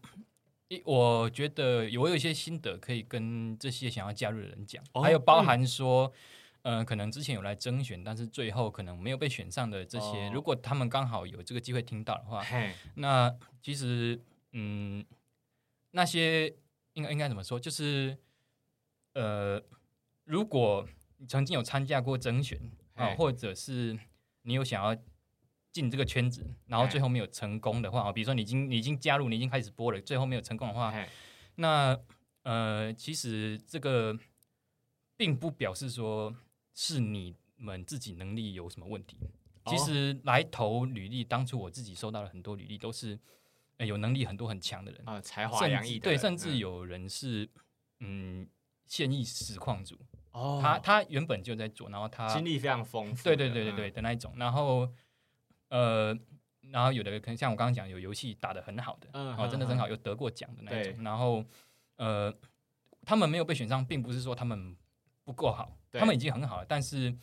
Speaker 5: 一我觉得有我有一些心得可以跟这些想要加入的人讲，
Speaker 2: 哦嗯
Speaker 5: 还有包含说。呃，可能之前有来征选，但是最后可能没有被选上的这些，
Speaker 2: 哦
Speaker 5: 如果他们刚好有这个机会听到的话，
Speaker 2: 嘿，
Speaker 5: 那其实，嗯，那些应该应该怎么说？就是，呃，如果你曾经有参加过甄选啊，
Speaker 2: 哎
Speaker 5: 或者是你有想要进这个圈子，然后
Speaker 2: 哎
Speaker 5: 最后没有成功的话，比如说你已经你已经加入，你已经开始播了，最后没有成功的话，
Speaker 2: 嘿
Speaker 5: 那呃，其实这个并不表示说是你们自己能力有什么问题。其
Speaker 2: 哦
Speaker 5: 实来投履历，当初我自己收到了很多履历，都是、呃、有能力很多很强的人，
Speaker 2: 啊，才华
Speaker 5: 甚
Speaker 2: 洋
Speaker 5: 至
Speaker 2: 溢的
Speaker 5: 对，
Speaker 2: 人，
Speaker 5: 甚至
Speaker 2: 嗯
Speaker 5: 有人是嗯现役实况组，
Speaker 2: 哦，
Speaker 5: 他他原本就在做，然后他
Speaker 2: 经历非常丰富的。
Speaker 5: 对对对对对
Speaker 2: 嗯，
Speaker 5: 的那一种，然后呃，然后有的可能像我刚刚讲，有游戏打得很好的，
Speaker 2: 嗯
Speaker 5: 哦，真的很好，
Speaker 2: 嗯
Speaker 5: 有得过奖的那一
Speaker 2: 对
Speaker 5: 种，然后呃，他们没有被选上，并不是说他们不够好，
Speaker 2: 对
Speaker 5: 他们已经很好了，但是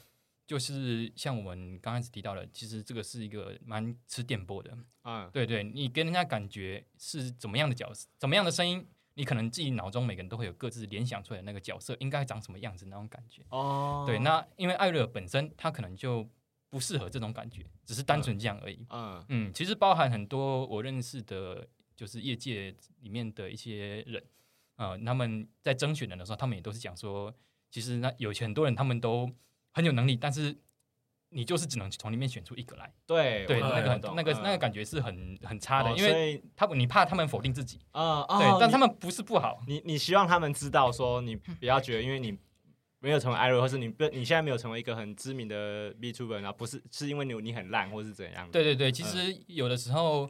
Speaker 5: 就是像我们刚开始提到的，其实这个是一个蛮吃电波的，
Speaker 2: 嗯，
Speaker 5: 对对，你给人家感觉是怎么样的角色，怎么样的声音。你可能自己脑中每个人都会有各自联想出来的那个角色应该长什么样子那种感觉，
Speaker 2: 哦，
Speaker 5: 对，那因为艾瑞尔本身他可能就不适合这种感觉，只是单纯这样而已。
Speaker 2: 嗯
Speaker 5: 嗯，其实包含很多我认识的，就是业界里面的一些人，呃，他们在征选人的时候，他们也都是讲说，其实那有很多人他们都很有能力，但是你就是只能从里面选出一个来。
Speaker 2: 对
Speaker 5: 对，
Speaker 2: 我懂
Speaker 5: 那个
Speaker 2: 我
Speaker 5: 很
Speaker 2: 懂
Speaker 5: 那个
Speaker 2: 嗯
Speaker 5: 那个感觉是很很差的，
Speaker 2: 哦
Speaker 5: 因为
Speaker 2: 所以
Speaker 5: 他们你怕他们否定自己，
Speaker 2: 啊，
Speaker 5: 对
Speaker 2: 哦，
Speaker 5: 但他
Speaker 2: 你
Speaker 5: 们不是不好，
Speaker 2: 你你希望他们知道说，你不要觉得因为你。没有成为艾瑞，或是你不，你现在没有成为一个很知名的 B t u b e r 然后不是是因为你你很烂，或是怎样？
Speaker 5: 对对对，其实有的时候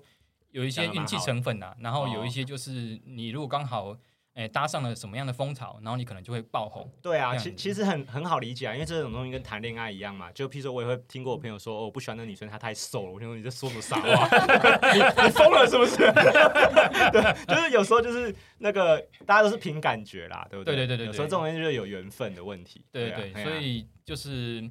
Speaker 5: 有一些运气成分呐、啊然后
Speaker 2: 哦
Speaker 5: 有一些就是你如果刚好诶、搭上了什么样的风潮，然后你可能就会爆红。
Speaker 2: 对啊，
Speaker 5: 这样
Speaker 2: 其
Speaker 5: 子
Speaker 2: 其实很很好理解啊，因为这种东西跟谈恋爱一样嘛。就譬如说，我也会听过我朋友说，哦，我不喜欢那女生，她太瘦了。我听说你在说什么傻话？ *laughs* 你你疯了是不 *laughs* 是？对，就是有时候就是那个大家都是凭感觉啦，对不对
Speaker 5: 对对对对对
Speaker 2: 有时候这种东西就是有缘分的问题。
Speaker 5: 对
Speaker 2: 对
Speaker 5: 对
Speaker 2: 啊
Speaker 5: 对，
Speaker 2: 嘿啊
Speaker 5: 所以就是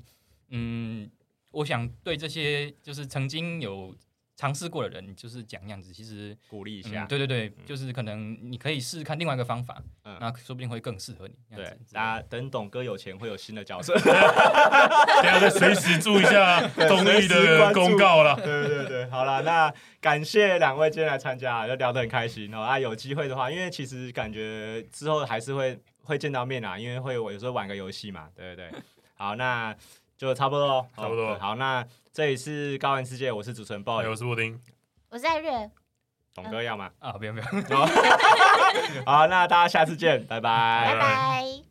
Speaker 5: 嗯，我想对这些就是曾经有尝试过的人，就是讲那样子，其实、
Speaker 2: 鼓励一
Speaker 5: 嗯
Speaker 2: 下，
Speaker 5: 对对对，
Speaker 2: 嗯
Speaker 5: 就是可能你可以试试看另外一个方法，
Speaker 2: 嗯
Speaker 5: 那说不定会更适合你。这样
Speaker 2: 对
Speaker 5: 子之类，的
Speaker 2: 大家等董哥有钱会有新的角色。
Speaker 3: 大家再随时注意一下东
Speaker 2: 随
Speaker 3: 立
Speaker 2: 时关
Speaker 3: 的
Speaker 2: 注
Speaker 3: 公告啦。
Speaker 2: *laughs* 对对对对，好啦，那感谢两位今天来参加，就聊得很开心哦。啊，有机会的话，因为其实感觉之后还是会会见到面啦，因为会有有时候玩个游戏嘛，对
Speaker 3: *laughs*
Speaker 2: 对对。好，那就差不多咯，
Speaker 3: 差不多
Speaker 2: 哦对好，那这里是高玩世界，我是主持人
Speaker 3: 哎
Speaker 2: boy，
Speaker 3: 我是布丁，
Speaker 4: 我是艾瑞，
Speaker 2: 董哥要吗？
Speaker 5: 啊，不用不用。
Speaker 2: 好，那大家下次见，拜
Speaker 4: 拜
Speaker 3: 拜
Speaker 4: 拜。